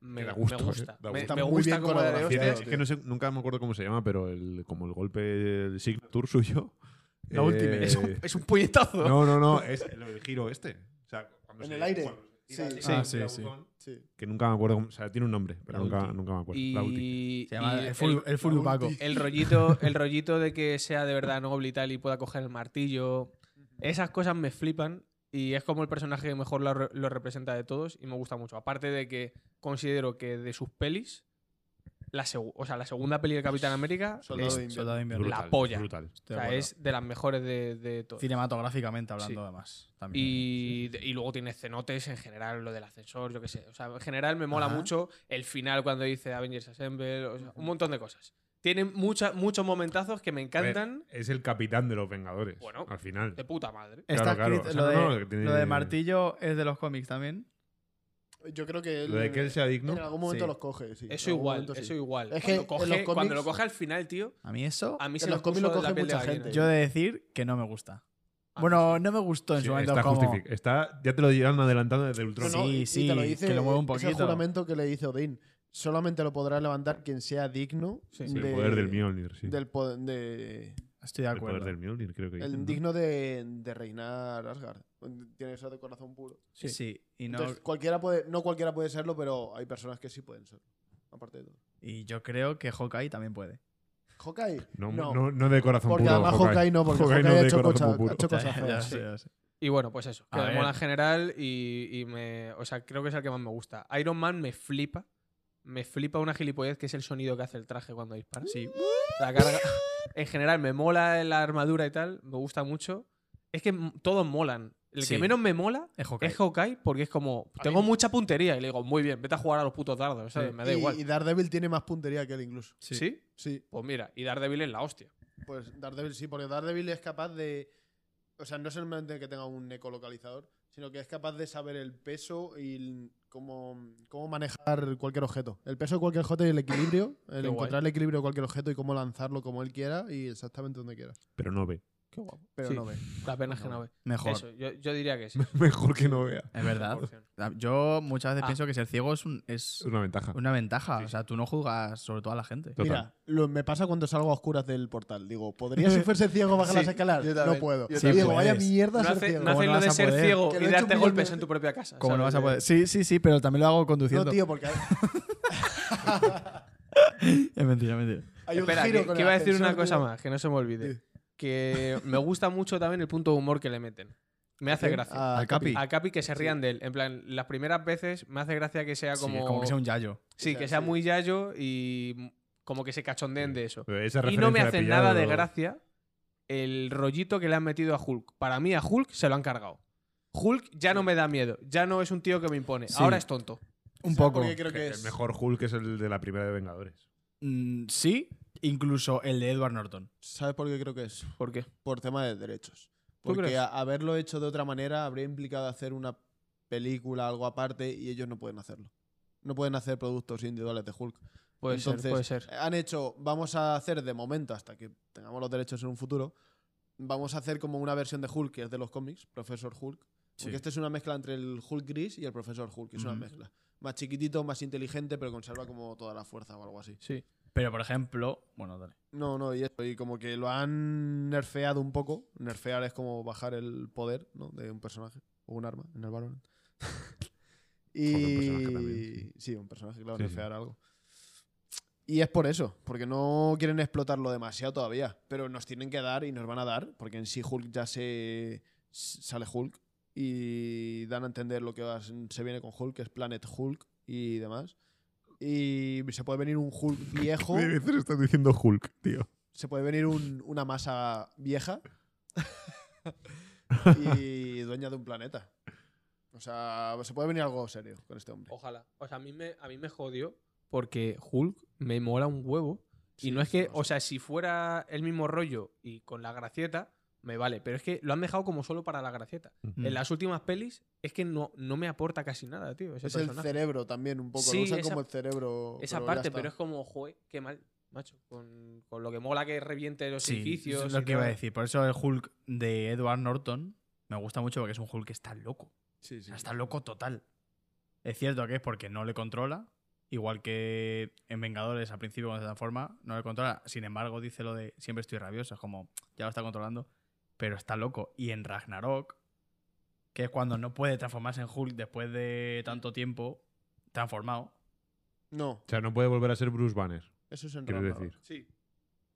C: me,
B: Que da
C: me
B: gusto,
C: gusta.
B: eh, da
C: Me-
B: gusto.
C: Me,
A: Está muy
C: gusta este-
A: bien
C: cómo da de
A: colaborado.
C: hostias.
B: Tiene-
A: Hostia,
B: es que no sé, nunca me acuerdo cómo se llama, pero el, como el golpe, el signature suyo.
D: La
B: eh,
D: última.
C: Es un, es un puñetazo.
B: No, no, no, es el, el giro este. O sea, cuando
A: En
B: se-
A: el aire.
B: cuando-
J: Sí.
B: Ah, sí, sí.
J: Sí.
B: Que nunca me acuerdo. cómo- O sea, tiene un nombre, pero
D: La
B: nunca,
D: ulti.
B: nunca me acuerdo.
C: Y,
B: Pues, La ulti.
D: Se llama
C: y
D: el, Furibaco. el Furubaco.
C: el rollito, el rollito de que sea de verdad noble y tal y pueda coger el martillo. Esas cosas me flipan y es como el personaje que mejor lo, re- lo representa de todos y me gusta mucho. Aparte de que considero que de sus pelis, la, segu- o sea, la segunda peli de Capitán América
J: Soldado
C: es,
J: de Invierno.
D: Soldado de invierno.
C: la polla.
B: Brutal.
C: o sea, es de las mejores de, de todas.
D: Cinematográficamente hablando,
C: Sí.
D: además. También.
C: Y, de- y luego tiene cenotes en general, lo del ascensor, yo qué sé. O sea, en general me mola
D: Ajá.
C: mucho el final cuando dice Avengers Assemble, o sea, un montón de cosas. Tiene mucha- muchos momentazos que me encantan
B: Es el capitán de los Vengadores.
C: Bueno.
B: al final.
C: de puta madre.
D: Está
B: Claro, claro.
D: escrito-
B: O sea,
D: lo,
B: no,
D: de,
B: no, que tiene-
D: lo de martillo es de los cómics también.
A: Yo creo que él,
B: Lo de que él sea digno.
A: en algún momento
D: Sí.
A: los coge. Sí, en
C: Eso
A: algún
C: igual,
A: momento sí.
C: eso igual.
A: Es que
C: cuando,
A: en
C: coge-
A: los cómics-
C: cuando lo coge al final, tío,
D: A mí eso.
C: a mí
A: En
C: se
A: los
C: me
A: cómics
C: puso
A: lo coge
C: la piel de
A: mucha
C: gallina.
A: gente.
D: Yo he de decir que no me gusta.
C: A mí
D: Bueno, no me gustó en
B: Sí,
D: su momento.
B: está
D: como-
B: justific- está- Ya te lo dirán adelantando desde
A: No,
B: Ultron.
A: no,
D: Sí,
A: y- y
D: sí,
A: te lo dice
D: que lo mueve un
A: Es el
D: poquito.
A: juramento que le dice Odín. Solamente lo podrá levantar quien sea digno
C: Sí.
B: Sí, el poder del Mjolnir, sí.
A: Del po- de-
D: Estoy de
B: el poder
D: acuerdo.
B: del Mjolnir, creo que
A: el
B: dicen, ¿no?
A: digno de, de reinar Asgard. Tiene eso de corazón puro.
D: Sí. y, no,
A: Entonces, cualquiera puede, no cualquiera puede serlo, pero hay personas que sí pueden serlo. Aparte de todo.
D: y yo creo que Hawkeye también puede.
A: Hawkeye.
B: No,
A: No.
B: no, no de corazón
A: Porque
B: puro.
A: además Hawkeye no, porque
B: Hawkeye
A: Hawkeye,
B: no
A: ha
B: de
A: hecho
B: corazón
A: cosas-
B: puro.
A: ha hecho
D: Ya,
A: cosas
D: ya
A: feas.
D: sé, ya sé.
C: Y bueno, pues eso. Que
D: A
C: me
D: ver.
C: mola en general y, y me. O sea, creo que es el que más me gusta. Iron Man me flipa. Me flipa una gilipollez que es el sonido que hace el traje cuando dispara.
D: Sí.
C: La carga. En general, me mola la armadura y tal. Me gusta mucho. Es que m- todos molan. El
D: Sí.
C: que menos me mola
D: Es Hawkeye.
C: es Hawkeye porque es como. Tengo mucha puntería. Y le digo, muy bien, vete a jugar a los putos dardos, ¿sabes? Me da
A: y,
C: igual.
A: y Daredevil tiene más puntería que él incluso.
C: ¿Sí?
A: Sí,
C: Pues mira, y Daredevil es la hostia.
A: pues Daredevil sí, porque Daredevil es capaz de... O sea, no solamente que tenga un ecolocalizador, sino que es capaz de saber el peso y el- cómo, cómo manejar cualquier objeto. El peso de cualquier objeto y el equilibrio, el
C: Qué guay.
A: encontrar el equilibrio de cualquier objeto y cómo lanzarlo como él quiera y exactamente donde quiera.
B: Pero no ve.
C: Qué guapo.
A: Pero no ve.
C: La pena es que no ve.
D: Mejor.
C: Eso, yo, yo diría que sí.
B: Mejor que no vea.
D: Es verdad. Ah,
C: 100%.
D: Yo muchas veces
C: Ah.
D: pienso que ser ciego es, un-
B: Es
D: es
B: una ventaja.
D: una ventaja. O sea, tú no juzgas sobre todo a la gente.
B: Total.
A: Mira, lo- me pasa cuando salgo a oscuras del portal. Digo, ¿podría si fuese ciego bajar las escaleras? no puedo.
D: yo también.
A: Digo, vaya
D: puedes.
A: mierda
C: No
A: ser
C: hace-
A: ciego.
C: no haces
D: no
C: lo de
D: vas a
C: ser
D: poder?
C: ciego
A: Que lo
C: y
A: he hecho
C: darte
A: un millón
C: golpes
A: de
C: en tu propia casa.
D: ¿Cómo no
C: ¿sabes?
D: vas a poder? Sí, sí, sí, pero también lo hago conduciendo.
A: No, tío, porque hay,
D: Es mentira, mentira.
A: hay un
C: Espera,
A: giro
C: que,
A: con
C: que
A: el
C: iba a decir una
A: ascensor,
C: cosa
A: tío.
C: más, que no se me olvide. Que me gusta mucho también el punto de humor que le meten. Me hace gracia.
A: Ah,
D: Al Capi.
C: A Capi que se rían de él. En plan, las primeras veces me hace gracia que sea
D: Sí,
C: como.
D: es como que sea un yayo.
C: sí, que sea muy yayo y mm, como que se cachondeen de eso.
B: Esa
C: Y no me
B: referencia la
C: hace
B: he
C: nada de
B: pillado-
C: gracia el rollito que le han metido a Hulk. Para mí, a Hulk se lo han cargado. Hulk ya no me da miedo, ya no es un tío que me impone.
D: Sí.
C: Ahora es tonto.
D: Un
A: ¿Sabes
D: poco.
A: por qué creo que
B: Que El
A: es?
B: mejor Hulk es el de la primera de Vengadores.
D: Mm, sí, incluso el de Edward Norton.
A: ¿Sabes por qué creo que es?
C: ¿Por qué?
A: Por tema de derechos.
C: ¿Tú
A: Porque
C: crees?
A: a- haberlo hecho de otra manera habría implicado hacer una película, algo aparte, y ellos no pueden hacerlo. No pueden hacer productos individuales de Hulk.
C: Puede
A: Entonces,
C: ser, puede ser.
A: Han hecho, vamos a hacer de momento, hasta que tengamos los derechos en un futuro, vamos a hacer como una versión de Hulk, que es de los cómics, Profesor Hulk. Porque
D: Sí.
A: este es una mezcla entre el Hulk gris y el Profesor Hulk, que es una
D: Ujú.
A: mezcla. Más chiquitito, más inteligente, pero conserva como toda la fuerza o algo así.
C: Sí.
D: Pero, por ejemplo, bueno, dale.
A: No, no, y eso, y como que lo han nerfeado un poco. Nerfear es como bajar el poder ¿no? de un personaje o un arma en el Valorant. y...
B: Joder, un personaje también,
A: sí. un personaje, claro,
B: Sí, sí.
A: nerfear algo. Y es por eso, porque no quieren explotarlo demasiado todavía, pero nos tienen que dar y nos van a dar, porque en sí Hulk ya se sale Hulk y dan a entender lo que va- se viene con Hulk, que es Planet Hulk y demás. Y se puede venir un Hulk viejo
B: Mil veces estás diciendo Hulk, tío.
A: se puede venir un- una masa vieja y dueña de un planeta. O sea, se puede venir algo serio con este hombre.
C: Ojalá. O sea, a mí me, a mí me jodió porque Hulk me mola un huevo. Y no es que, o sea, si fuera el mismo rollo y con la gracieta, me vale. Pero es que lo han dejado como solo para la gracieta.
B: Mm.
C: En las últimas pelis es que no, no me aporta casi nada, tío. Ese
A: es el
C: personaje.
A: cerebro también, un poco.
C: Sí,
A: lo usan
C: esa-
A: como el cerebro.
C: Esa
A: pero ya
C: parte,
A: está.
C: pero es como, joder, qué mal, macho. Con, con lo que mola que reviente los edificios.
D: es lo
C: y
D: que iba a
C: tal.
D: decir. Por eso el Hulk de Edward Norton me gusta mucho porque es un Hulk que está loco.
A: Sí,
D: O
A: sí.
D: sea, está loco total. Es cierto que es porque no le controla. Igual que en Vengadores al principio cuando se transforma, no le controla. Sin embargo, dice lo de siempre estoy rabioso. Es como, ya lo está controlando. Pero está loco. Y en Ragnarok que es cuando no puede transformarse en Hulk después de tanto tiempo transformado.
A: No,
B: O sea, no puede volver a ser Bruce Banner,
A: eso es en
B: quiero
A: Ragnarok.
B: decir.
C: Sí.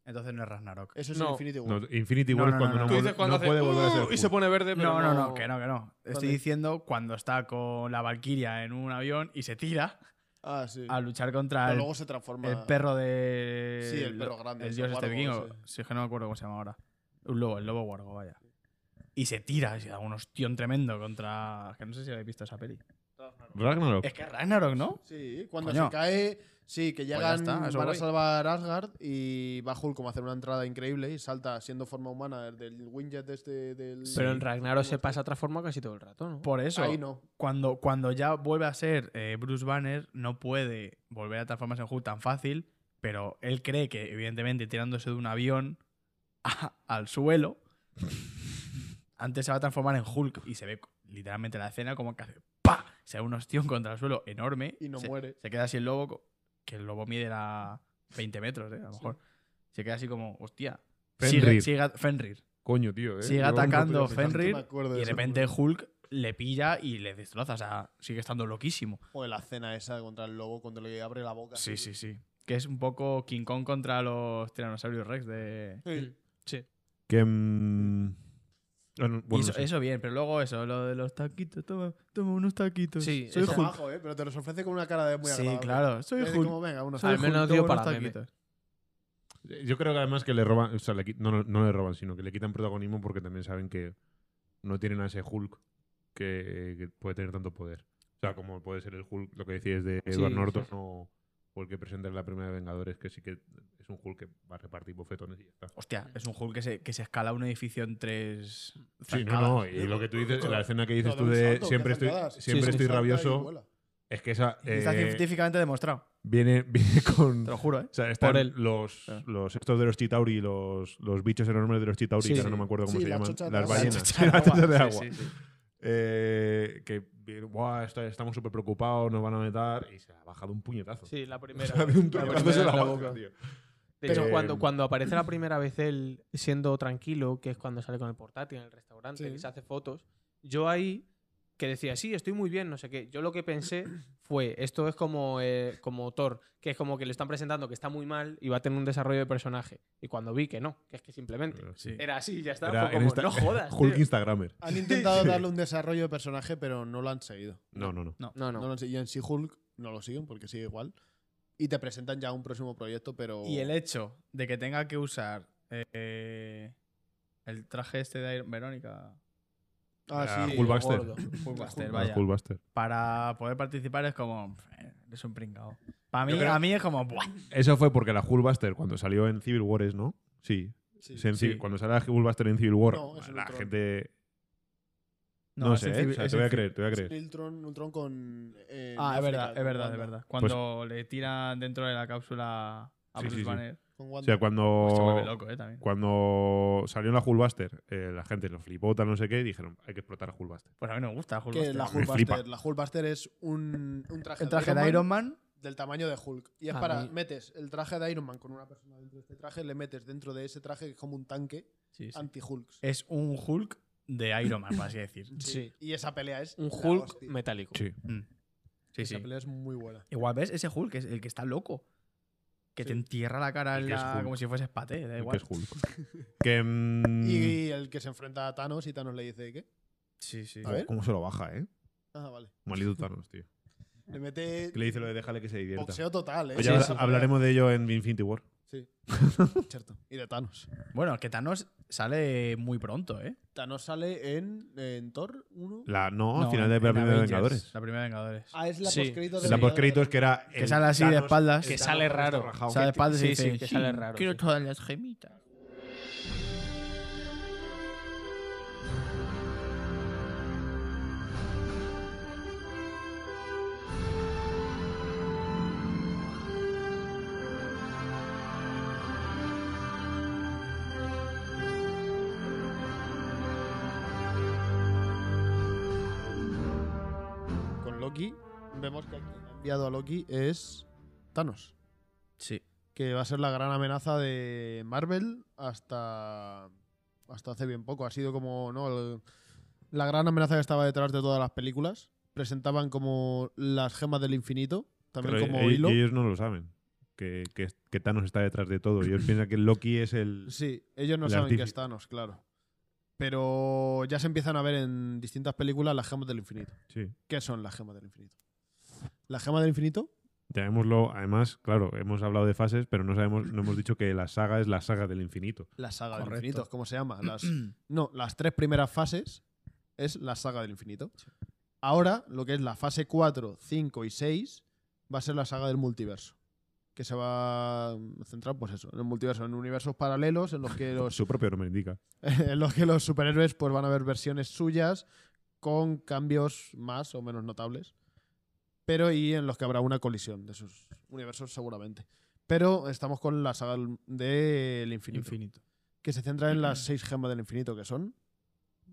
D: Entonces no es Ragnarok.
A: Eso es
C: No.
A: en Infinity War.
B: No, Infinity
D: No,
B: War
D: no,
B: es cuando
D: no,
B: no,
D: no.
C: Tú dices
B: vuelve-
C: cuando
B: no
C: hace
B: puede volver a ser
C: "Uh", y se
B: Hulk.
C: pone verde, pero
D: No,
C: no,
D: no, no, que no, que no. Estoy
A: ¿Dónde?
D: diciendo cuando está con la Valkyria en un avión y se tira
A: Ah, sí.
D: a luchar contra
A: Pero
D: el,
A: luego se transforma.
D: el perro de.
A: Sí, el perro grande,
D: El
A: ese
D: dios este
A: guargo,
D: vikingo.
A: sí.
D: Si es que no me acuerdo cómo se llama ahora. Un lobo, el lobo guargo, vaya. Y se tira, y se da un ostión tremendo contra. es Que no sé si habéis visto esa peli.
B: Ragnarok.
D: Es que es Ragnarok, ¿no?
A: Sí, cuando
D: Coño.
A: se cae, sí,
C: Pues
A: que
D: ya
A: llegan,
D: está, a eso
A: van a
D: voy.
A: salvar Asgard y va Hulk como a hacer una entrada increíble y salta siendo forma humana del Windjet este del...
C: Pero en Ragnarok se pasa transformado casi todo el rato, ¿no?
D: Por eso,
A: Ahí no.
D: cuando, cuando ya vuelve a ser eh, Bruce Banner, no puede volver a transformarse en Hulk tan fácil, pero él cree que, evidentemente, tirándose de un avión a- al suelo, antes se va a transformar en Hulk y se ve literalmente la escena como que hace ¡pa! Se da un ostión contra el suelo enorme.
A: Y no
D: se,
A: muere.
D: Se queda así el lobo, co- que el lobo mide la 20 metros, eh, a lo mejor. Se queda así como, hostia. Sigue-
B: Fenrir.
D: sigue- Fenrir.
B: Coño, tío. ¿eh?
D: Sigue
B: Yo no
D: atacando
B: podía pensar.
D: Fenrir
A: No me acuerdo
D: y de
A: eso.
D: repente Hulk le pilla y le destroza. O sea, sigue estando loquísimo.
A: Joder, la cena esa contra el lobo cuando le abre la boca.
D: Sí, sí, sí. Que es un poco King Kong contra los Tyrannosaurus Rex de.
B: Que. mm, bueno,
D: Y
B: bueno,
D: eso,
B: no sé.
D: eso bien, pero luego eso, lo de los taquitos, toma, toma unos taquitos.
C: Sí,
D: soy
A: Soy
D: Hulk.
A: Bajo, ¿eh? Pero te los ofrece con una cara de muy
D: sí,
A: agradable.
D: claro, soy Ah,
A: Es de
D: Hulk.
A: como, venga, unos
D: soy
C: Al menos
D: Hulk,
C: dio
D: toma unos
C: para meme.
D: taquitos.
B: Yo creo que además que le roban. O sea, le qui- no, no- no le roban, sino que le quitan protagonismo porque también saben que no tienen a ese Hulk que, que puede tener tanto poder. O sea, como puede ser el Hulk, lo que decías de Edward Norton o, o el que presenta en la primera de Vengadores, que sí que es un Hulk que va a repartir bofetones y ya está.
D: Hostia, es un Hulk que se, que se escala un edificio en tres.
B: Sí, no,
D: zancadas.
B: no. Y lo que tú dices, la escena que dices
A: Lo de
B: tú
A: un
B: de
A: salto, que
B: siempre estoy,
A: zancadas.
B: siempre
A: Sí, sí.
B: estoy
A: Salta y
B: rabioso,
A: vuela.
B: es que esa
D: Y Está
B: eh,
D: científicamente demostrado,
B: viene, viene con,
D: te lo juro, ¿eh?
B: O sea, están
C: Por él.
B: Los,
D: Ah.
B: los estos de los Chitauri, los, los bichos enormes de los Chitauri,
C: Sí,
B: que ahora
C: sí.
B: no me acuerdo cómo
A: Sí,
B: se
A: las
B: llaman.
A: chochas de
B: las
A: agua.
B: ballenas.
D: Las
B: Las
D: chochas de
B: chochas de
D: agua.
B: agua.
D: Sí, sí,
B: Eh, que "Buah, esto- estamos súper preocupados, nos van a matar. Y se ha bajado un puñetazo.
C: Sí, la primera.
B: Ha habido un
C: La
B: puñetazo
C: primera
B: en la
C: en la
B: boca,
C: boca.
B: tío.
C: De hecho,
B: Pero-
C: cuando, cuando aparece la primera vez él siendo tranquilo, que es cuando sale con el portátil en el restaurante
A: Sí.
C: y se hace fotos, yo ahí que decía, sí, estoy muy bien, no sé qué. Yo lo que pensé fue, esto es como, eh, como Thor, que es como que le están presentando que está muy mal y va a tener un desarrollo de personaje. Y cuando vi que no, que es que simplemente
D: Sí.
C: era así, ya está.
B: Mm. Era
C: fue
B: en
C: como,
B: esta-
C: no jodas. tío".
B: Hulk Instagramer.
A: Han intentado darle un desarrollo de personaje, pero no lo han seguido.
B: No, no, no.
C: No,
A: No.
C: no.
A: lo han seguido. y en sí Hulk no lo siguen porque sigue igual. Y te presentan ya un próximo proyecto, pero...
B: Oh.
D: Y el hecho de que tenga que usar eh, el traje este de Iron- Verónica.
A: Ah,
B: Ah,
A: sí.
B: Hulk Baxter.
C: gordo.
D: Hulk Buster,
B: Ah,
D: vaya.
B: Hulk Buster.
D: Para poder participar es como. "Eh, Eres un pringao. Para mí,
B: Yo creo-
D: a mí es como. "Buah".
B: Eso fue porque la Hulk Buster, cuando salió en Civil War, es, ¿no? Sí.
A: Sí.
B: Sí, en Civil-
D: Sí.
B: Cuando sale la Hulk Buster en Civil War,
A: No, es un
B: la
A: Ultron.
B: gente.
D: No,
B: No,
D: es
B: sé,
D: en
B: ¿eh?
D: Civil-
B: O sea,
D: es
B: te voy
D: en
B: a creer, te voy a creer.
A: Ultron, Ultron con... eh,
D: Ah, es
A: África,
D: verdad,
A: con
D: es verdad,
A: Wanda.
D: es verdad. Cuando le tiran dentro de la cápsula a
B: Pues Sí, sí, Oh.
D: Bruce
B: sí.
D: Banner,
A: Con
B: O
A: Wanda.
B: sea, cuando.
D: pues se vuelve loco, ¿eh? También.
B: Cuando salió la Hulkbuster, eh, la gente lo flipó, tal, no sé qué, y dijeron, hay que explotar a Hulkbuster.
D: Pues a mí no me gusta Hulk.
A: que
D: Buster.
A: la
B: Me flipa.
A: Hulkbuster, la Hulkbuster es un, un traje,
D: El traje de Iron Man.
A: del tamaño de Hulk. Y es
C: A
A: para,
C: mí-
A: metes el traje de Iron Man con una persona dentro de este traje, le metes dentro de ese traje que es como un tanque
D: sí, Eh, sí.
A: anti-Hulks.
D: Es un Hulk de Iron Man, por así decir.
C: Sí.
A: Y esa pelea es...
C: Un
A: la
C: Hulk
A: hostia.
C: metálico.
B: Sí.
D: Mm. Sí,
A: Esa
D: sí.
A: pelea es muy buena.
D: Igual ves ese Hulk, que es el que está loco. Que te
A: Sí.
D: entierra la cara
B: El
D: en
B: que es
D: la-
B: Hulk.
D: como si fuese pate, da
B: Que
D: igual.
B: es Hulk. que, mm,
A: Y el que se enfrenta a Thanos y Thanos le dice, ¿qué?
D: Sí, sí.
A: A ver.
B: ¿Cómo se lo baja, eh?
A: Ah, vale.
B: Malito Thanos, tío.
A: Le mete
B: Que le dice lo de déjale que se divierta.
A: boxeo total, ¿eh?
B: Pues
A: Sí,
B: ya
A: esa pelea.
B: hablaremos de ello en Infinity War.
A: Sí. Cierto. Y de Thanos.
D: Bueno, que Thanos sale muy pronto, ¿eh?
A: Thanos sale en, en Thor 1.
B: La, no, al
D: No,
B: final de
D: en-
B: la
D: en
B: primera de
D: Avengers,
B: Vengadores.
D: La primera de Vengadores.
A: Ah, es la
C: Sí.
A: postcréditos
B: En la postcréditos que era.
D: Que
B: el
D: sale así de
B: Thanos-
D: espaldas.
B: el
D: Que
B: Thanos
C: sale
B: está
C: raro.
B: rajado.
D: Sale de espaldas y
C: Sí,
D: dice,
C: sí, que sale raro.
D: Quiero
C: sí.
D: todas las gemitas.
A: Con Loki vemos que el que ha enviado a Loki es Thanos.
D: Sí.
A: Que va a ser la gran amenaza de Marvel hasta, hasta hace bien poco. Ha sido como, ¿no? El- la gran amenaza que estaba detrás de todas las películas. Presentaban como las gemas del infinito, también
B: Pero
A: como
B: e- e-
A: hilo.
B: ellos no lo saben. Que, que, que Thanos está detrás de todo. Ellos piensan que Loki es el.
A: Sí, ellos no
B: el
A: saben que
B: artífice.
A: es Thanos, claro. Pero ya se empiezan a ver en distintas películas las gemas del infinito.
B: Sí.
A: ¿Qué son las gemas del infinito? Las gemas del infinito
B: Llamémoslo, además, claro, hemos hablado de fases, pero no sabemos, no hemos dicho que la saga es la saga del infinito.
A: La saga del
D: Correcto.
A: infinito, ¿cómo se llama? Las, no, las tres primeras fases es la saga del infinito. Ahora, lo que es la fase 4, 5 y 6 va a ser la saga del multiverso. Que se va a centrar, pues eso, en el multiverso, en universos paralelos en los que los,
B: Su propio nombre indica.
A: en los, que los superhéroes pues, van a ver versiones suyas con cambios más o menos notables. Pero y en los que habrá una colisión de sus universos seguramente. Pero estamos con la saga del del infinito
D: Infinito.
A: que se centra en las seis gemas del infinito, que son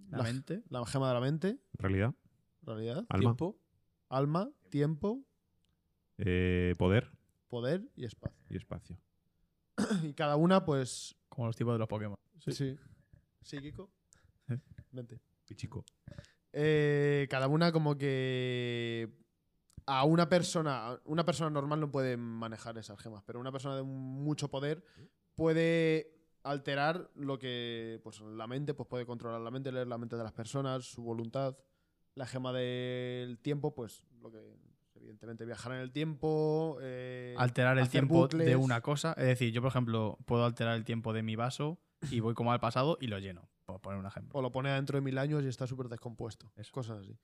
D: La
A: La-
D: mente.
A: la gema de la mente,
B: Realidad,
A: realidad,
B: alma,
C: Tiempo.
A: alma, tiempo,
B: eh, poder
A: poder y espacio.
B: y espacio.
A: Y cada una, pues,
D: Como los tipos de los Pokémon.
A: sí. Psíquico. Vente.
B: Pichico.
A: Eh, cada una como que a una persona, una persona normal no puede manejar esas gemas, pero una persona de mucho poder puede alterar lo que pues la mente, pues puede controlar la mente, leer la mente de las personas, su voluntad, la gema del tiempo, pues lo que evidentemente viajar en el tiempo, eh,
D: Alterar el
A: hacer
D: tiempo de
A: bucles.
D: una cosa. Es decir, yo, por ejemplo, puedo alterar el tiempo de mi vaso y voy como al pasado y lo lleno. Por poner un ejemplo.
A: o lo pone dentro de mil años y está súper descompuesto,
D: Eso.
A: cosas así.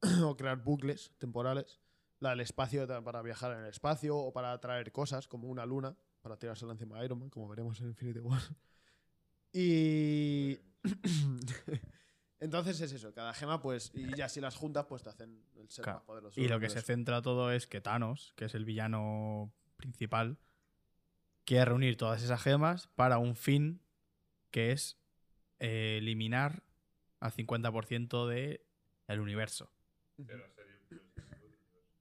A: o crear bucles temporales, la del espacio ta- para viajar en el espacio o para atraer cosas como una luna para tirársela encima a Iron Man, como veremos en Infinity War. Y entonces es eso, cada gema pues y ya si las juntas pues te hacen el ser
D: Claro.
A: más poderoso.
D: Y
A: del
D: lo que se
A: universo.
D: centra todo es que Thanos, que es el villano principal, quiere reunir todas esas gemas para un fin que es eh, eliminar al 50% del universo.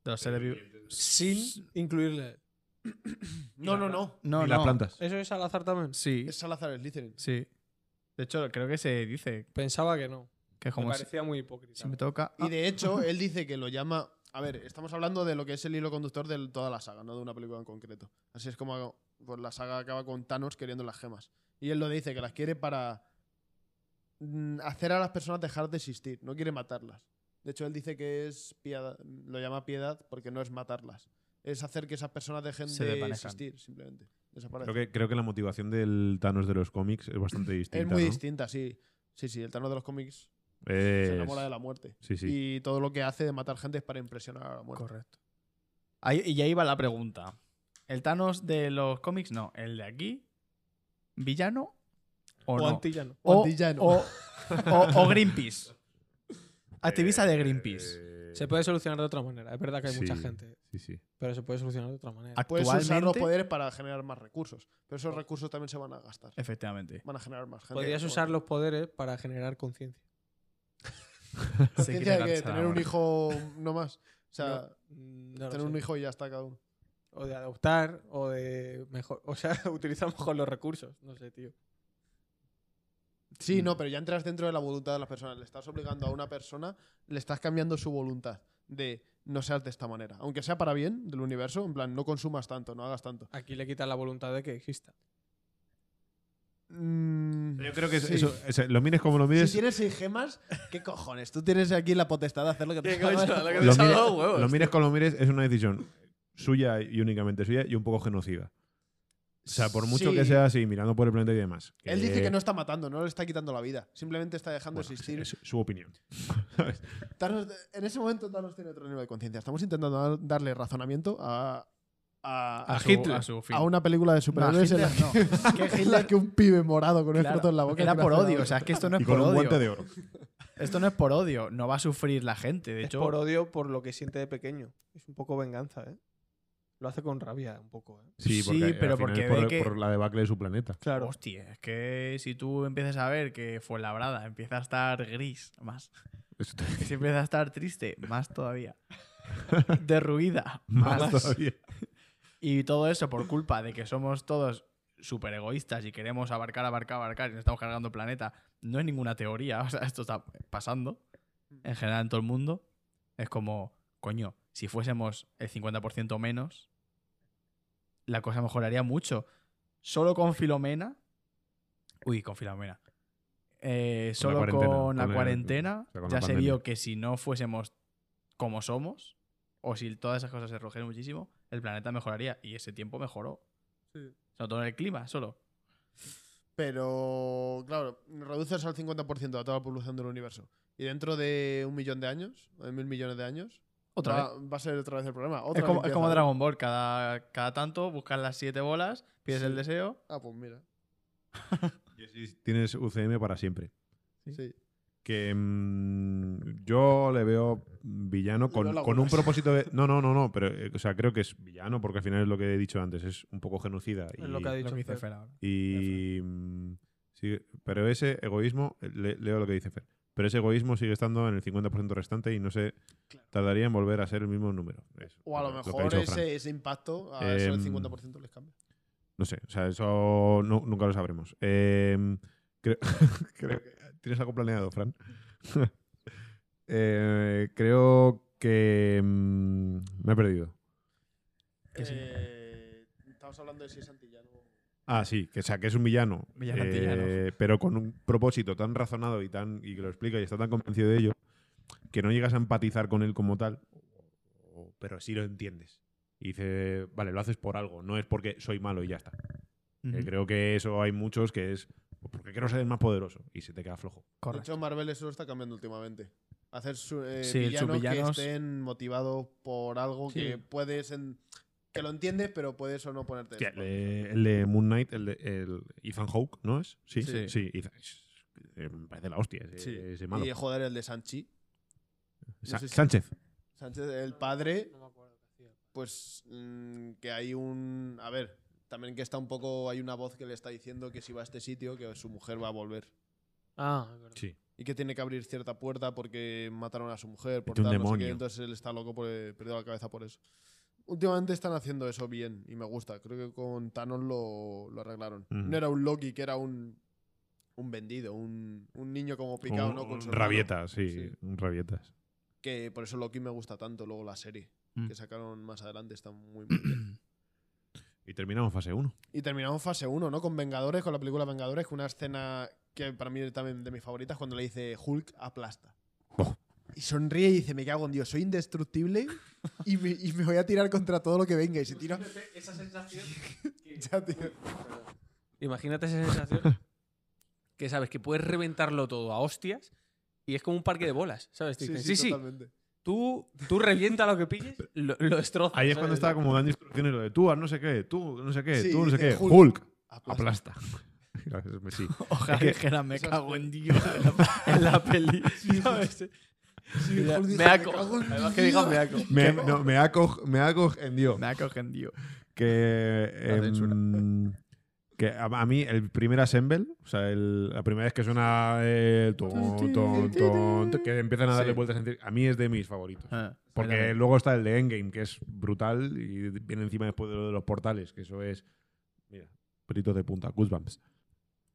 D: De los seres vivos.
C: Sin incluirle.
A: No, no, no. Eh,
D: No,
B: y las
D: no.
B: plantas.
C: ¿Eso es al azar también?
D: Sí,
A: Es Salazar Slytherin.
D: sí. De hecho, creo que se dice
C: Pensaba que no.
D: que es
C: Me
D: como si,
C: parecía muy hipócrita.
D: si me toca.
B: ah,
A: Y de hecho, él dice que lo llama. A ver, estamos hablando de lo que es el hilo conductor de toda la saga, no de una película en concreto. Así es como pues, la saga acaba con Thanos queriendo las gemas. Y él lo dice, que las quiere para mm, hacer a las personas dejar de existir, no quiere matarlas. De hecho, él dice que es piedad, lo llama piedad porque no es matarlas. Es hacer que esas personas dejen
D: Se
A: de
D: desvanezcan.
A: existir, simplemente.
B: Creo
A: Desaparecen.
B: que, creo que la motivación del Thanos de los cómics es bastante distinta.
A: es muy
B: ¿no?
A: distinta, sí. Sí, sí, el Thanos de los cómics
B: Es-
A: se enamora de la muerte.
B: Sí, sí. Eh,
A: Y todo lo que hace de matar gente es para impresionar a la muerte.
D: Correcto. Ahí- y ahí va la pregunta. ¿El Thanos de los cómics? No. ¿El de aquí? ¿Villano? ¿O,
C: O
D: no?
C: antillano.
D: o,
A: antillano.
D: o- o- o Greenpeace. Activista de Greenpeace.
B: Eh,
C: Se puede solucionar de otra manera. Es verdad que hay mucha
B: sí,
C: gente,
B: Sí, sí.
C: pero se puede solucionar de otra manera.
A: Puedes usar los
D: Actualmente-
A: poderes para generar más recursos, pero esos recursos también se van a gastar.
D: Efectivamente.
A: Van a generar más gente.
C: Podrías usar los poderes para generar conciencia.
D: Se
A: Conciencia
D: quiere
A: de que
D: lanzar a
A: tener un
D: morir.
A: hijo no más. O sea,
C: Mm, no lo
A: tener un
C: sé.
A: hijo y ya está cada uno.
C: O de adoptar, o de mejor. O sea, utilizar mejor los recursos. No sé, tío.
A: Sí, no, pero ya entras dentro de la voluntad de las personas. Le estás obligando a una persona, le estás cambiando su voluntad de no seas de esta manera. Aunque sea para bien del universo, en plan, no consumas tanto, no hagas tanto.
C: Aquí le quitas la voluntad de que exista.
A: Mm,
B: Yo creo que es-
A: sí.
B: eso, o sea, lo mires como lo mires,
A: Si tienes seis gemas, ¿qué cojones? Tú tienes aquí la potestad de hacer lo que te
B: lo, mires lo mires como lo mires, es una decisión suya y únicamente suya y un poco genocida. O sea, por mucho
A: Sí.
B: que sea así, mirando por el planeta y demás. eh,
A: Él dice que no está matando, no le está quitando la vida. Simplemente está dejando
B: bueno,
A: existir.
B: es- es su opinión.
A: Thanos- en ese momento Thanos tiene otro nivel de conciencia. Estamos intentando dar- darle razonamiento a, a,
D: A
A: a,
D: su-
C: Hitler.
D: a su fin.
A: una película de
D: No, a
A: superhéroes en, la,
D: Hitler no.
A: que, en la que un pibe morado con el
D: Claro,
A: fruto en la boca.
D: Era
A: quiere
D: por
A: hacer
D: odio.
A: algo.
D: O sea, es que esto no
B: y
D: es
B: con
D: por
B: un guante
D: odio.
B: de oro.
D: Esto no es por odio. No va a sufrir la gente. De
C: es
D: hecho,
C: por odio por lo que siente de pequeño. Es un poco venganza, ¿eh? Lo hace con rabia, un poco, ¿eh?
B: Sí,
D: Sí,
B: porque, al final
D: pero porque
B: es
D: ve
B: por,
D: que-
B: por la debacle de su planeta.
C: Claro.
D: hostia, es que si tú empiezas a ver que fue labrada, empieza a estar gris más.
B: Eso
D: Que si empieza a estar triste, más todavía. Derruida,
B: Más,
D: más.
B: todavía.
D: Y todo eso por culpa de que somos todos súper egoístas y queremos abarcar, abarcar, abarcar y nos estamos cargando el planeta. No es ninguna teoría, o sea, esto está pasando
B: Mm.
D: en general en todo el mundo, es como, coño, si fuésemos el 50% menos, la cosa mejoraría mucho. Solo con Filomena. Uy, con Filomena. Eh, solo con
B: cuarentena,
D: la cuarentena,
B: con el- o sea, con la
D: ya se
B: pandemia.
D: vio que si no fuésemos como somos, o si todas esas cosas se redujeran muchísimo, el planeta mejoraría y ese tiempo mejoró. Sobre todo en el clima, solo.
A: Pero, claro, reduces al 50% a toda la población del universo. Y dentro de un millón de años, o de mil millones de años,
D: Otra vez.
A: va, va a ser otra vez el problema. Otra
D: Es como, es
A: limpieza,
D: como
A: ¿no?
D: Dragon Ball, cada, cada tanto buscas las siete bolas, pides
A: Sí.
D: el deseo.
A: Ah, pues mira.
B: Y así tienes UCM para siempre.
A: Sí.
B: Que mm, yo le veo villano con,
A: Lola
B: con un
A: Bundas.
B: propósito de. No, no, no, no, pero eh, o sea, creo que es villano porque al final es lo que he dicho antes, es un poco genocida.
C: Es lo
B: y-
C: que ha dicho.
D: Lo que dice
C: Fer.
D: Fer ahora.
B: Y. mm, sí, pero ese egoísmo, eh, le- leo lo que dice Fer, pero ese egoísmo sigue estando en el 50% restante y no sé, tardaría en volver a ser el mismo número. Es
A: O a lo
B: que- que ha
A: mejor
B: dicho Fran.
A: ese, ese impacto a ese
B: Em,
A: el 50% les cambia.
B: No sé, o sea, eso no- nunca lo sabremos. Em, creo, creo que- ¿Tienes algo planeado, Fran? Eh, creo que mm, me he perdido.
A: Eh, estamos hablando de si es antillano.
B: Ah, sí, que, o sea, que es un villano. Eh,
D: Villano antillano.
B: Pero con un propósito tan razonado y tan y que lo explica y está tan convencido de ello que no llegas a empatizar con él como tal, o- pero sí lo entiendes. Y dice, vale, lo haces por algo, no es porque soy malo y ya está. Que
D: Ujú.
B: creo que eso hay muchos que es "Pues porque quiero ser el más poderoso y se te queda flojo.
A: De
D: Correcto.
A: hecho, Marvel eso lo está cambiando últimamente. Hacer su, eh,
D: Sí,
A: villanos,
D: subvillanos.
A: que estén motivados por algo que puedes. en- que lo entiendes, pero puedes o no ponerte.
B: Hostia,
A: eso.
B: el, de, el de Moon Knight, el de el Ethan Hawke, ¿no es? Sí, sí.
D: Sí.
B: Ethan- es- eh, me parece la hostia ese,
A: Sí.
B: eh, ese malo.
A: Y eh, joder, el de Sanchi.
B: Sa-
A: sé si-
B: Sánchez.
A: Sánchez, el padre,
C: No me acuerdo qué hacía.
A: pues mm, que hay un. A ver, también que está un poco. Hay una voz que le está diciendo que si va a este sitio, que su mujer va a volver.
C: Ah, es verdad.
B: Sí.
A: Y que tiene que abrir cierta puerta porque mataron a su mujer, por
B: Mete un
A: tal, no sé qué,
B: demonio.
A: entonces él está loco, por, perdido la cabeza por eso. Últimamente están haciendo eso bien y me gusta. Creo que con Thanos lo, lo arreglaron.
B: Ujú.
A: No era un Loki, que era un, un vendido, un, un niño como picado,
B: Un-
A: ¿no? Con
B: un
A: su hermano.
B: rabietas, sí,
A: Sí.
B: un rabietas.
A: Que por eso Loki me gusta tanto, luego la serie
D: Mm.
A: que sacaron más adelante está muy, muy bien.
B: Y terminamos fase 1.
A: Y terminamos fase 1, ¿no? Con Vengadores, con la película Vengadores, con una escena que para mí también de mis favoritas, cuando le dice Hulk aplasta.
B: Oh.
A: Y sonríe y dice, me cago en Dios, soy indestructible y me, y me voy a tirar contra todo lo que venga. Y se tira...
K: Esa sensación.
A: Ya, tío.
C: Imagínate esa sensación que sabes que puedes reventarlo todo a hostias y es como un parque de bolas, ¿sabes? Te dicen, sí, sí,
A: totalmente.
C: tú, tú revienta lo que pilles, lo, lo destrozas.
B: Ahí es cuando
C: ¿sabes?
B: estaba como dando instrucciones lo de tú, haz no sé qué, tú, no sé qué,
A: Sí,
B: tú, no sé qué.
A: dice,
B: Hulk,
A: Aplasta.
B: aplasta. sí.
D: Ojalá
B: que-
D: dijera, me cago en Dios en la, en la peli. ¿sabes?
A: Sí, Hulk dice,
D: me aco.
A: cago en
D: Además que
A: Dios".
D: diga, me aco.
B: Me, no, me acog, me acog en Dios.
D: Me aco en Dios.
B: que,
D: La censura.
B: em, que a, a mí el primer assemble, o sea, el- la primera vez que suena el ton, ton, ton, que empiezan a darle
D: Sí.
B: vueltas, en cir- a mí es de mis favoritos.
D: Ah,
B: Porque
D: espérame.
B: luego está el de Endgame, que es brutal y viene encima después de lo de los portales, que eso es. Mira, peritos de punta, goosebumps.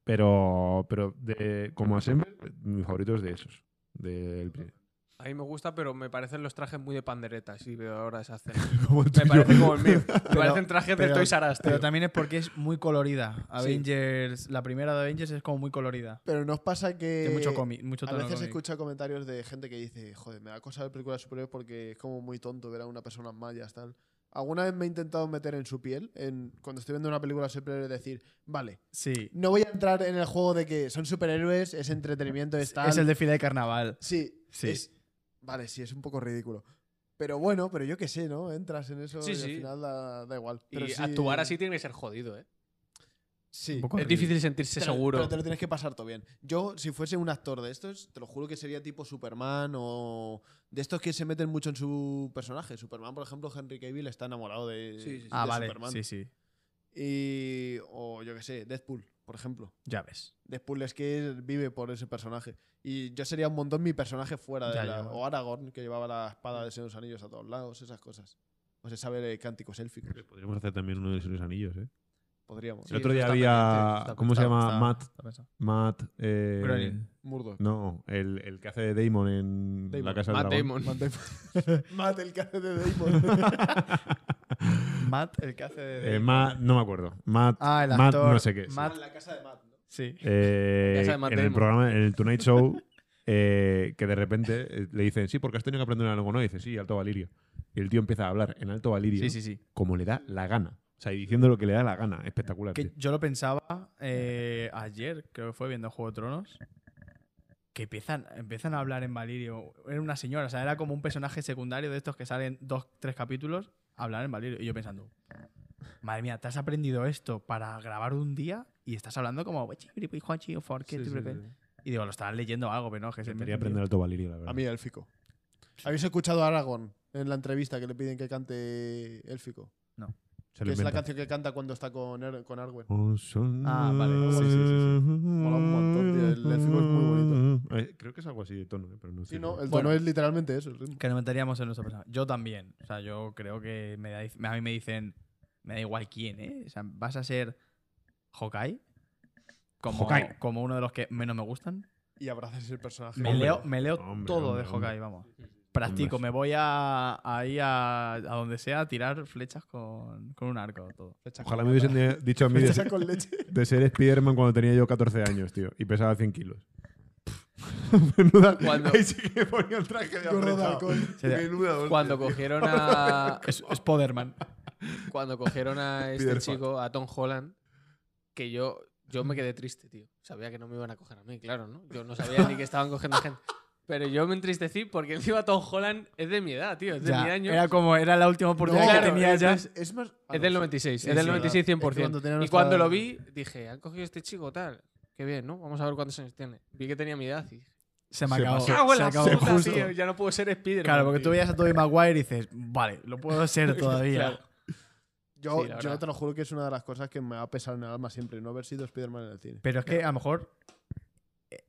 B: Pero, pero de, como assemble, mi favorito es de esos. Del, pri-
C: A mí me gusta, pero me parecen los trajes muy de pandereta, si veo ahora esa escena.
B: como el
C: Me
B: tuyo.
C: parece como el mío. Me
D: Pero-
C: parecen trajes de
D: pero-
C: Toys R Us, tío.
D: Pero también es porque es muy colorida. Avengers, la primera de Avengers es como muy colorida.
A: Pero nos pasa que...
D: Tiene
B: Eh,
D: mucho cómic, mucho
A: A
D: tono
A: veces
D: cómic.
A: escucha comentarios de gente que dice, joder, me da cosa ver películas superiores porque es como muy tonto ver a una persona mayas, tal. Alguna vez me he intentado meter en su piel, en, cuando estoy viendo una película superior, decir, vale,
D: Sí.
A: no voy a entrar en el juego de que son superhéroes, es entretenimiento, es tal.
D: Es el desfile de carnaval.
A: Sí,
D: Sí.
A: es- vale, sí, es un poco ridículo. Pero bueno, pero yo qué sé, ¿no? Entras en eso
C: Sí,
A: y
C: sí.
A: al final da, da igual. Pero
C: y
A: sí-
C: actuar así tiene que ser jodido, ¿eh?
A: Sí.
D: Un poco
C: Es difícil sentirse
A: Pero-
C: seguro.
A: Pero te lo tienes que pasar todo bien. Yo, si fuese un actor de estos, te lo juro que sería tipo Superman o de estos que se meten mucho en su personaje. Superman, por ejemplo, Henry Cavill está enamorado de,
C: Sí, sí, sí.
A: de
D: Ah, vale.
A: Superman.
D: Sí, sí.
A: Y, o yo qué sé, Deadpool, por ejemplo.
D: Ya ves.
A: Deadpool es que vive por ese personaje. Y yo sería un montón mi personaje fuera de
D: Ya,
A: la...
D: ya.
A: O Aragorn, que llevaba la espada de Señor de los Anillos a todos lados, esas cosas. O se sabe de cánticos élficos.
B: Podríamos hacer también uno de esos anillos, ¿eh?
A: Podríamos.
B: El otro día había. ¿Cómo se llama? Matt. Matt. eh,
D: Groening.
A: Murdo.
B: No, el, el que hace de Damon en
A: Damon.
B: La Casa del
C: Matt
B: Dragón.
C: Damon.
A: Matt, el que hace de Damon.
D: Matt, el que hace de.
B: Eh, Matt, no me acuerdo. Matt,
D: ah, el
B: Matt
D: actor.
B: no sé qué. sí.
D: Matt,
K: La casa de Matt, ¿no?
D: sí.
B: Eh,
C: Ya sabe Matt
B: en el
C: Damon.
B: programa, en el Tonight Show, eh, que de repente eh, le dicen, sí, porque has tenido que aprender una lengua nueva. Y dice, sí, Alto Valirio. Y el tío empieza a hablar en Alto Valirio
D: Sí, sí, sí.
B: como le da la gana. O sea, y diciendo lo que le da la gana. Espectacular.
D: Que
B: tío.
D: yo lo pensaba eh, ayer, creo que fue viendo Juego de Tronos. Que empiezan, empiezan a hablar en Valirio. Era una señora, o sea, era como un personaje secundario de estos que salen dos, tres capítulos a hablar en Valirio. Y yo pensando, madre mía, te has aprendido esto para grabar un día y estás hablando como. "Wechi, gripi, juanchi, forque,
B: Sí, sí,
D: triple
B: sí,
D: pe". Y digo, lo estarán leyendo algo, pero no, que se
B: Quería
D: me-
B: aprender Alto Valirio, la
A: A
B: verdad.
A: mí, élfico. ¿Habéis escuchado a Aragorn en la entrevista que le piden que cante élfico? que
B: Se lo
A: es la
B: inventa.
A: canción que canta cuando está con, Er- con Arwen.
B: Oh, son-
D: Ah, vale. Sí, sí, sí, sí.
A: Mola un montón, tío. El léxico es muy bonito.
B: Eh, creo que es algo así de tono, eh, pero no
A: Sí,
B: estoy
A: no,
B: seguro.
A: el tono
D: Bueno.
A: es literalmente eso, el ritmo.
D: Que nos meteríamos en nuestro personaje. Yo también. O sea, yo creo que me da- a mí me dicen, me da igual quién, ¿eh? O sea, vas a ser Hawkeye. Como,
B: Hawkeye.
D: como uno de los que menos me gustan.
A: Y abrazas ese personaje.
D: Me
B: Hombre,
D: leo, me leo
B: hombre,
D: todo
B: hombre,
D: de
B: hombre.
D: Hawkeye, vamos. Practico,
B: Hombre.
D: me voy a, ahí a, a donde sea a tirar flechas con, con un arco. Todo.
A: Flecha
B: Ojalá
A: con
B: me hubiesen de- dicho a mí de
A: flecha
B: ser,
A: con leche.
B: de ser Spiderman cuando tenía yo 14 años, tío, y pesaba 100 kilos. Menuda.
C: Cuando-
B: Ahí sí que ponía el traje de
A: Gordo de
B: apretado.
A: alcohol.
D: Sí, sí.
B: Menuda hostia.
C: Cuando cogieron a.
D: Es, es Poderman.
C: Cuando cogieron a este
B: Peter Pan.
C: chico, a Tom Holland, que yo, yo me quedé triste, tío. Sabía que no me iban a coger a mí, claro, ¿no? Yo no sabía ni que estaban cogiendo gente. Pero yo me entristecí porque encima Tom Holland es de mi edad, tío. Es de
D: Ya,
C: mi año.
D: era como, era la última oportunidad
C: No,
D: que
C: claro,
D: tenía ya.
A: Es, es más. ah,
C: Es
A: no,
C: del
A: sí.
C: 96,
A: Sí,
C: es del
A: sí,
C: 96
A: verdad. Es que
C: 100%.
A: cuando tenía
C: y
A: nuestra
C: cuando lo
A: edad-
C: vi, dije, han cogido a este chico tal. Qué bien, ¿no? Vamos a ver cuántos años tiene. Vi que tenía mi edad y dije,
D: Se me
B: Se
D: acabó.
B: pasó.
C: ¡cago en
D: se
C: la
D: acabó
C: puta,
D: justo.
C: tío! Ya no puedo ser Spider-Man.
D: Claro, porque
C: tío".
D: tú veías a Tobey Maguire y dices, vale, lo puedo ser todavía.
A: Yo,
C: Sí, la
A: yo
C: verdad.
A: te lo juro que es una de las cosas que me va a pesar en el alma siempre, no haber sido Spider-Man en el cine.
D: Pero es que a lo mejor eh,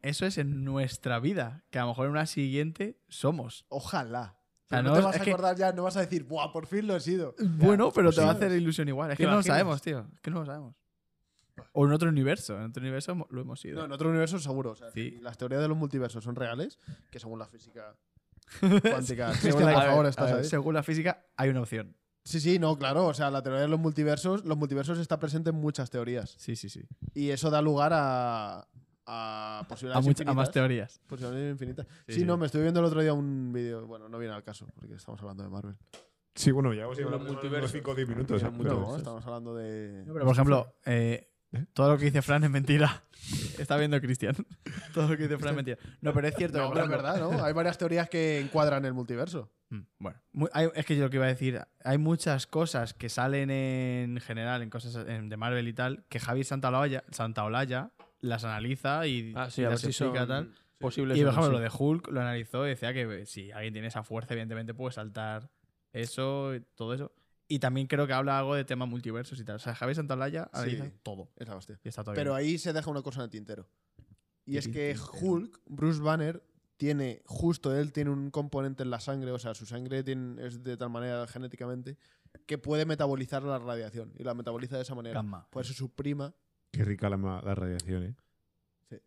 D: eso es en nuestra vida, que a lo mejor en una siguiente somos.
A: Ojalá.
D: O sea,
A: Pero no,
D: no,
A: te
D: es-
A: vas
D: es
A: a
D: que-
A: acordar ya, no vas a decir, ¡buah, por fin lo he sido!
D: Bueno, pero te va a
A: sí.
D: hacer ilusión igual. Es
C: ¿Te
D: que no lo
C: imaginas?
D: sabemos, tío. Es que no lo sabemos. O en otro universo. En otro universo mo- lo hemos
A: No,
D: ido.
A: en otro universo seguro. o sea,
D: Sí.
A: si Las teorías de los multiversos son reales, que según la física cuántica.
D: Es que
A: Cristian,
D: la-
A: por
D: a
A: favor,
D: ver,
A: estás
D: a ver,
A: ahí.
D: Según la física, hay una opción.
A: Sí, sí, no, claro. O sea, la teoría de los multiversos, los multiversos está presente en muchas teorías.
D: Sí, sí, sí.
A: Y eso da lugar a, a
D: A,
A: posibilidades
D: mucha- a
A: infinitas.
D: más teorías.
A: Posibilidades infinitas. Sí,
D: Sí, sí.
A: no, me estoy viendo el otro día un vídeo. Bueno, no viene al caso, porque estamos hablando de Marvel.
B: Sí, bueno, ya hemos ido
C: Era
B: hablando
C: un
B: de
C: multiverso.
B: 5 o 10 minutos. ¿eh?
C: Era un
A: No,
C: multiverso.
A: estamos hablando de.
D: No, pero, por ejemplo, eh, todo lo que dice Fran es mentira. Está viendo Cristian. Todo lo que dice Fran es mentira. No, pero es cierto. que,
A: No,
D: por
A: pero es
D: ejemplo,
A: verdad, ¿no? Hay varias teorías que encuadran el multiverso.
D: Mm, Bueno, Mu- hay- es que yo lo que iba a decir, hay muchas cosas que salen en general, en cosas en- de Marvel y tal, que Javier Santaolalla, Santaolalla las analiza y,
C: Ah, sí,
D: y
C: a ver
D: las
C: si son
D: explica tal.
C: posibles.
D: Y por
C: o no,
D: ejemplo,
C: sí.
D: lo de Hulk lo analizó y decía que eh, si alguien tiene esa fuerza, evidentemente puede saltar eso, y todo eso. Y también creo que habla algo de temas multiversos y tal. O sea, Javier Santaolalla analiza
A: Sí.
D: todo.
A: Es la hostia.
D: Y está todo
A: Pero
D: bien.
A: ahí se deja una cosa en el tintero. Y es
D: Tin,
A: que
D: tin, tin.
A: Hulk, Bruce Banner, tiene, justo él tiene un componente en la sangre, o sea, su sangre tiene- es de tal manera genéticamente que puede metabolizar la radiación y la metaboliza de esa manera.
D: Gamma.
A: Por eso su prima,
B: Qué rica la, ma- la radiación, ¿eh?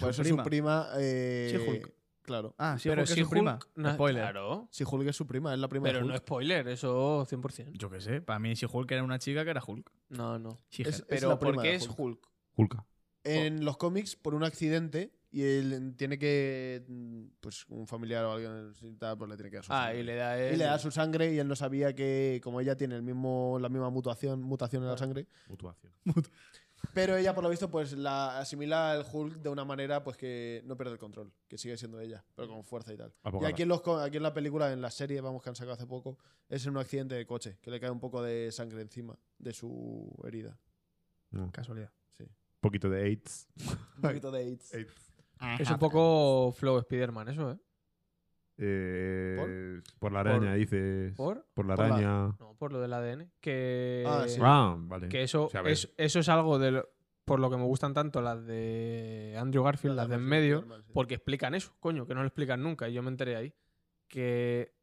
A: por eso
D: prima?
A: su prima. eh,
D: Sí, Hulk.
A: Claro.
D: Ah, sí,
C: Pero
D: Hulk es
C: si
D: su prima.
C: Hulk- na-
D: Spoiler.
C: Claro.
A: Si Hulk es su prima, es la prima
C: Pero
A: de Hulk.
C: no spoiler, eso 100%.
D: Yo qué sé, para mí si Hulk era una chica que era Hulk.
C: No, no.
D: She-Hulk.
A: Es-
C: Pero
A: la
C: ¿por
A: prima de
C: qué es
A: Hulk.
C: Hulk?
B: Hulka.
C: Oh.
A: en los cómics por un accidente y él tiene que mm, pues un familiar o alguien así, tal, pues le tiene que dar su
C: Ah,
A: sangre.
C: y le da
A: Y
C: el-
A: le da su sangre y él no sabía que como ella tiene el mismo la misma mutación mutación en la
C: Claro.
A: sangre
B: Mutuación.
A: pero ella por lo visto pues la asimila el Hulk de una manera pues que no pierde el control que sigue siendo ella pero con fuerza y tal y
B: Abogada.
A: aquí en, los, co- aquí en la película en la serie vamos que han sacado hace poco es en un accidente de coche que le cae un poco de sangre encima de su herida
C: Mm.
B: No, Un
D: Casualidad.
B: poquito de AIDS.
A: un poquito de AIDS
C: Es un poco flow Spider-Man, eso, ¿eh?
B: Eh, ¿Por? la araña,
C: Por-
B: dices.
C: ¿Por?
B: Por la
A: por la-
B: araña.
C: No, por lo del ADN. Que,
A: Ah, sí.
B: Ah, vale.
C: que eso,
B: O sea, a ver.
C: es, eso es algo de lo- por lo que me gustan tanto las de Andrew Garfield, las de en medio, porque explican eso, coño, que no lo explican nunca. Y yo me enteré ahí. Que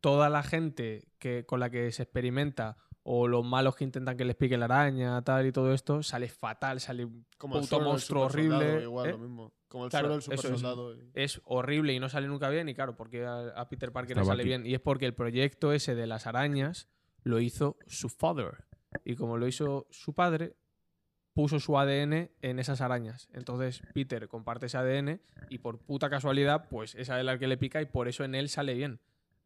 C: toda la gente que, con la que se experimenta o, o los malos que intentan que les pique la araña, tal y todo esto, sale fatal, sale un
A: Como el
C: puto
A: suelo del
C: monstruo
A: supersoldado,
C: horrible.
A: Igual,
C: ¿eh?
A: lo mismo. Como el
C: Claro,
A: suelo del
C: eso es.
A: supersoldado. y-
C: es horrible y no sale nunca bien. Y claro, porque a, a Peter Parker le
B: Estaba
C: sale
B: aquí.
C: bien. Y es porque el proyecto ese de las arañas lo hizo su father. Y como lo hizo su padre, puso su ADN en esas arañas. Entonces Peter comparte ese ADN y por puta casualidad, pues esa es la que le pica y por eso en él sale bien.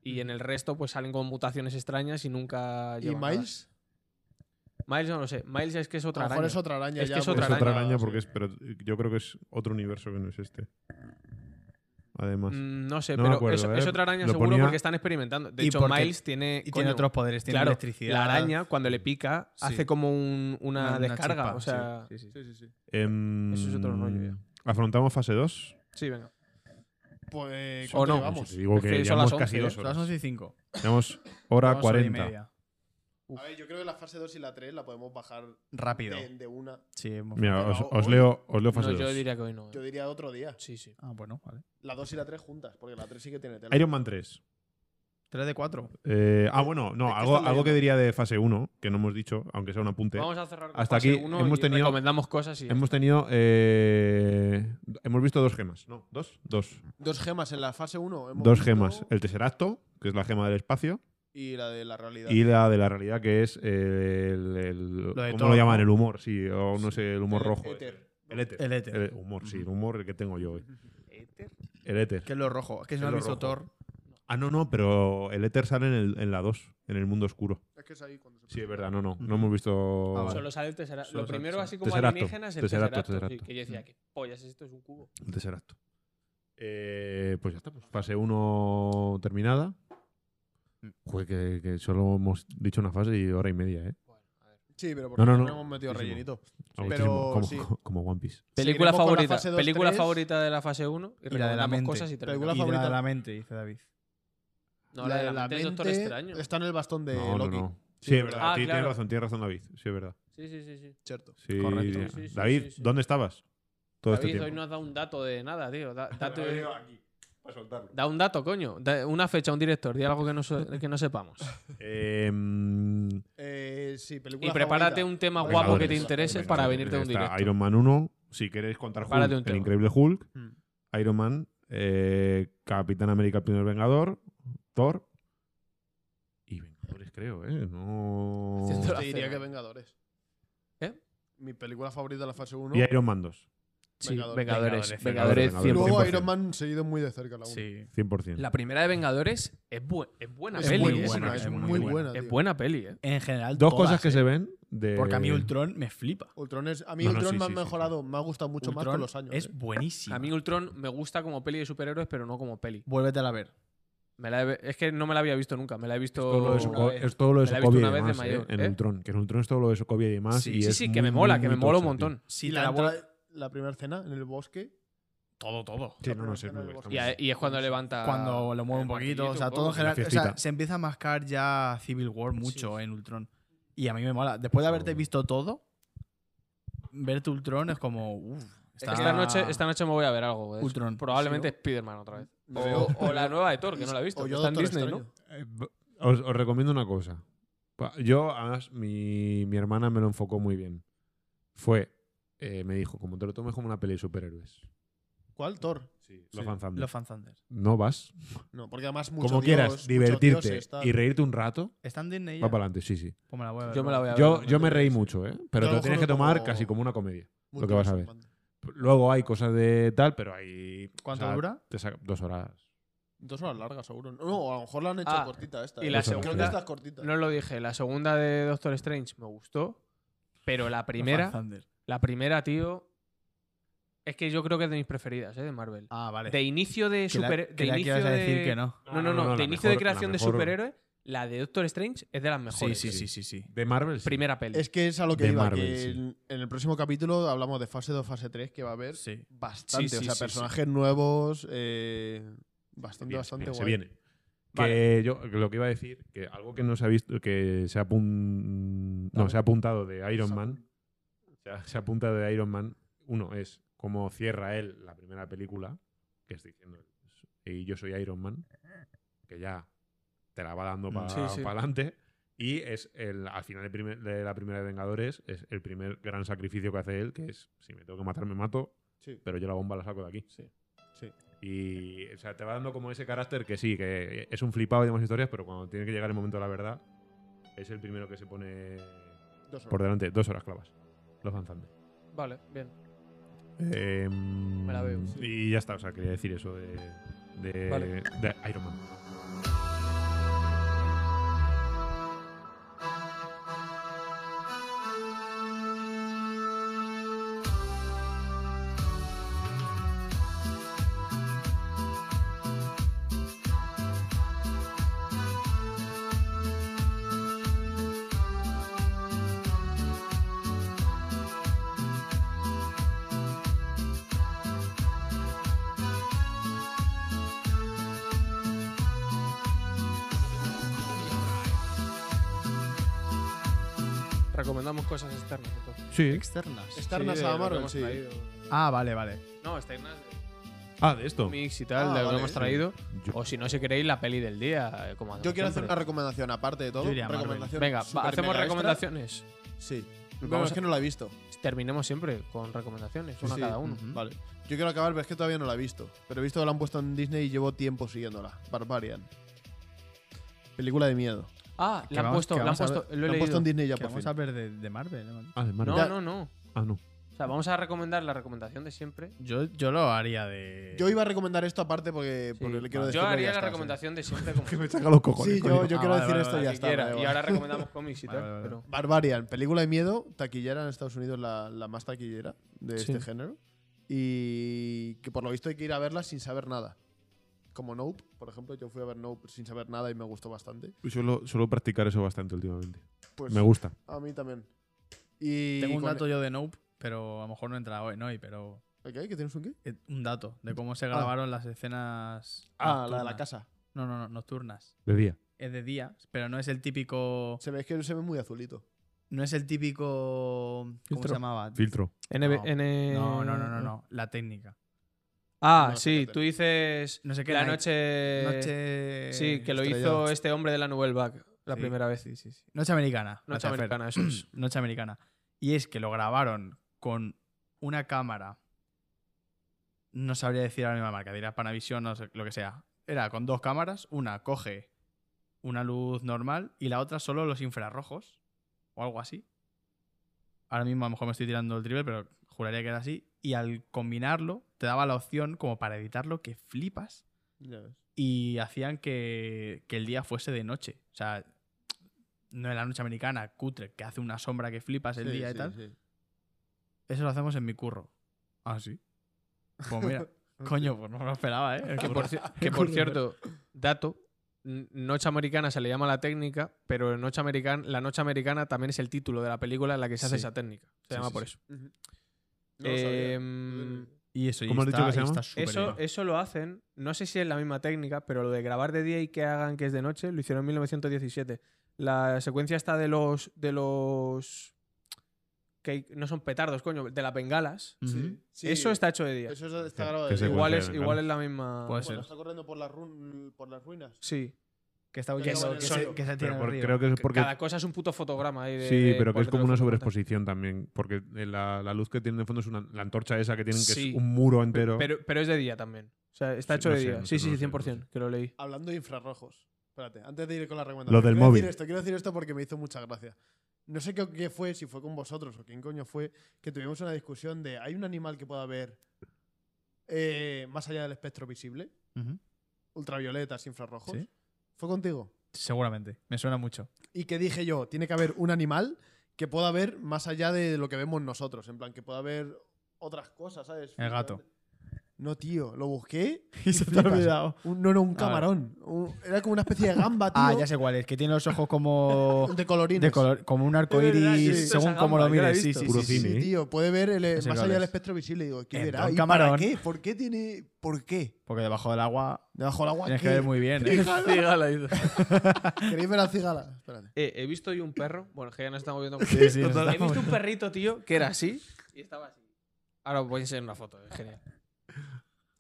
C: Y en el resto, pues salen con mutaciones extrañas y nunca.
A: ¿Y
C: lleva nada.
A: Miles?
C: Miles no lo sé. Miles es que es
A: A
C: otra
A: lo mejor
C: araña.
A: es otra araña.
C: Es que
A: ya,
C: es
A: porque-
B: es
C: otra
B: otra
C: araña,
B: araña porque es, pero yo creo que es otro universo que no es este. Además.
C: Mm, No sé,
B: No me
C: pero
B: acuerdo,
C: es,
B: ¿eh?
C: es otra araña
B: Lo
C: seguro
B: ponía-
C: porque están experimentando. De
D: Y
C: hecho,
D: porque-
C: Miles tiene.
D: Y tiene
C: coño,
D: otros poderes, tiene
C: claro,
D: electricidad.
C: La araña, cuando le pica,
D: Sí.
C: hace como un- una,
D: una
C: descarga.
D: chispa,
C: o
D: sí,
C: sea, sí,
D: sí, sí.
B: Em,
C: eso es otro rollo ya.
B: Afrontamos fase 2.
C: venga.
D: Eh,
A: Pues,
C: O no.
A: llevamos?
B: Te digo
C: Es
B: que,
C: que son las
B: llevamos casi
C: 11,
B: dos
C: ¿eh?
D: Son las
B: horas.
D: 11 y 5.
B: Llevamos hora 40.
D: media.
A: A ver, yo creo que la fase 2 y la 3 la podemos bajar
D: Rápido.
A: de, de una.
D: Sí, hemos-
B: Mira, os,
A: Pero
B: os
A: hoy-
B: leo, os leo
C: No,
B: fase
C: yo
B: 2.
C: diría que hoy no. ¿eh?
A: Yo diría otro día.
C: Sí, sí.
D: Ah, bueno, vale.
A: La 2 y la 3 juntas, porque la 3 sí que tiene tela.
B: Iron Man 3.
D: 3 de 4.
B: Eh, ah, bueno,
A: ¿De
B: no,
A: qué
B: algo,
A: están
B: algo que
A: leyendo?
B: diría de fase 1, que no hemos dicho, aunque sea un apunte.
C: Vamos a cerrar con
B: Hasta
C: fase
B: aquí
C: uno
B: hemos
C: y
B: tenido-
C: Recomendamos cosas y. ya
B: Hemos tenido. eh, hemos visto dos gemas, ¿no? ¿Dos? Dos.
A: Dos gemas en la fase 1. hemos
B: Dos
A: visto,
B: gemas. El Tesseracto, que es la gema del espacio,
A: Y la de la realidad.
B: y la de la realidad, que es el. el-
D: Lo de
B: ¿Cómo
D: todo,
B: lo llaman?
D: ¿no?
B: El humor, sí, o no sé, el humor
A: El
B: rojo.
A: éter.
B: El éter.
D: El éter.
B: El humor, sí, el humor el que tengo yo hoy. El
D: Que
B: éter.
D: es lo rojo. Es que si
B: Es
D: no has
B: lo
D: visto
B: rojo.
D: Thor.
B: Ah, no, no, pero el éter sale en, el- en la 2, en el mundo oscuro.
A: Es que es ahí cuando se
B: Sí, es verdad, no, no. No hemos visto.
D: Ah, vale.
C: Solo sale el tesera-
D: Solo
C: Lo
D: sale-
C: primero,
D: sí.
C: así como
B: Tesseracto,
C: alienígenas, el
B: tesseracto,
C: tesseracto.
B: tesseracto.
C: sí, que yo decía, ¿qué pollas es esto? Es un cubo.
B: El Tesseracto. Eh, pues ya estamos. Fase 1 terminada. Joder, que, que solo hemos dicho una fase y hora y media, ¿eh?
C: Bueno, a ver.
A: Sí, pero porque
B: No,
A: no,
B: no, no.
A: hemos metido
B: Muchísimo.
A: rellenito.
B: Aunque
A: Pero
B: tenemos- como,
A: sí.
B: co- como One Piece.
C: Película
A: con la
C: favorita.
A: fase dos,
C: película
A: tres.
C: favorita de la fase 1 y,
D: Y la de la
C: recomendamos
D: mente.
C: cosas y te
A: Película
D: y la
A: favorita.
D: de la mente, dice David.
C: No, la de la, mente es Doctor
A: mente
C: Extraño.
A: Está en el bastón de
B: no, no,
A: Loki.
B: no. Sí,
A: Sí,
B: es
A: verdad.
B: verdad.
C: Ah,
B: Ti-
C: claro.
B: Tienes razón, tienes razón, David. Sí, es verdad.
C: Sí, sí, sí. sí.
A: Cierto.
B: Sí.
D: Correcto.
C: Sí, sí,
B: David,
C: sí, sí.
B: ¿dónde estabas? Todo
C: David,
B: este
C: hoy
B: tiempo.
C: no has dado un dato de nada, tío. Da- dato-
B: Para soltarlo.
C: da un dato, coño. Da una fecha, un director, di algo que no, so- que no sepamos.
B: Eh, mm,
A: Eh, sí, película
C: Y prepárate
A: favorita.
C: un tema
A: Venga,
C: guapo que te
A: Vengadores.
C: interese
A: Venga,
C: para
B: está-
C: venirte a un
B: está
C: directo.
B: Iron Man 1, si queréis contar Hulk,
C: Prepárate un
B: el
C: tema.
B: Increíble Hulk,
A: Mm.
B: Iron Man, eh, Capitán América, el primer Vengador, Thor y Vengadores, creo, ¿eh? No...
C: Haciendo la
A: Te diría
C: cena.
A: que Vengadores.
C: ¿Eh?
A: Mi película favorita de la fase 1.
B: Y Iron Man 2,
C: Sí,
A: Vengadores.
C: Vengadores.
D: Vengadores,
C: Vengadores,
B: Vengadores,
C: 100%.
A: Luego
B: 100%.
A: Iron Man seguido muy de cerca la 1.
D: Sí.
B: 100%.
C: La primera de Vengadores es, bu- es buena
A: Es
C: peli.
A: muy
C: ¿eh?
A: buena, es muy buena.
C: Es
A: tío.
C: buena peli, ¿eh?
D: En general,
B: Dos
D: todas,
B: cosas que
D: ¿eh?
B: se ven de...
D: Porque a mí Ultron me flipa.
A: Ultron es, a mí
B: No, no,
A: Ultron
B: sí,
A: me ha
B: sí, sí,
A: mejorado, me ha gustado mucho más
D: Ultron
A: con los años.
D: Es
A: eh.
D: buenísimo.
C: A mí Ultron me gusta como peli de superhéroes, pero no como peli.
D: Vuélvetela a ver.
C: Me la he- es que no me la había visto nunca. Me la he visto.
B: Todo lo de
C: una
B: Soko-
C: vez.
B: es todo lo de
C: Me la he visto
B: Sokovia y
C: una vez de
B: demás,
C: mayor,
B: ¿eh? en
C: ¿eh?
B: Ultron. Que en Ultron es todo lo de Sokovia y demás.
D: Sí,
B: y
C: Sí,
B: es
C: sí, que me
B: muy,
C: mola,
B: muy,
C: que me
B: muy
C: mola un
B: tocha, tío.
C: montón.
D: Si
A: y
D: te
A: la,
D: la vuel-
A: entra- la primera cena en el bosque.
D: Todo, todo.
B: Sí, no, no sé. no, está
C: Y, a- y es cuando levanta.
D: Cuando lo mueve
C: Ah, el
D: un poquito. O
C: martillito
D: sea,
C: un poco.
D: todo en
B: la
D: general. O sea,
B: fiestita.
D: se empieza a mascar ya Civil War mucho en Ultron. Y a mí me mola. Después de haberte visto todo, verte Ultron es como. Uf,
C: Es que Esta noche, esta noche me voy a ver algo. de eso.
D: Ultron.
C: Probablemente Spider-Man otra vez.
A: Me veo-
C: O, o la nueva de Thor, que no la he visto.
A: o
C: que
A: yo
C: está en
A: Doctor
C: Disney,
A: Extraño.
C: ¿no?
B: Eh, b- os, os recomiendo una cosa. Pa- Yo, además, mi, mi hermana me lo enfocó muy bien. Fue, eh, me dijo, como te lo tomes como una peli de superhéroes.
A: ¿Cuál? Thor.
B: Los
A: Sí.
B: fanzines.
D: Los fan Thunder.
B: No vas.
A: No, porque además mucho
B: Como
A: dios,
B: quieras,
A: mucho
B: divertirte
A: dioses, tal.
B: y reírte un rato,
D: ¿Está en Disney?
B: va
D: ya?
B: para adelante, sí, sí.
D: Pues me la voy a ver.
C: Yo me la voy a ver.
B: Yo,
C: también.
B: yo me reí mucho, ¿eh? Pero
A: Yo lo
B: te lo tienes que
A: juro
B: tomar
A: como-
B: casi como una comedia.
A: Muy
B: lo que vas a ver.
A: interesante.
B: Luego hay cosas de tal, pero hay...
D: ¿Cuánto dura?
B: te saca- dos horas.
A: Dos horas largas, seguro. No, a lo mejor la han hecho
C: Ah,
A: cortita esta.
C: y
A: eh.
C: la
A: Creo que
B: segunda-
A: esta es cortita.
C: No lo dije. La segunda de Doctor Strange me gustó. Pero la
D: Los
C: primera,
D: Fan Thunder.
C: la primera, tío. Es que yo creo que es de mis preferidas, ¿eh? De Marvel.
D: Ah, vale.
C: De inicio de
D: Que la-
C: super. de
D: creía que
C: inicio
D: ibas a
C: de-
D: decir que no.
C: No, no, no. de
B: la mejor-
C: inicio de
B: la
C: creación de
B: mejor-
C: superhéroe, la de Doctor Strange es de las
D: Sí,
C: mejores.
D: sí, sí, sí, sí.
B: De Marvel, sí.
C: Primera peli.
A: Es que es a lo que
B: De
A: iba,
B: Marvel,
A: que
B: sí.
A: en, en el próximo capítulo hablamos de fase 2, fase 3, que va a haber
D: Sí.
A: bastante.
D: Sí,
A: o
D: sí,
A: sea,
D: sí,
A: personajes nuevos, eh, bastante,
B: Bien,
A: bastante
B: bien,
A: guay.
B: se viene. Que yo que lo que iba a decir, que algo que no se ha visto, que se ha, apun- no, se ha apuntado de Iron Man, se ha, se ha apuntado de Iron Man, uno es cómo cierra él la primera película, que es diciendo, y yo soy Iron Man, que ya te la va dando
D: Mm.
B: para
C: Sí, sí.
B: adelante, Y es el, al final de, primer- de la primera de Vengadores, es el primer gran sacrificio que hace él, que es, si me tengo que matar, me mato,
A: Sí.
B: pero yo la bomba la saco de aquí.
A: Sí. Sí.
B: Y o sea, te va dando como ese carácter que sí, que es un flipado y demás historias, pero cuando tiene que llegar el momento de la verdad, es el primero que se pone
A: Dos horas.
B: por delante. Dos horas clavas. Los Zanzante.
C: Vale, bien.
B: Eh,
C: la veo.
B: Y ya está, o sea, quería decir eso de, de-
C: Vale.
B: de Iron Man.
C: Recomendamos cosas externas. entonces.
B: Sí.
D: Externas.
A: Externas
C: de
A: a
C: lo que
A: Marvel,
C: hemos
A: sí.
C: traído.
D: Ah, vale, vale.
C: No, externas de
B: Ah, de esto.
C: cómics y tal,
A: Ah,
C: de lo que
A: vale.
C: hemos traído.
B: Yo-
C: O si no, si queréis, la peli del día. eh, Como hacemos
A: Yo quiero hacer una
C: siempre.
A: recomendación aparte de todo.
D: Yo diría Marvel.
A: Recomendación
C: Venga, va,
A: super
C: hacemos
A: mega
C: recomendaciones.
A: extra. Sí.
C: Vamos
A: Bueno,
C: a-
A: es que no la he visto.
C: Terminemos siempre con recomendaciones, una
A: Sí,
C: cada
A: sí.
C: uno.
D: Ujú.
A: Vale. Yo quiero acabar, pero es que todavía no la he visto. Pero he visto que la han puesto en Disney y llevo tiempo siguiéndola. Barbarian. Película de miedo.
C: Ah,
D: Que
C: la han
D: vamos-
C: puesto,
D: que
C: la han
D: vamos a
C: puesto, lo he
A: la han puesto
C: leído.
A: en Disney ya
D: Que
A: por
D: vamos
A: fin.
D: a ver de, de Marvel. ¿no?
B: Ah, de Marvel.
C: No,
A: Ya.
C: no, no.
B: Ah, no.
C: O sea, vamos a recomendar la recomendación de siempre.
D: Yo, yo lo haría de.
A: Yo iba a recomendar esto aparte porque,
C: Sí.
A: porque le quiero decir.
C: yo haría la recomendación de siempre como
B: me chaca los
A: Sí, yo, yo
D: Ah,
A: quiero
D: vale,
A: decir
D: vale,
A: esto y
D: vale,
A: ya
C: la que
A: está.
C: quiera.
A: vale,
C: Y
A: vale.
C: ahora recomendamos cómics y
D: Vale,
C: tal.
D: vale, vale.
C: pero-
A: Barbarian, película de miedo, taquillera en Estados Unidos, la, la más taquillera de
C: Sí.
A: este género. Y que por lo visto hay que ir a verla sin saber nada. Como Nope, por ejemplo, yo fui a ver Nope sin saber nada y me gustó bastante.
B: Suelo, suelo practicar eso bastante últimamente.
A: Pues
B: Me gusta.
A: a mí también. Y
D: Tengo un
A: con- e-
D: dato yo de Nope, pero a lo mejor no entra hoy, no hoy, pero.
A: ¿El qué? ¿Que tienes un qué?
D: eh, Un dato de cómo se
A: Ah.
D: grabaron las escenas.
A: Ah, la de
D: nocturnas.
A: la casa.
D: No, no, no, nocturnas.
B: De día.
D: Es de día, pero no es el típico.
A: Se ve es que se ve muy azulito.
D: No es el típico. ¿Cómo
B: Filtro.
D: se llamaba?
B: Filtro.
C: NB
D: No.
C: N-
D: No, no, no, no, no. La técnica.
C: Ah,
A: No sé
C: sí,
A: qué
C: tú dices
D: No sé qué.
C: la
D: night-
C: noche...
D: Noche.
C: Sí, que lo hizo
A: estrellada.
C: este hombre de la Nouvelle Vague la
D: Sí,
C: primera vez.
D: Sí, sí, sí. Noche americana.
C: Noche
D: gracias, Fer.
C: americana, eso es.
D: Noche americana. Y es que lo grabaron con una cámara. No sabría decir ahora mismo la marca, dirás Panavision, no sé, lo que sea. Era con dos cámaras, una coge una luz normal y la otra solo los infrarrojos o algo así. Ahora mismo a lo mejor me estoy tirando el triple, pero juraría que era así. Y al combinarlo, te daba la opción como para editarlo que flipas
A: Ya ves.
D: y hacían que, que el día fuese de noche. O sea, no en la noche americana, cutre, que hace una sombra que flipas el
A: Sí,
D: día y
A: sí,
D: tal.
A: sí.
D: Eso lo hacemos en mi curro. Ah, sí. Pues mira, coño, pues no me lo esperaba, ¿eh? El
C: Que
D: curro.
C: por, ci- que por cierto, dato, n- Noche Americana se le llama la técnica, pero noche americana, la Noche Americana también es el título de la película en la que se hace
D: Sí.
C: esa técnica. Se
D: Sí,
C: llama
D: sí,
C: por
D: sí.
C: eso.
A: No lo sabía.
D: Eh,
C: Em,
D: Y eso, y
B: ¿Cómo has
D: está-
B: dicho que se
D: y
B: llama?
D: está súper
C: eso,
D: bien.
C: eso lo hacen, no sé si es la misma técnica, pero lo de grabar de día y que hagan que es de noche, lo hicieron en 1917. La secuencia está de los... De los que hay- no son petardos, coño, de las bengalas.
D: Ujú.
A: Sí, sí.
C: Eso está hecho de día.
A: Eso está- está grabado.
B: Que
A: de
B: se
A: día.
B: cuelga.
C: igual es,
B: secuencia de
C: igual
B: bengalas.
C: es la misma...
A: Cuando
D: Puede ser.
A: está corriendo por las, run- por las ruinas.
C: Sí.
D: Que está
A: huyendo,
D: huyendo,
A: que
D: que,
A: son-
D: se, que se tira
B: Pero por-
D: al río.
B: creo que es porque.
C: Cada cosa es un puto fotograma ahí de-
B: sí,
C: de-
B: pero que
C: por
B: es como una
C: detrás de fondo.
B: sobreexposición también. Porque eh, la, la luz que tienen de fondo es una, la antorcha esa que tienen, que
C: Sí.
B: es un muro entero.
C: Pero, pero es de día también. O sea, está
B: Sí,
C: hecho
B: no
C: de
B: sé,
C: día.
B: no sé,
C: sí,
B: no
C: sí, sí,
B: lo sé,
C: 100%,
B: no lo sé.
C: que lo leí.
A: Hablando de infrarrojos. Espérate, antes de ir con la recomendación.
B: Lo del
A: quiero
B: móvil.
A: Decir esto, quiero decir esto porque me hizo mucha gracia. No sé qué, qué fue, si fue con vosotros o quién coño fue, que tuvimos una discusión de ¿hay un animal que pueda ver eh, más allá del espectro visible?
D: Ujú.
A: Ultravioletas, infrarrojos.
D: Sí.
A: ¿Fue contigo?
D: Seguramente, me suena mucho.
A: Y que dije yo, tiene que haber un animal que pueda ver más allá de lo que vemos nosotros. En plan, que pueda ver otras cosas, ¿sabes?
D: El gato.
A: No, tío, lo busqué.
D: Y se te ha
A: flipas.
D: olvidado.
A: Un- no, no, un
D: ver.
A: camarón. Un- era como una especie de gamba, tío.
D: Ah, ya sé cuál es, que tiene los ojos como.
A: De colorines.
D: Oh, de color, como un arco
C: Es verdad, yo he visto
D: iris,
C: esa
D: según como lo
C: gamba, yo la he
D: mires. Sí,
C: visto.
D: sí,
B: Puro
D: sí, sí.
B: cine.
A: Sí, tío, puede ver el-
D: Ese
A: más
D: cuál
A: allá del
D: es.
A: espectro visible. Digo, ¿qué
D: El
A: verá?
D: don
A: ¿Y
D: camarón.
A: ¿Para qué? ¿Por qué tiene.? ¿Por qué?
D: Porque debajo del agua
A: Debajo del agua.
D: tienes que
A: ¿qué?
D: ver muy bien. ¿eh?
C: Cigala, dice.
A: ¿Queréis ver la cigala? Espérate.
C: Eh, he visto yo un perro. Bueno, que ya nos estamos viendo.
D: Sí, sí, nos
C: Total. he
D: estamos
C: visto un perrito, tío, que era así y estaba así. Ahora os voy a enseñar una foto, es genial.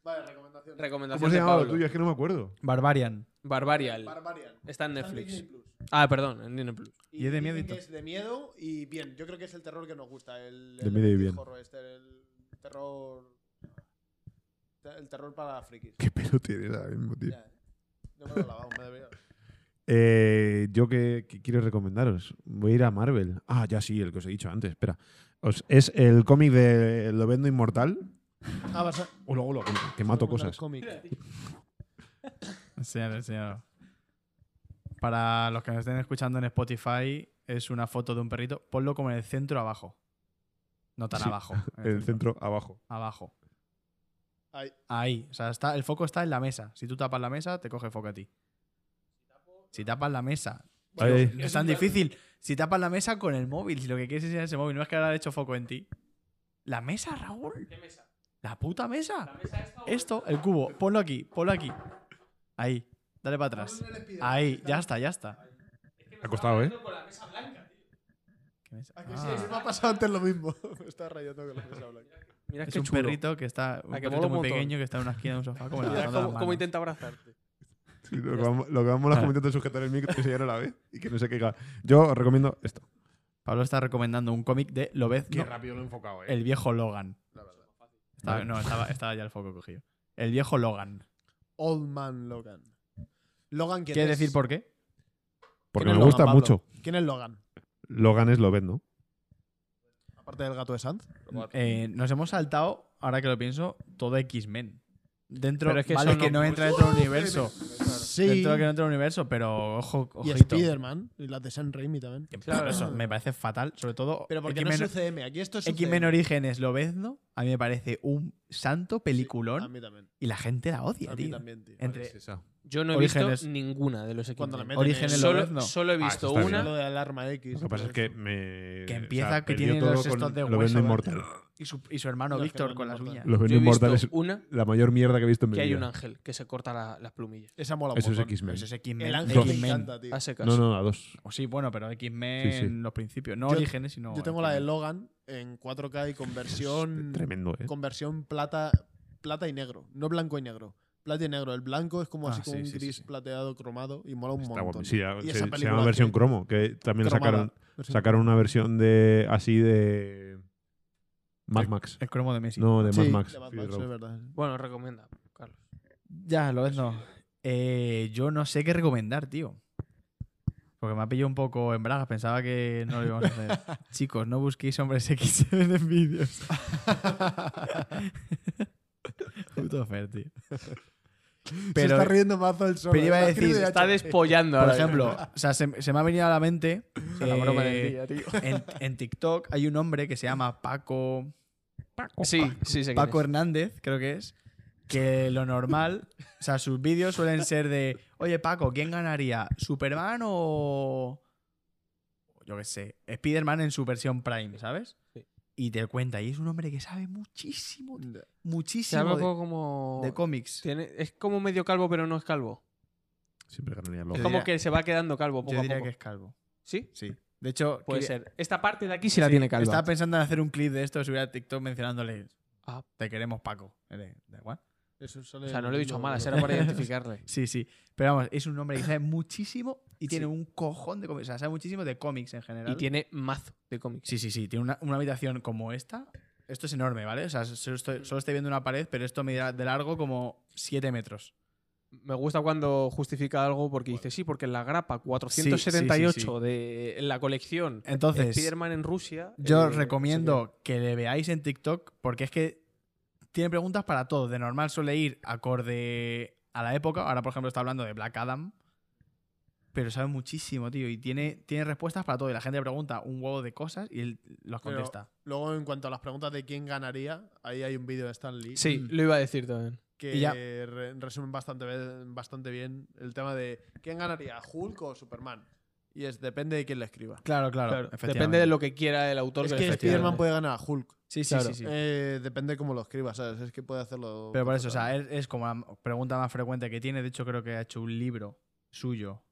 A: Vale, recomendación.
C: Recomendación
B: ¿Cómo se
C: de
B: llamaba lo
C: Pablo.
B: tuyo? Es que no me acuerdo.
D: Barbarian.
C: Barbarial.
A: Barbarian.
C: Está en
A: Está en Disney
C: Netflix.
A: Plus.
C: Ah, perdón, en Disney Plus.
B: Y es de
A: dicen
B: miedo y
A: que
B: todo.
A: Es de miedo y bien. Yo creo que es el terror que nos gusta. El,
B: De
A: el
B: miedo y
A: epic
B: bien.
A: horror este, el terror. El terror para frikis.
B: ¿Qué pelo tienes ahora mismo, tío?
A: Ya, Yo me lo he lavado, me debería.
B: Eh, yo que, que quiero recomendaros. Voy a ir a Marvel. Ah, ya sí, el que os he dicho antes. Espera. Os- es el cómic de Lo vendo inmortal.
A: Ah, vas a.
B: Hola, hola, que, que mato cosas.
A: Cómic.
D: Enseñalo, enseñalo. Para los que nos estén escuchando en Spotify, es una foto de un perrito. Ponlo como en el centro abajo. No tan
B: Sí,
D: abajo. en
B: En el centro, abajo.
D: Abajo.
A: Ahí.
D: Ahí. O sea, está, el foco está en la mesa. Si tú tapas la mesa, te coge foco a ti. Si tapas la mesa.
B: Ahí, ahí.
D: No es tan difícil. Si tapas la mesa con el móvil, si lo que quieres es ir a ese móvil, no es que ahora le he hecho foco en ti. ¿La mesa, Raúl?
C: ¿Qué mesa?
D: ¿La puta mesa?
C: mesa esta?
D: Esto, el cubo, ponlo aquí, ponlo aquí. Ahí, dale para atrás. Ahí, ya está, ya está.
B: Ha costado, ¿eh?
C: Con la mesa blanca, tío.
D: ¿Qué mesa?
A: ¿A que sí?
D: Ah,
A: Sí, me ha pasado antes lo mismo. me está rayando con la mesa blanca.
C: Mira
D: es
C: qué
D: un
C: chulo.
D: perrito que está, un
C: que mola
D: perrito
C: un
D: muy
C: montón.
D: pequeño que está en una esquina de un sofá como
C: Mira
D: levantando las
C: cómo, cómo
D: manos.
C: intenta abrazarte.
B: Sí, lo, que vamos, lo que vamos es
D: Vale.
B: comentando sujetar el micro y sellar a la vez y que no se caiga. Yo os recomiendo esto.
D: Pablo está recomendando un cómic de Lobezno,
B: rápido lo he enfocado, eh.
D: el viejo Logan. Estaba-
B: Vale.
D: no, estaba, estaba ya el foco cogido. El viejo Logan.
A: Old Man Logan. Logan, ¿quién
D: ¿Quieres
A: es?
D: decir por qué?
B: Porque
A: ¿Quién es Logan,
B: me gusta
A: Pablo?
B: mucho.
A: ¿Quién es Logan?
B: Logan es Loven, ¿no?
A: Aparte del gato de Sanz.
D: Eh, nos hemos saltado, ahora que lo pienso, todo X-Men. Dentro,
C: Pero es que
D: vale,
C: eso
D: que
C: no-
D: no entra dentro del universo.
A: Sí.
D: Dentro de que no entra del universo, pero ojo,
A: Y
D: ojito.
A: Spider-Man. Y las de Sam Raimi también.
D: Pero eso me parece fatal, sobre todo.
A: Pero porque no
D: X-Men
A: es UCM. Aquí esto es
D: X-Men
A: UCM.
D: Orígenes Lobezno, a mí me parece un santo
A: A
D: peliculón
A: mí también.
D: y la gente la odia,
A: A mí
D: tío.
A: también, tío.
D: Entre
C: Yo no he
D: Orígenes.
C: visto ninguna de los equipos.
A: Cuando la meten
D: Orígenes
A: en-
D: Lobezno,
C: Solo, solo he
B: Ah,
C: visto
B: eso está
A: Lo
C: una.
A: de alarma X.
B: Lo que pasa es que me.
D: que empieza que
B: perdió
D: tiene
B: todo
D: los
B: con
D: estos de
B: Lo
D: hueso
B: vendo
D: ¿verdad?
B: inmortal.
D: y su, y su hermano
A: Los que
D: Víctor
A: venden
D: con las
A: mortal.
D: uñas.
B: Lo vendo
C: Yo he visto
B: inmortal es
C: una
B: la mayor mierda que he visto en mi
C: que hay
B: vida.
C: un ángel que se corta la- las plumillas.
A: Esa mola un
B: Eso es
A: montón.
B: X-Men.
D: Eso Pues es X-Men.
A: El ángel me
D: X-Men.
A: encanta, tío.
C: Hace caso.
B: No, no, a dos.
D: O sí, bueno, pero X-Men
B: Sí, sí.
D: los principios. No
A: Yo-
D: Orígenes, sino.
A: Yo tengo la de
D: X-Men.
A: Logan en 4K y conversión
B: Tremendo, ¿eh?
A: conversión plata plata y negro, no blanco y negro. Plata y negro, el blanco es como
D: Ah,
A: así como
D: sí,
A: un
D: sí,
A: gris
D: sí.
A: plateado cromado y mola un
B: Está
A: montón.
B: guapo. Sí, ya-
A: Y
B: se,
A: esa
B: se
A: película
B: llama
A: que-
B: versión cromo, que también
A: cromada,
B: sacaron,
A: versión-
B: sacaron una versión de así de Mad Max.
D: El cromo de Messi.
B: No, de
A: Sí,
B: Mad Max.
A: de Mad
B: Fury
A: Max,
B: Road.
A: es verdad.
C: Bueno, recomienda, Carlos.
D: Ya, lo ves, no. Eh, yo no sé qué recomendar, tío. Porque me ha pillado un poco en bragas. Pensaba que no lo íbamos a hacer. Chicos, no busquéis hombres X en vídeos. Puto Fer, tío.
A: Se
D: Pero,
A: está riendo mazo el sol.
D: pero iba a decir,
C: Está despollando
D: por
C: ahora.
D: ejemplo, o sea, se, se me ha venido a la mente. eh, en, en TikTok hay un hombre que se llama Paco.
C: Sí, sí, sé quién
D: Paco
C: es.
D: Hernández, creo que es, que lo normal, o sea, sus vídeos suelen ser de, oye Paco, ¿quién ganaría? ¿Superman o... Yo qué sé, Spider-Man en su versión Prime, ¿sabes?
C: Sí.
D: Y te cuenta, y es un hombre que sabe muchísimo,
C: Se llama
D: muchísimo
C: un poco
D: de,
C: como.
D: de cómics.
C: tiene- es como medio calvo, pero no es calvo.
B: Siempre ganaría
D: Yo
B: Logan.
C: Como
D: diría-
C: que se va quedando calvo poco
D: Yo
C: a
D: diría
C: poco.
D: que es calvo,
C: ¿Sí?
D: sí. De hecho,
C: Puede
D: quería-
C: ser. Esta parte de aquí sí la
D: sí,
C: tiene calva.
D: Estaba pensando en hacer un clip de esto, subir a TikTok mencionándole,
C: Ah.
D: te queremos Paco, Eres- da igual.
C: O sea, no lo he dicho mal, era para identificarle.
D: Sí, sí. Pero vamos, es un hombre que sabe muchísimo y tiene un cojón de cómics. O sea, sabe muchísimo de cómics en general.
C: Y tiene mazo de cómics.
D: Sí, sí, sí. Tiene una, una habitación como esta. Esto es enorme, ¿vale? O sea, solo estoy, solo estoy viendo una pared, pero esto medirá de largo como 7 metros.
C: Me gusta cuando justifica algo porque dice, sí, porque en la grapa 478
D: Sí, sí, sí,
C: de la colección
D: Entonces,
C: Spider-Man en Rusia.
D: yo
C: eh,
D: os recomiendo que le veáis en TikTok porque es que tiene preguntas para todo. De normal suele ir acorde a la época. Ahora, por ejemplo, está hablando de Black Adam. Pero sabe muchísimo, tío. Y tiene, tiene respuestas para todo. Y la gente le pregunta un huevo de cosas y él los
A: Pero-
D: contesta.
A: Luego en cuanto a las preguntas de quién ganaría, ahí hay un vídeo de Stan Lee
C: Sí, lo iba a decir también.
A: que
D: y ya.
A: re- resumen bastante be- bastante bien el tema de quién ganaría, Hulk o Superman. Y es depende de quién le escriba.
D: Claro, claro.
C: Claro,
D: efectivamente.
C: depende de lo que quiera el autor.
A: Es
C: que
A: que
C: le esté
A: Spider-Man
C: haciendo.
A: puede ganar a Hulk.
D: Sí, sí,
A: Claro.
D: sí. sí.
A: Eh, depende cómo lo escribas, ¿sabes? Es que puede hacerlo.
D: Pero por eso, o
A: perfectamente.
C: eh,
D: sea, es, es como la pregunta más frecuente que tiene. De hecho, creo que ha hecho un libro suyo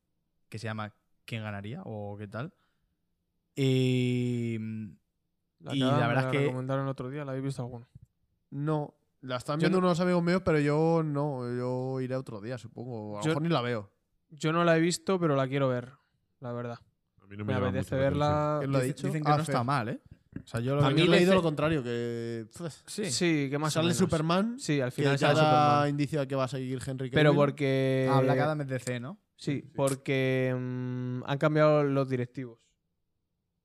D: que se llama ¿Quién ganaría? o qué tal. Y. mm,
C: La
D: Y
C: acaban-
D: la verdad
C: me
D: es que-
C: recomendaron otro día, la habéis visto alguno.
A: No, la están
C: Yo
A: viendo unos amigos míos, pero yo no. Yo iré otro día, supongo. A lo
C: Yo-
A: mejor ni la veo.
C: Yo no la he visto, pero la quiero ver. la verdad.
B: A mí no
C: Me
B: llama
C: apetece
B: mucho la atención.
C: verla.
A: ¿Quién lo ha
D: Dicen-
A: dicho?
D: Dicen que
A: Ah,
D: no
A: Fer.
D: está mal, ¿eh? O sea, yo lo
A: A
D: vi-
A: mí
C: yo
A: le
C: le
A: he leído
C: hice-
A: lo contrario, que pff,
D: Sí.
C: Sí, que más o
A: sale
C: menos.
A: Superman,
C: Sí, al
A: que
C: final
A: ya
C: sale
A: da
C: Superman.
A: indicio a que va a seguir Henry Cavill.
C: Pero porque.
D: Habla cada mes de C, ¿no?
C: Sí, porque mm, han cambiado los directivos.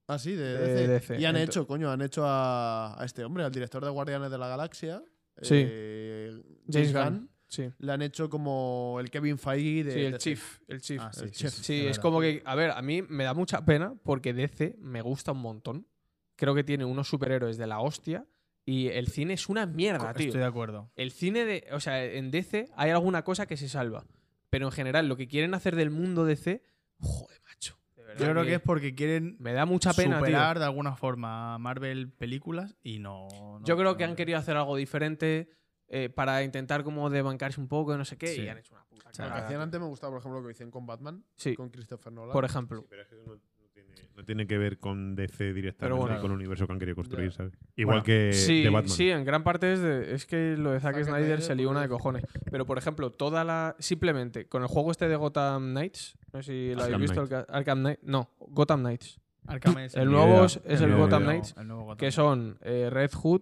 A: Ah, sí, de,
C: de
A: DC.
C: DC,
A: Y han
C: ento-
A: hecho, coño, han hecho a, a este hombre, al director de Guardianes de la Galaxia,
C: Sí.
A: eh,
C: James Gunn. Sí.
A: le han hecho como el Kevin Feige de
C: Sí, el
A: DC.
C: Chief. El Chief.
D: Ah,
A: el chef.
C: Sí,
D: de
C: es
D: verdad.
C: como que, a ver, a mí me da mucha pena porque DC me gusta un montón. Creo que tiene unos superhéroes de la hostia y el cine es una mierda, tío.
D: Estoy de acuerdo.
C: El cine de, o sea, en DC hay alguna cosa que se salva, pero en general lo que quieren hacer del mundo DC, joder, macho. de verdad
D: Yo creo que es porque quieren
C: me da mucha pena, tío.
D: superar de alguna forma a Marvel películas y no. no-
C: Yo creo que
D: no-
C: han querido hacer algo diferente eh, para intentar como debancarse un poco y no sé qué
D: Sí.
C: y han hecho una puta
D: sea,
A: Lo que hacían
C: cagada, Ah, tío.
A: antes me gustaba, por ejemplo, lo que hicieron con Batman,
C: Sí,
A: con Christopher Nolan.
C: por ejemplo.
B: Sí, pero es que eso no, no tiene, no tiene que ver con DC directamente,
C: Pero
B: ni
C: bueno.
B: con el universo que han querido construir,
A: Ya.
B: ¿sabes? Igual que
C: sí,
B: de Batman.
C: sí, en gran parte es, de- es que lo de Zack,
A: Zack
C: Snyder,
A: Snyder,
C: se lió una de
A: pues-
C: cojones. Pero, por ejemplo, toda la. Simplemente, con el juego este de Gotham Knights, no sé si lo habéis
B: Ah, Arkham
C: visto, el Ca- Arkham Knight. No, Gotham Knights.
D: Arkham es
C: El
B: Ni
C: nuevo
B: idea.
C: es, es
B: Ni
C: el
B: idea.
C: Gotham
B: Ni idea.
C: Knights,
D: el nuevo Gotham
C: que son eh, Red Hood,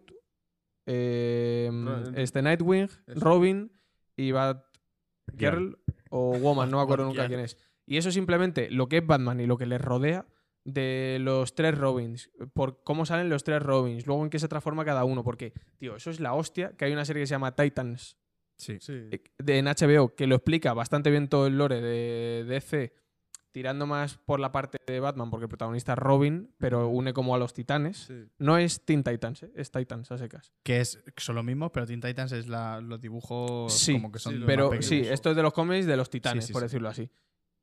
C: eh,
A: Ro-
C: este Nightwing, Robin y Batgirl o Woman, no me acuerdo nunca
A: Batgirl.
C: quién es. Y eso simplemente lo que es Batman y lo que les rodea de los tres Robins, por cómo salen los tres Robins, luego en qué se transforma cada uno, porque, tío, eso es la hostia, que hay una serie que se llama Titans
D: Sí.
A: Sí.
C: eh, de, en HBO que lo explica bastante bien todo el lore de DC, tirando más por la parte de Batman, porque el protagonista es Robin, pero une como a los titanes.
A: Sí.
C: No es Teen Titans, ¿eh? es Titans a secas.
D: Que es, son los mismos, pero Teen Titans es la, los dibujos
C: Sí,
D: como que son
A: sí,
D: los
C: Pero
D: más
C: sí,
D: pequeños.
C: esto es de los cómics de los titanes,
D: Sí, sí,
C: por
D: sí.
C: decirlo así.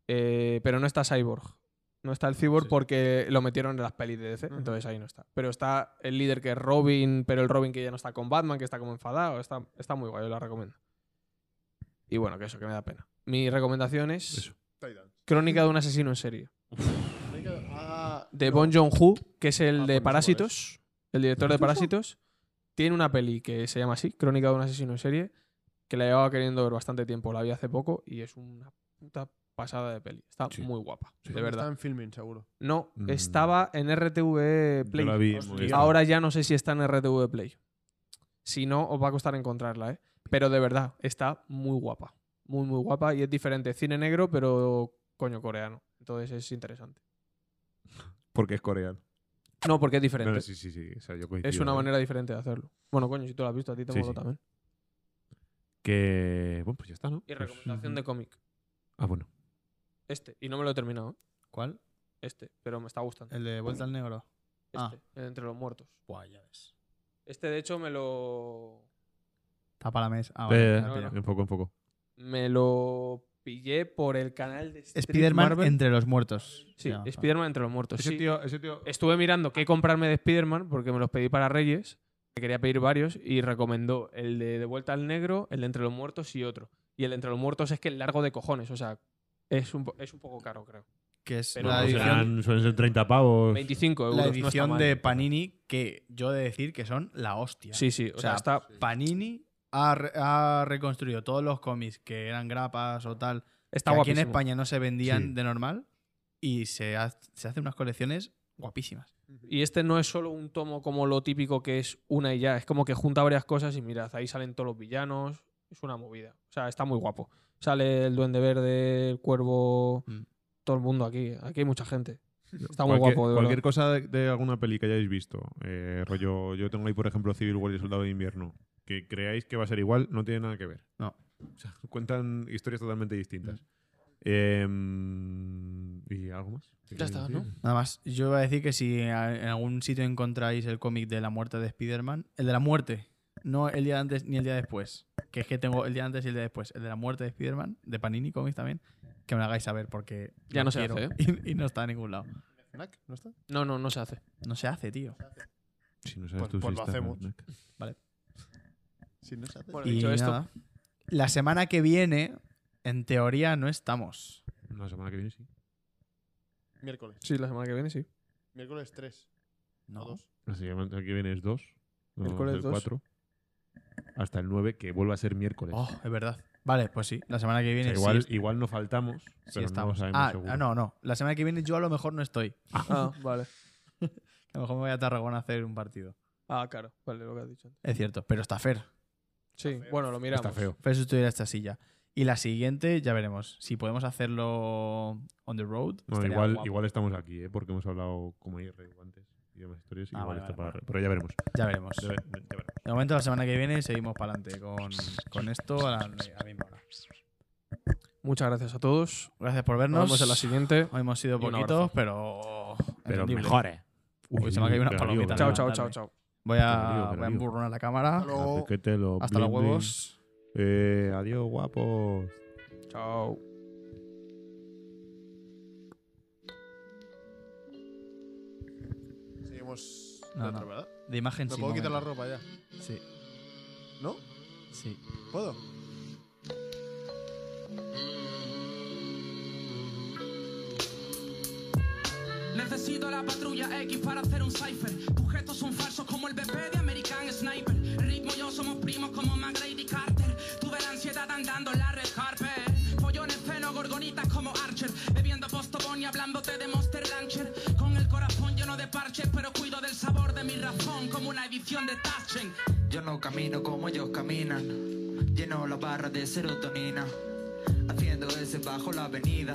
C: Eh, pero no está Cyborg. No está el Cyborg
D: Sí.
C: porque lo metieron en las pelis de DC,
A: Ujú.
C: entonces ahí no está. Pero está el líder que es Robin, pero el Robin que ya no está con Batman, que está como enfadado. Está, está muy guay, yo la recomiendo. Y bueno, que eso, que me da pena. Mi recomendación es
B: Eso.
A: Titans.
C: Crónica de un asesino en serie.
A: Ah,
C: de
A: no.
C: Bon Joon-ho, que es el
A: Ah, pues no
C: de
A: sé cuál
C: Parásitos, el director de Parásitos, tiene una peli que se llama así, Crónica de un asesino en serie, que la llevaba queriendo ver bastante tiempo, la vi hace poco y es una puta pasada de peli. Está
B: Sí.
C: muy guapa,
B: Sí.
C: de
A: Está
C: verdad.
A: en filming, seguro.
C: No,
B: Mm.
C: estaba en RTV
B: Yo
C: Play.
B: la vi en
A: Hostia.
B: Movistar.
C: Ahora ya no sé si está en RTV Play. Si no, os va a costar encontrarla, ¿eh? Pero de verdad, está muy guapa. Muy, muy guapa y es diferente. Cine negro, pero coño coreano. Entonces es interesante.
B: Porque es coreano.
C: No, porque es diferente.
B: No, sí, sí, sí. o sea, yo coincido,
C: Es una
B: ¿eh?
C: manera diferente de hacerlo. Bueno, coño, si tú lo has visto, a ti te
B: Sí,
C: mola
B: sí.
C: también.
B: Que. Bueno, pues ya está, ¿no?
C: Y
B: Pues-
C: recomendación de cómic.
B: Ah, bueno.
C: Este. Y no me lo he terminado, ¿eh?
D: ¿Cuál?
C: Este. Pero me está gustando.
D: El de Vuelta al Negro. Eh, ah.
C: Este. el Entre los muertos.
D: Buah, ya ves.
C: Este, de hecho, me lo.
D: Tapa la mesa. Ah,
B: Eh,
D: vale, la
C: no,
D: pilla.
C: no.
B: Un poco, un poco.
C: Me lo pillé por el canal de Street
D: Spider-Man
C: Marvel.
D: entre los muertos.
C: Sí,
D: Ya,
C: Spider-Man entre los muertos.
B: Ese
C: Pues sí.
B: tío. Ese tío.
C: Estuve mirando qué comprarme de Spider-Man porque me los pedí para Reyes. que quería pedir varios y recomendó el de De Vuelta al Negro, el de Entre los Muertos y otro. Y el de Entre los Muertos es que es largo de cojones. O sea, es un, po- es un poco caro, creo.
D: que es
C: Pero
D: la
C: no
B: Bueno, pues
D: edición,
B: serán- suelen ser 30 pavos.
C: 25 euros.
D: Pues, la
C: no está
D: edición
C: mal. ¿eh?
D: de Panini que yo he de decir que son la hostia.
C: Sí, sí. O,
D: O
C: sea,
D: sea, pues,
C: está.
D: Panini ha, re- ha reconstruido todos los cómics que eran grapas o tal,
C: Está
D: que aquí en
C: guapísimo.
D: España no se vendían
B: Sí.
D: de normal y se, ha- se hacen unas colecciones guapísimas.
C: Y este no es solo un tomo como lo típico que es una y ya. Es como que junta varias cosas y mirad, ahí salen todos los villanos. Es una movida. O sea, está muy guapo. Sale el Duende Verde, el Cuervo,
D: Mm.
C: todo el mundo aquí. Aquí hay mucha gente. Está muy
B: cualquier,
C: guapo, de
B: cualquier
C: verdad.
B: cosa de, de alguna peli que hayáis visto, eh, rollo, yo tengo ahí, por ejemplo, Civil War y el Soldado de Invierno, que creáis que va a ser igual, no tiene nada que ver.
D: No.
B: O sea, cuentan historias totalmente distintas. Em, ¿Y algo más? ¿Qué
C: Ya
B: queréis
C: está,
B: decir?
C: ¿no?
D: Nada más, yo iba a decir que si a- en algún sitio encontráis el cómic de la muerte de Spider-Man, el de la muerte, no el día antes ni el día después, que es que tengo el día antes y el día después, el de la muerte de Spider-Man, de Panini Comics también, que me lo hagáis saber porque
C: Ya
D: lo
C: no se
D: quiero
C: hace, ¿eh?
D: y, y no está en ningún lado.
A: Fnac, ¿No está?
C: No, no, no se hace.
D: No se hace, tío.
B: Si no sabes
A: Pues-
B: tú
A: pues
B: si
A: lo
B: está,
A: hacemos.
B: ¿no?
A: Sí, no se hace.
C: Bueno,
D: Y
C: dicho esto,
D: nada. La semana que viene, en teoría, no estamos.
B: La semana que viene sí.
A: Miércoles.
C: sí, la semana que viene sí.
A: Miércoles 3 o 2.
B: La semana que viene es 2.
C: Miércoles
B: el
C: dos.
B: 4. Hasta el 9, que vuelve a ser miércoles.
D: Oh, es verdad. Vale, pues sí, la semana que
B: O
D: viene.
B: sea,
D: sí
B: igual,
D: es-
B: igual no faltamos,
D: sí
B: pero no lo
D: estamos.
B: sabemos
D: ah,
B: seguro.
D: ah, no, no. La semana que viene yo a lo mejor no estoy.
C: Ah, vale.
D: A lo mejor me voy a Tarragona a hacer un partido.
C: Ah, claro. Vale, lo que has dicho antes.
D: Es cierto, pero está Fer.
C: Sí, bueno, lo miramos.
B: Está feo.
D: Fer sustituir a esta silla. Y la siguiente, ya veremos. Si podemos hacerlo on the road.
B: Bueno,
D: estaría
B: igual,
D: guapo.
B: igual estamos aquí, ¿eh? porque hemos hablado como IR antes y demás historias.
D: Ah,
B: igual
D: vale,
B: esto
D: vale,
B: para-
D: vale.
B: Pero ya veremos.
D: Ya veremos.
B: Ya ve- ya veremos.
D: De momento, la semana que viene seguimos para adelante con, con esto a la, a la misma hora.
C: Muchas gracias a todos.
D: Gracias por vernos.
C: Nos vemos en la siguiente.
D: Hoy hemos sido
C: Y un
D: poquitos,
C: abrazo.
D: pero.
B: Pero
D: entendible.
B: mejores.
D: Uy, se me ha caído una
B: qué lío,
D: palomita.
B: qué
C: Chao,
B: lío.
C: chao,
D: Dale.
C: chao, chao.
D: Voy
B: Te lo
D: a,
B: digo, te lo
D: voy a
B: digo.
D: emburronar la cámara.
B: La pequete, los
D: Hasta los
B: blin, blin.
D: huevos.
B: Eh, adiós, guapos.
C: Chao.
A: Seguimos.
D: No,
A: dentro,
D: no.
A: ¿verdad?
D: De imagen
A: Me
D: sí.
A: puedo quitar la
D: momento.
A: ropa ya.
D: Sí,
A: ¿No?
D: sí.
A: ¿Puedo?
L: Necesito a la patrulla X para hacer un cipher. Tus gestos son falsos como el BP de American Sniper. El ritmo y yo somos primos como McGrady Carter. Tuve la ansiedad andando en la red carpet. Pollones celo, gorgonitas como Archer. Bebiendo Postobón y hablándote de Monster Rancher. Con el corazón lleno de parches, pero cuido del sabor de mi razón como una edición de Taschen.
M: Yo no camino como ellos caminan. Lleno la barra de serotonina. Haciendo ese bajo la avenida.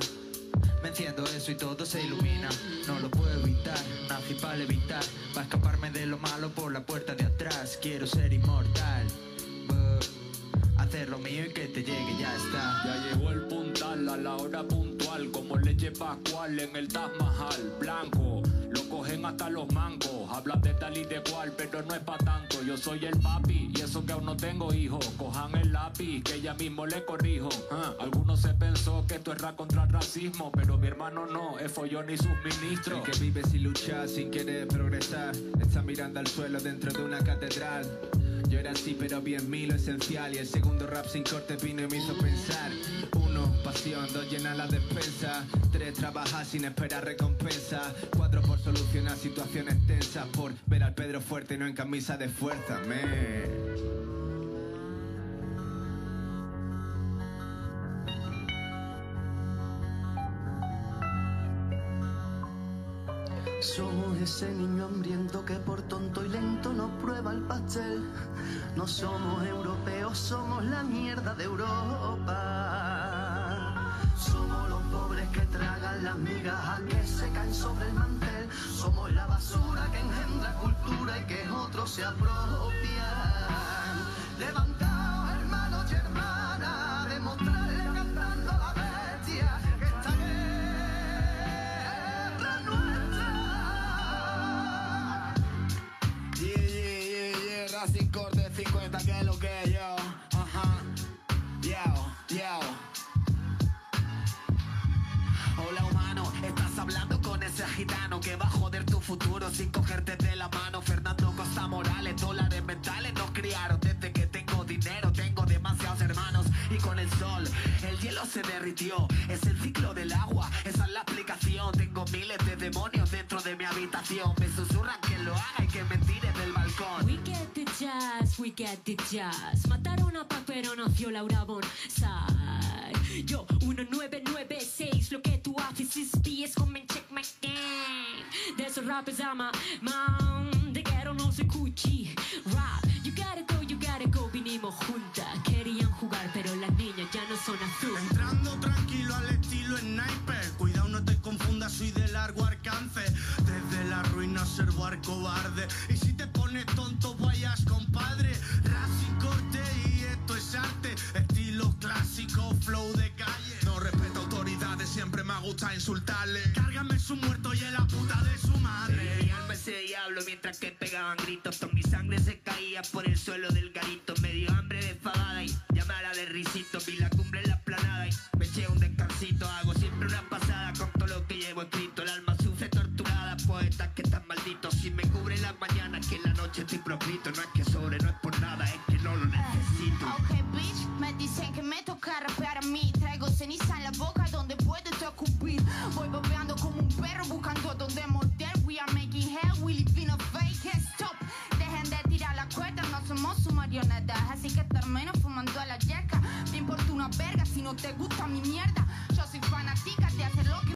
M: Me enciendo eso y todo se ilumina. No lo puedo evitar, nací para evitar. Va a escaparme de lo malo por la puerta de atrás. Quiero ser inmortal. Buh. Hacer lo mío y que te llegue, ya está.
N: Ya llegó el puntal a la hora puntual, como leche pascual en el Taj Mahal, blanco. Lo cogen hasta los mancos, hablan de tal y de cual, pero no es pa' tanto. Yo soy el papi y eso que aún no tengo hijo. Cojan el lápiz, que ya mismo le corrijo. Ah, Algunos se pensó que esto era contra el racismo, pero mi hermano no, es follón y sus ministros.
M: El que vive sin luchar, sin querer progresar, está mirando al suelo dentro de una catedral. Yo era así, pero bien mí lo esencial. Y el segundo rap sin corte vino y me hizo pensar. Uno, pasión, dos, llena la despensa. Tres, trabajar sin esperar recompensa. Cuatro, por solucionar situaciones tensas. Por ver al Pedro fuerte, no en camisa de fuerza, me.
N: Somos ese niño hambriento que por tonto y lento no prueba el pastel. No somos europeos, somos la mierda de Europa. Somos los pobres que tragan las migajas que se caen sobre el mantel. Somos la basura que engendra cultura y que otros se apropian. Levantaos, hermanos y hermanas, demostrarle cantando a la bestia que esta guerra nuestra.
M: Yeah, yeah, yeah, yeah, Racing Corte 50, que es lo que es, yo. Ajá. Yo, yo. Hola humano, estás hablando con ese gitano que va a joder tu futuro sin cogerte de la mano. Fernando Costa Morales, dólares mentales nos criaron desde que tengo dinero, tengo demasiados hermanos y con el sol el hielo se derritió. Es el ciclo del agua, esa es la aplicación. Tengo miles de demonios dentro de mi habitación. Me susurran que lo haga y que me tire del balcón.
L: We get the jazz, we get the jazz. Mataron a Pac, pero nació Laura Bonsai. Yo, 1996, lo que tú haces es BS, come and check my game. De esos rappers I'm a man, de guero no se cuchi. Rap, you gotta go, you gotta go, vinimos juntas. Querían jugar, pero las niñas ya no son azul.
N: Entrando tranquilo al estilo sniper. Cuidado, no te confundas, soy de largo alcance. Desde la ruina servo al cobarde. Y si te pones tonto, vayas, compadre. Racing corte y esto es arte. Estilo clásico, flow de calle. No respeto autoridades, siempre me gusta insultarle. Cárgame su muerto y en la puta de su madre.
M: Mi alma ese diablo mientras que pegaban gritos. Con mi sangre se caía por el suelo del garito. Me dio hambre desfagada y llamada de risito. Vi la cumbre en la planada y me eché un descansito. Hago siempre una pasada con todo lo que llevo escrito. El alma sufre torturada, poetas que están malditos. Si me cubre las mañanas, que en la noche estoy proscrito. No es que sobre, no es por nada, es que no lo necesito.
N: Ok, bitch, me dicen que me toca rapear a mí. Traigo ceniza en la boca donde puedo te ocupar. Voy bobeando como un perro buscando donde morder. We are making hell, we live in a fake stop. Dejen de tirar la cuerda, no somos sus marionetas. Así que termino fumando a la yerca. Me importa una
L: verga si no te gusta mi mierda. Yo soy fanática de hacer lo que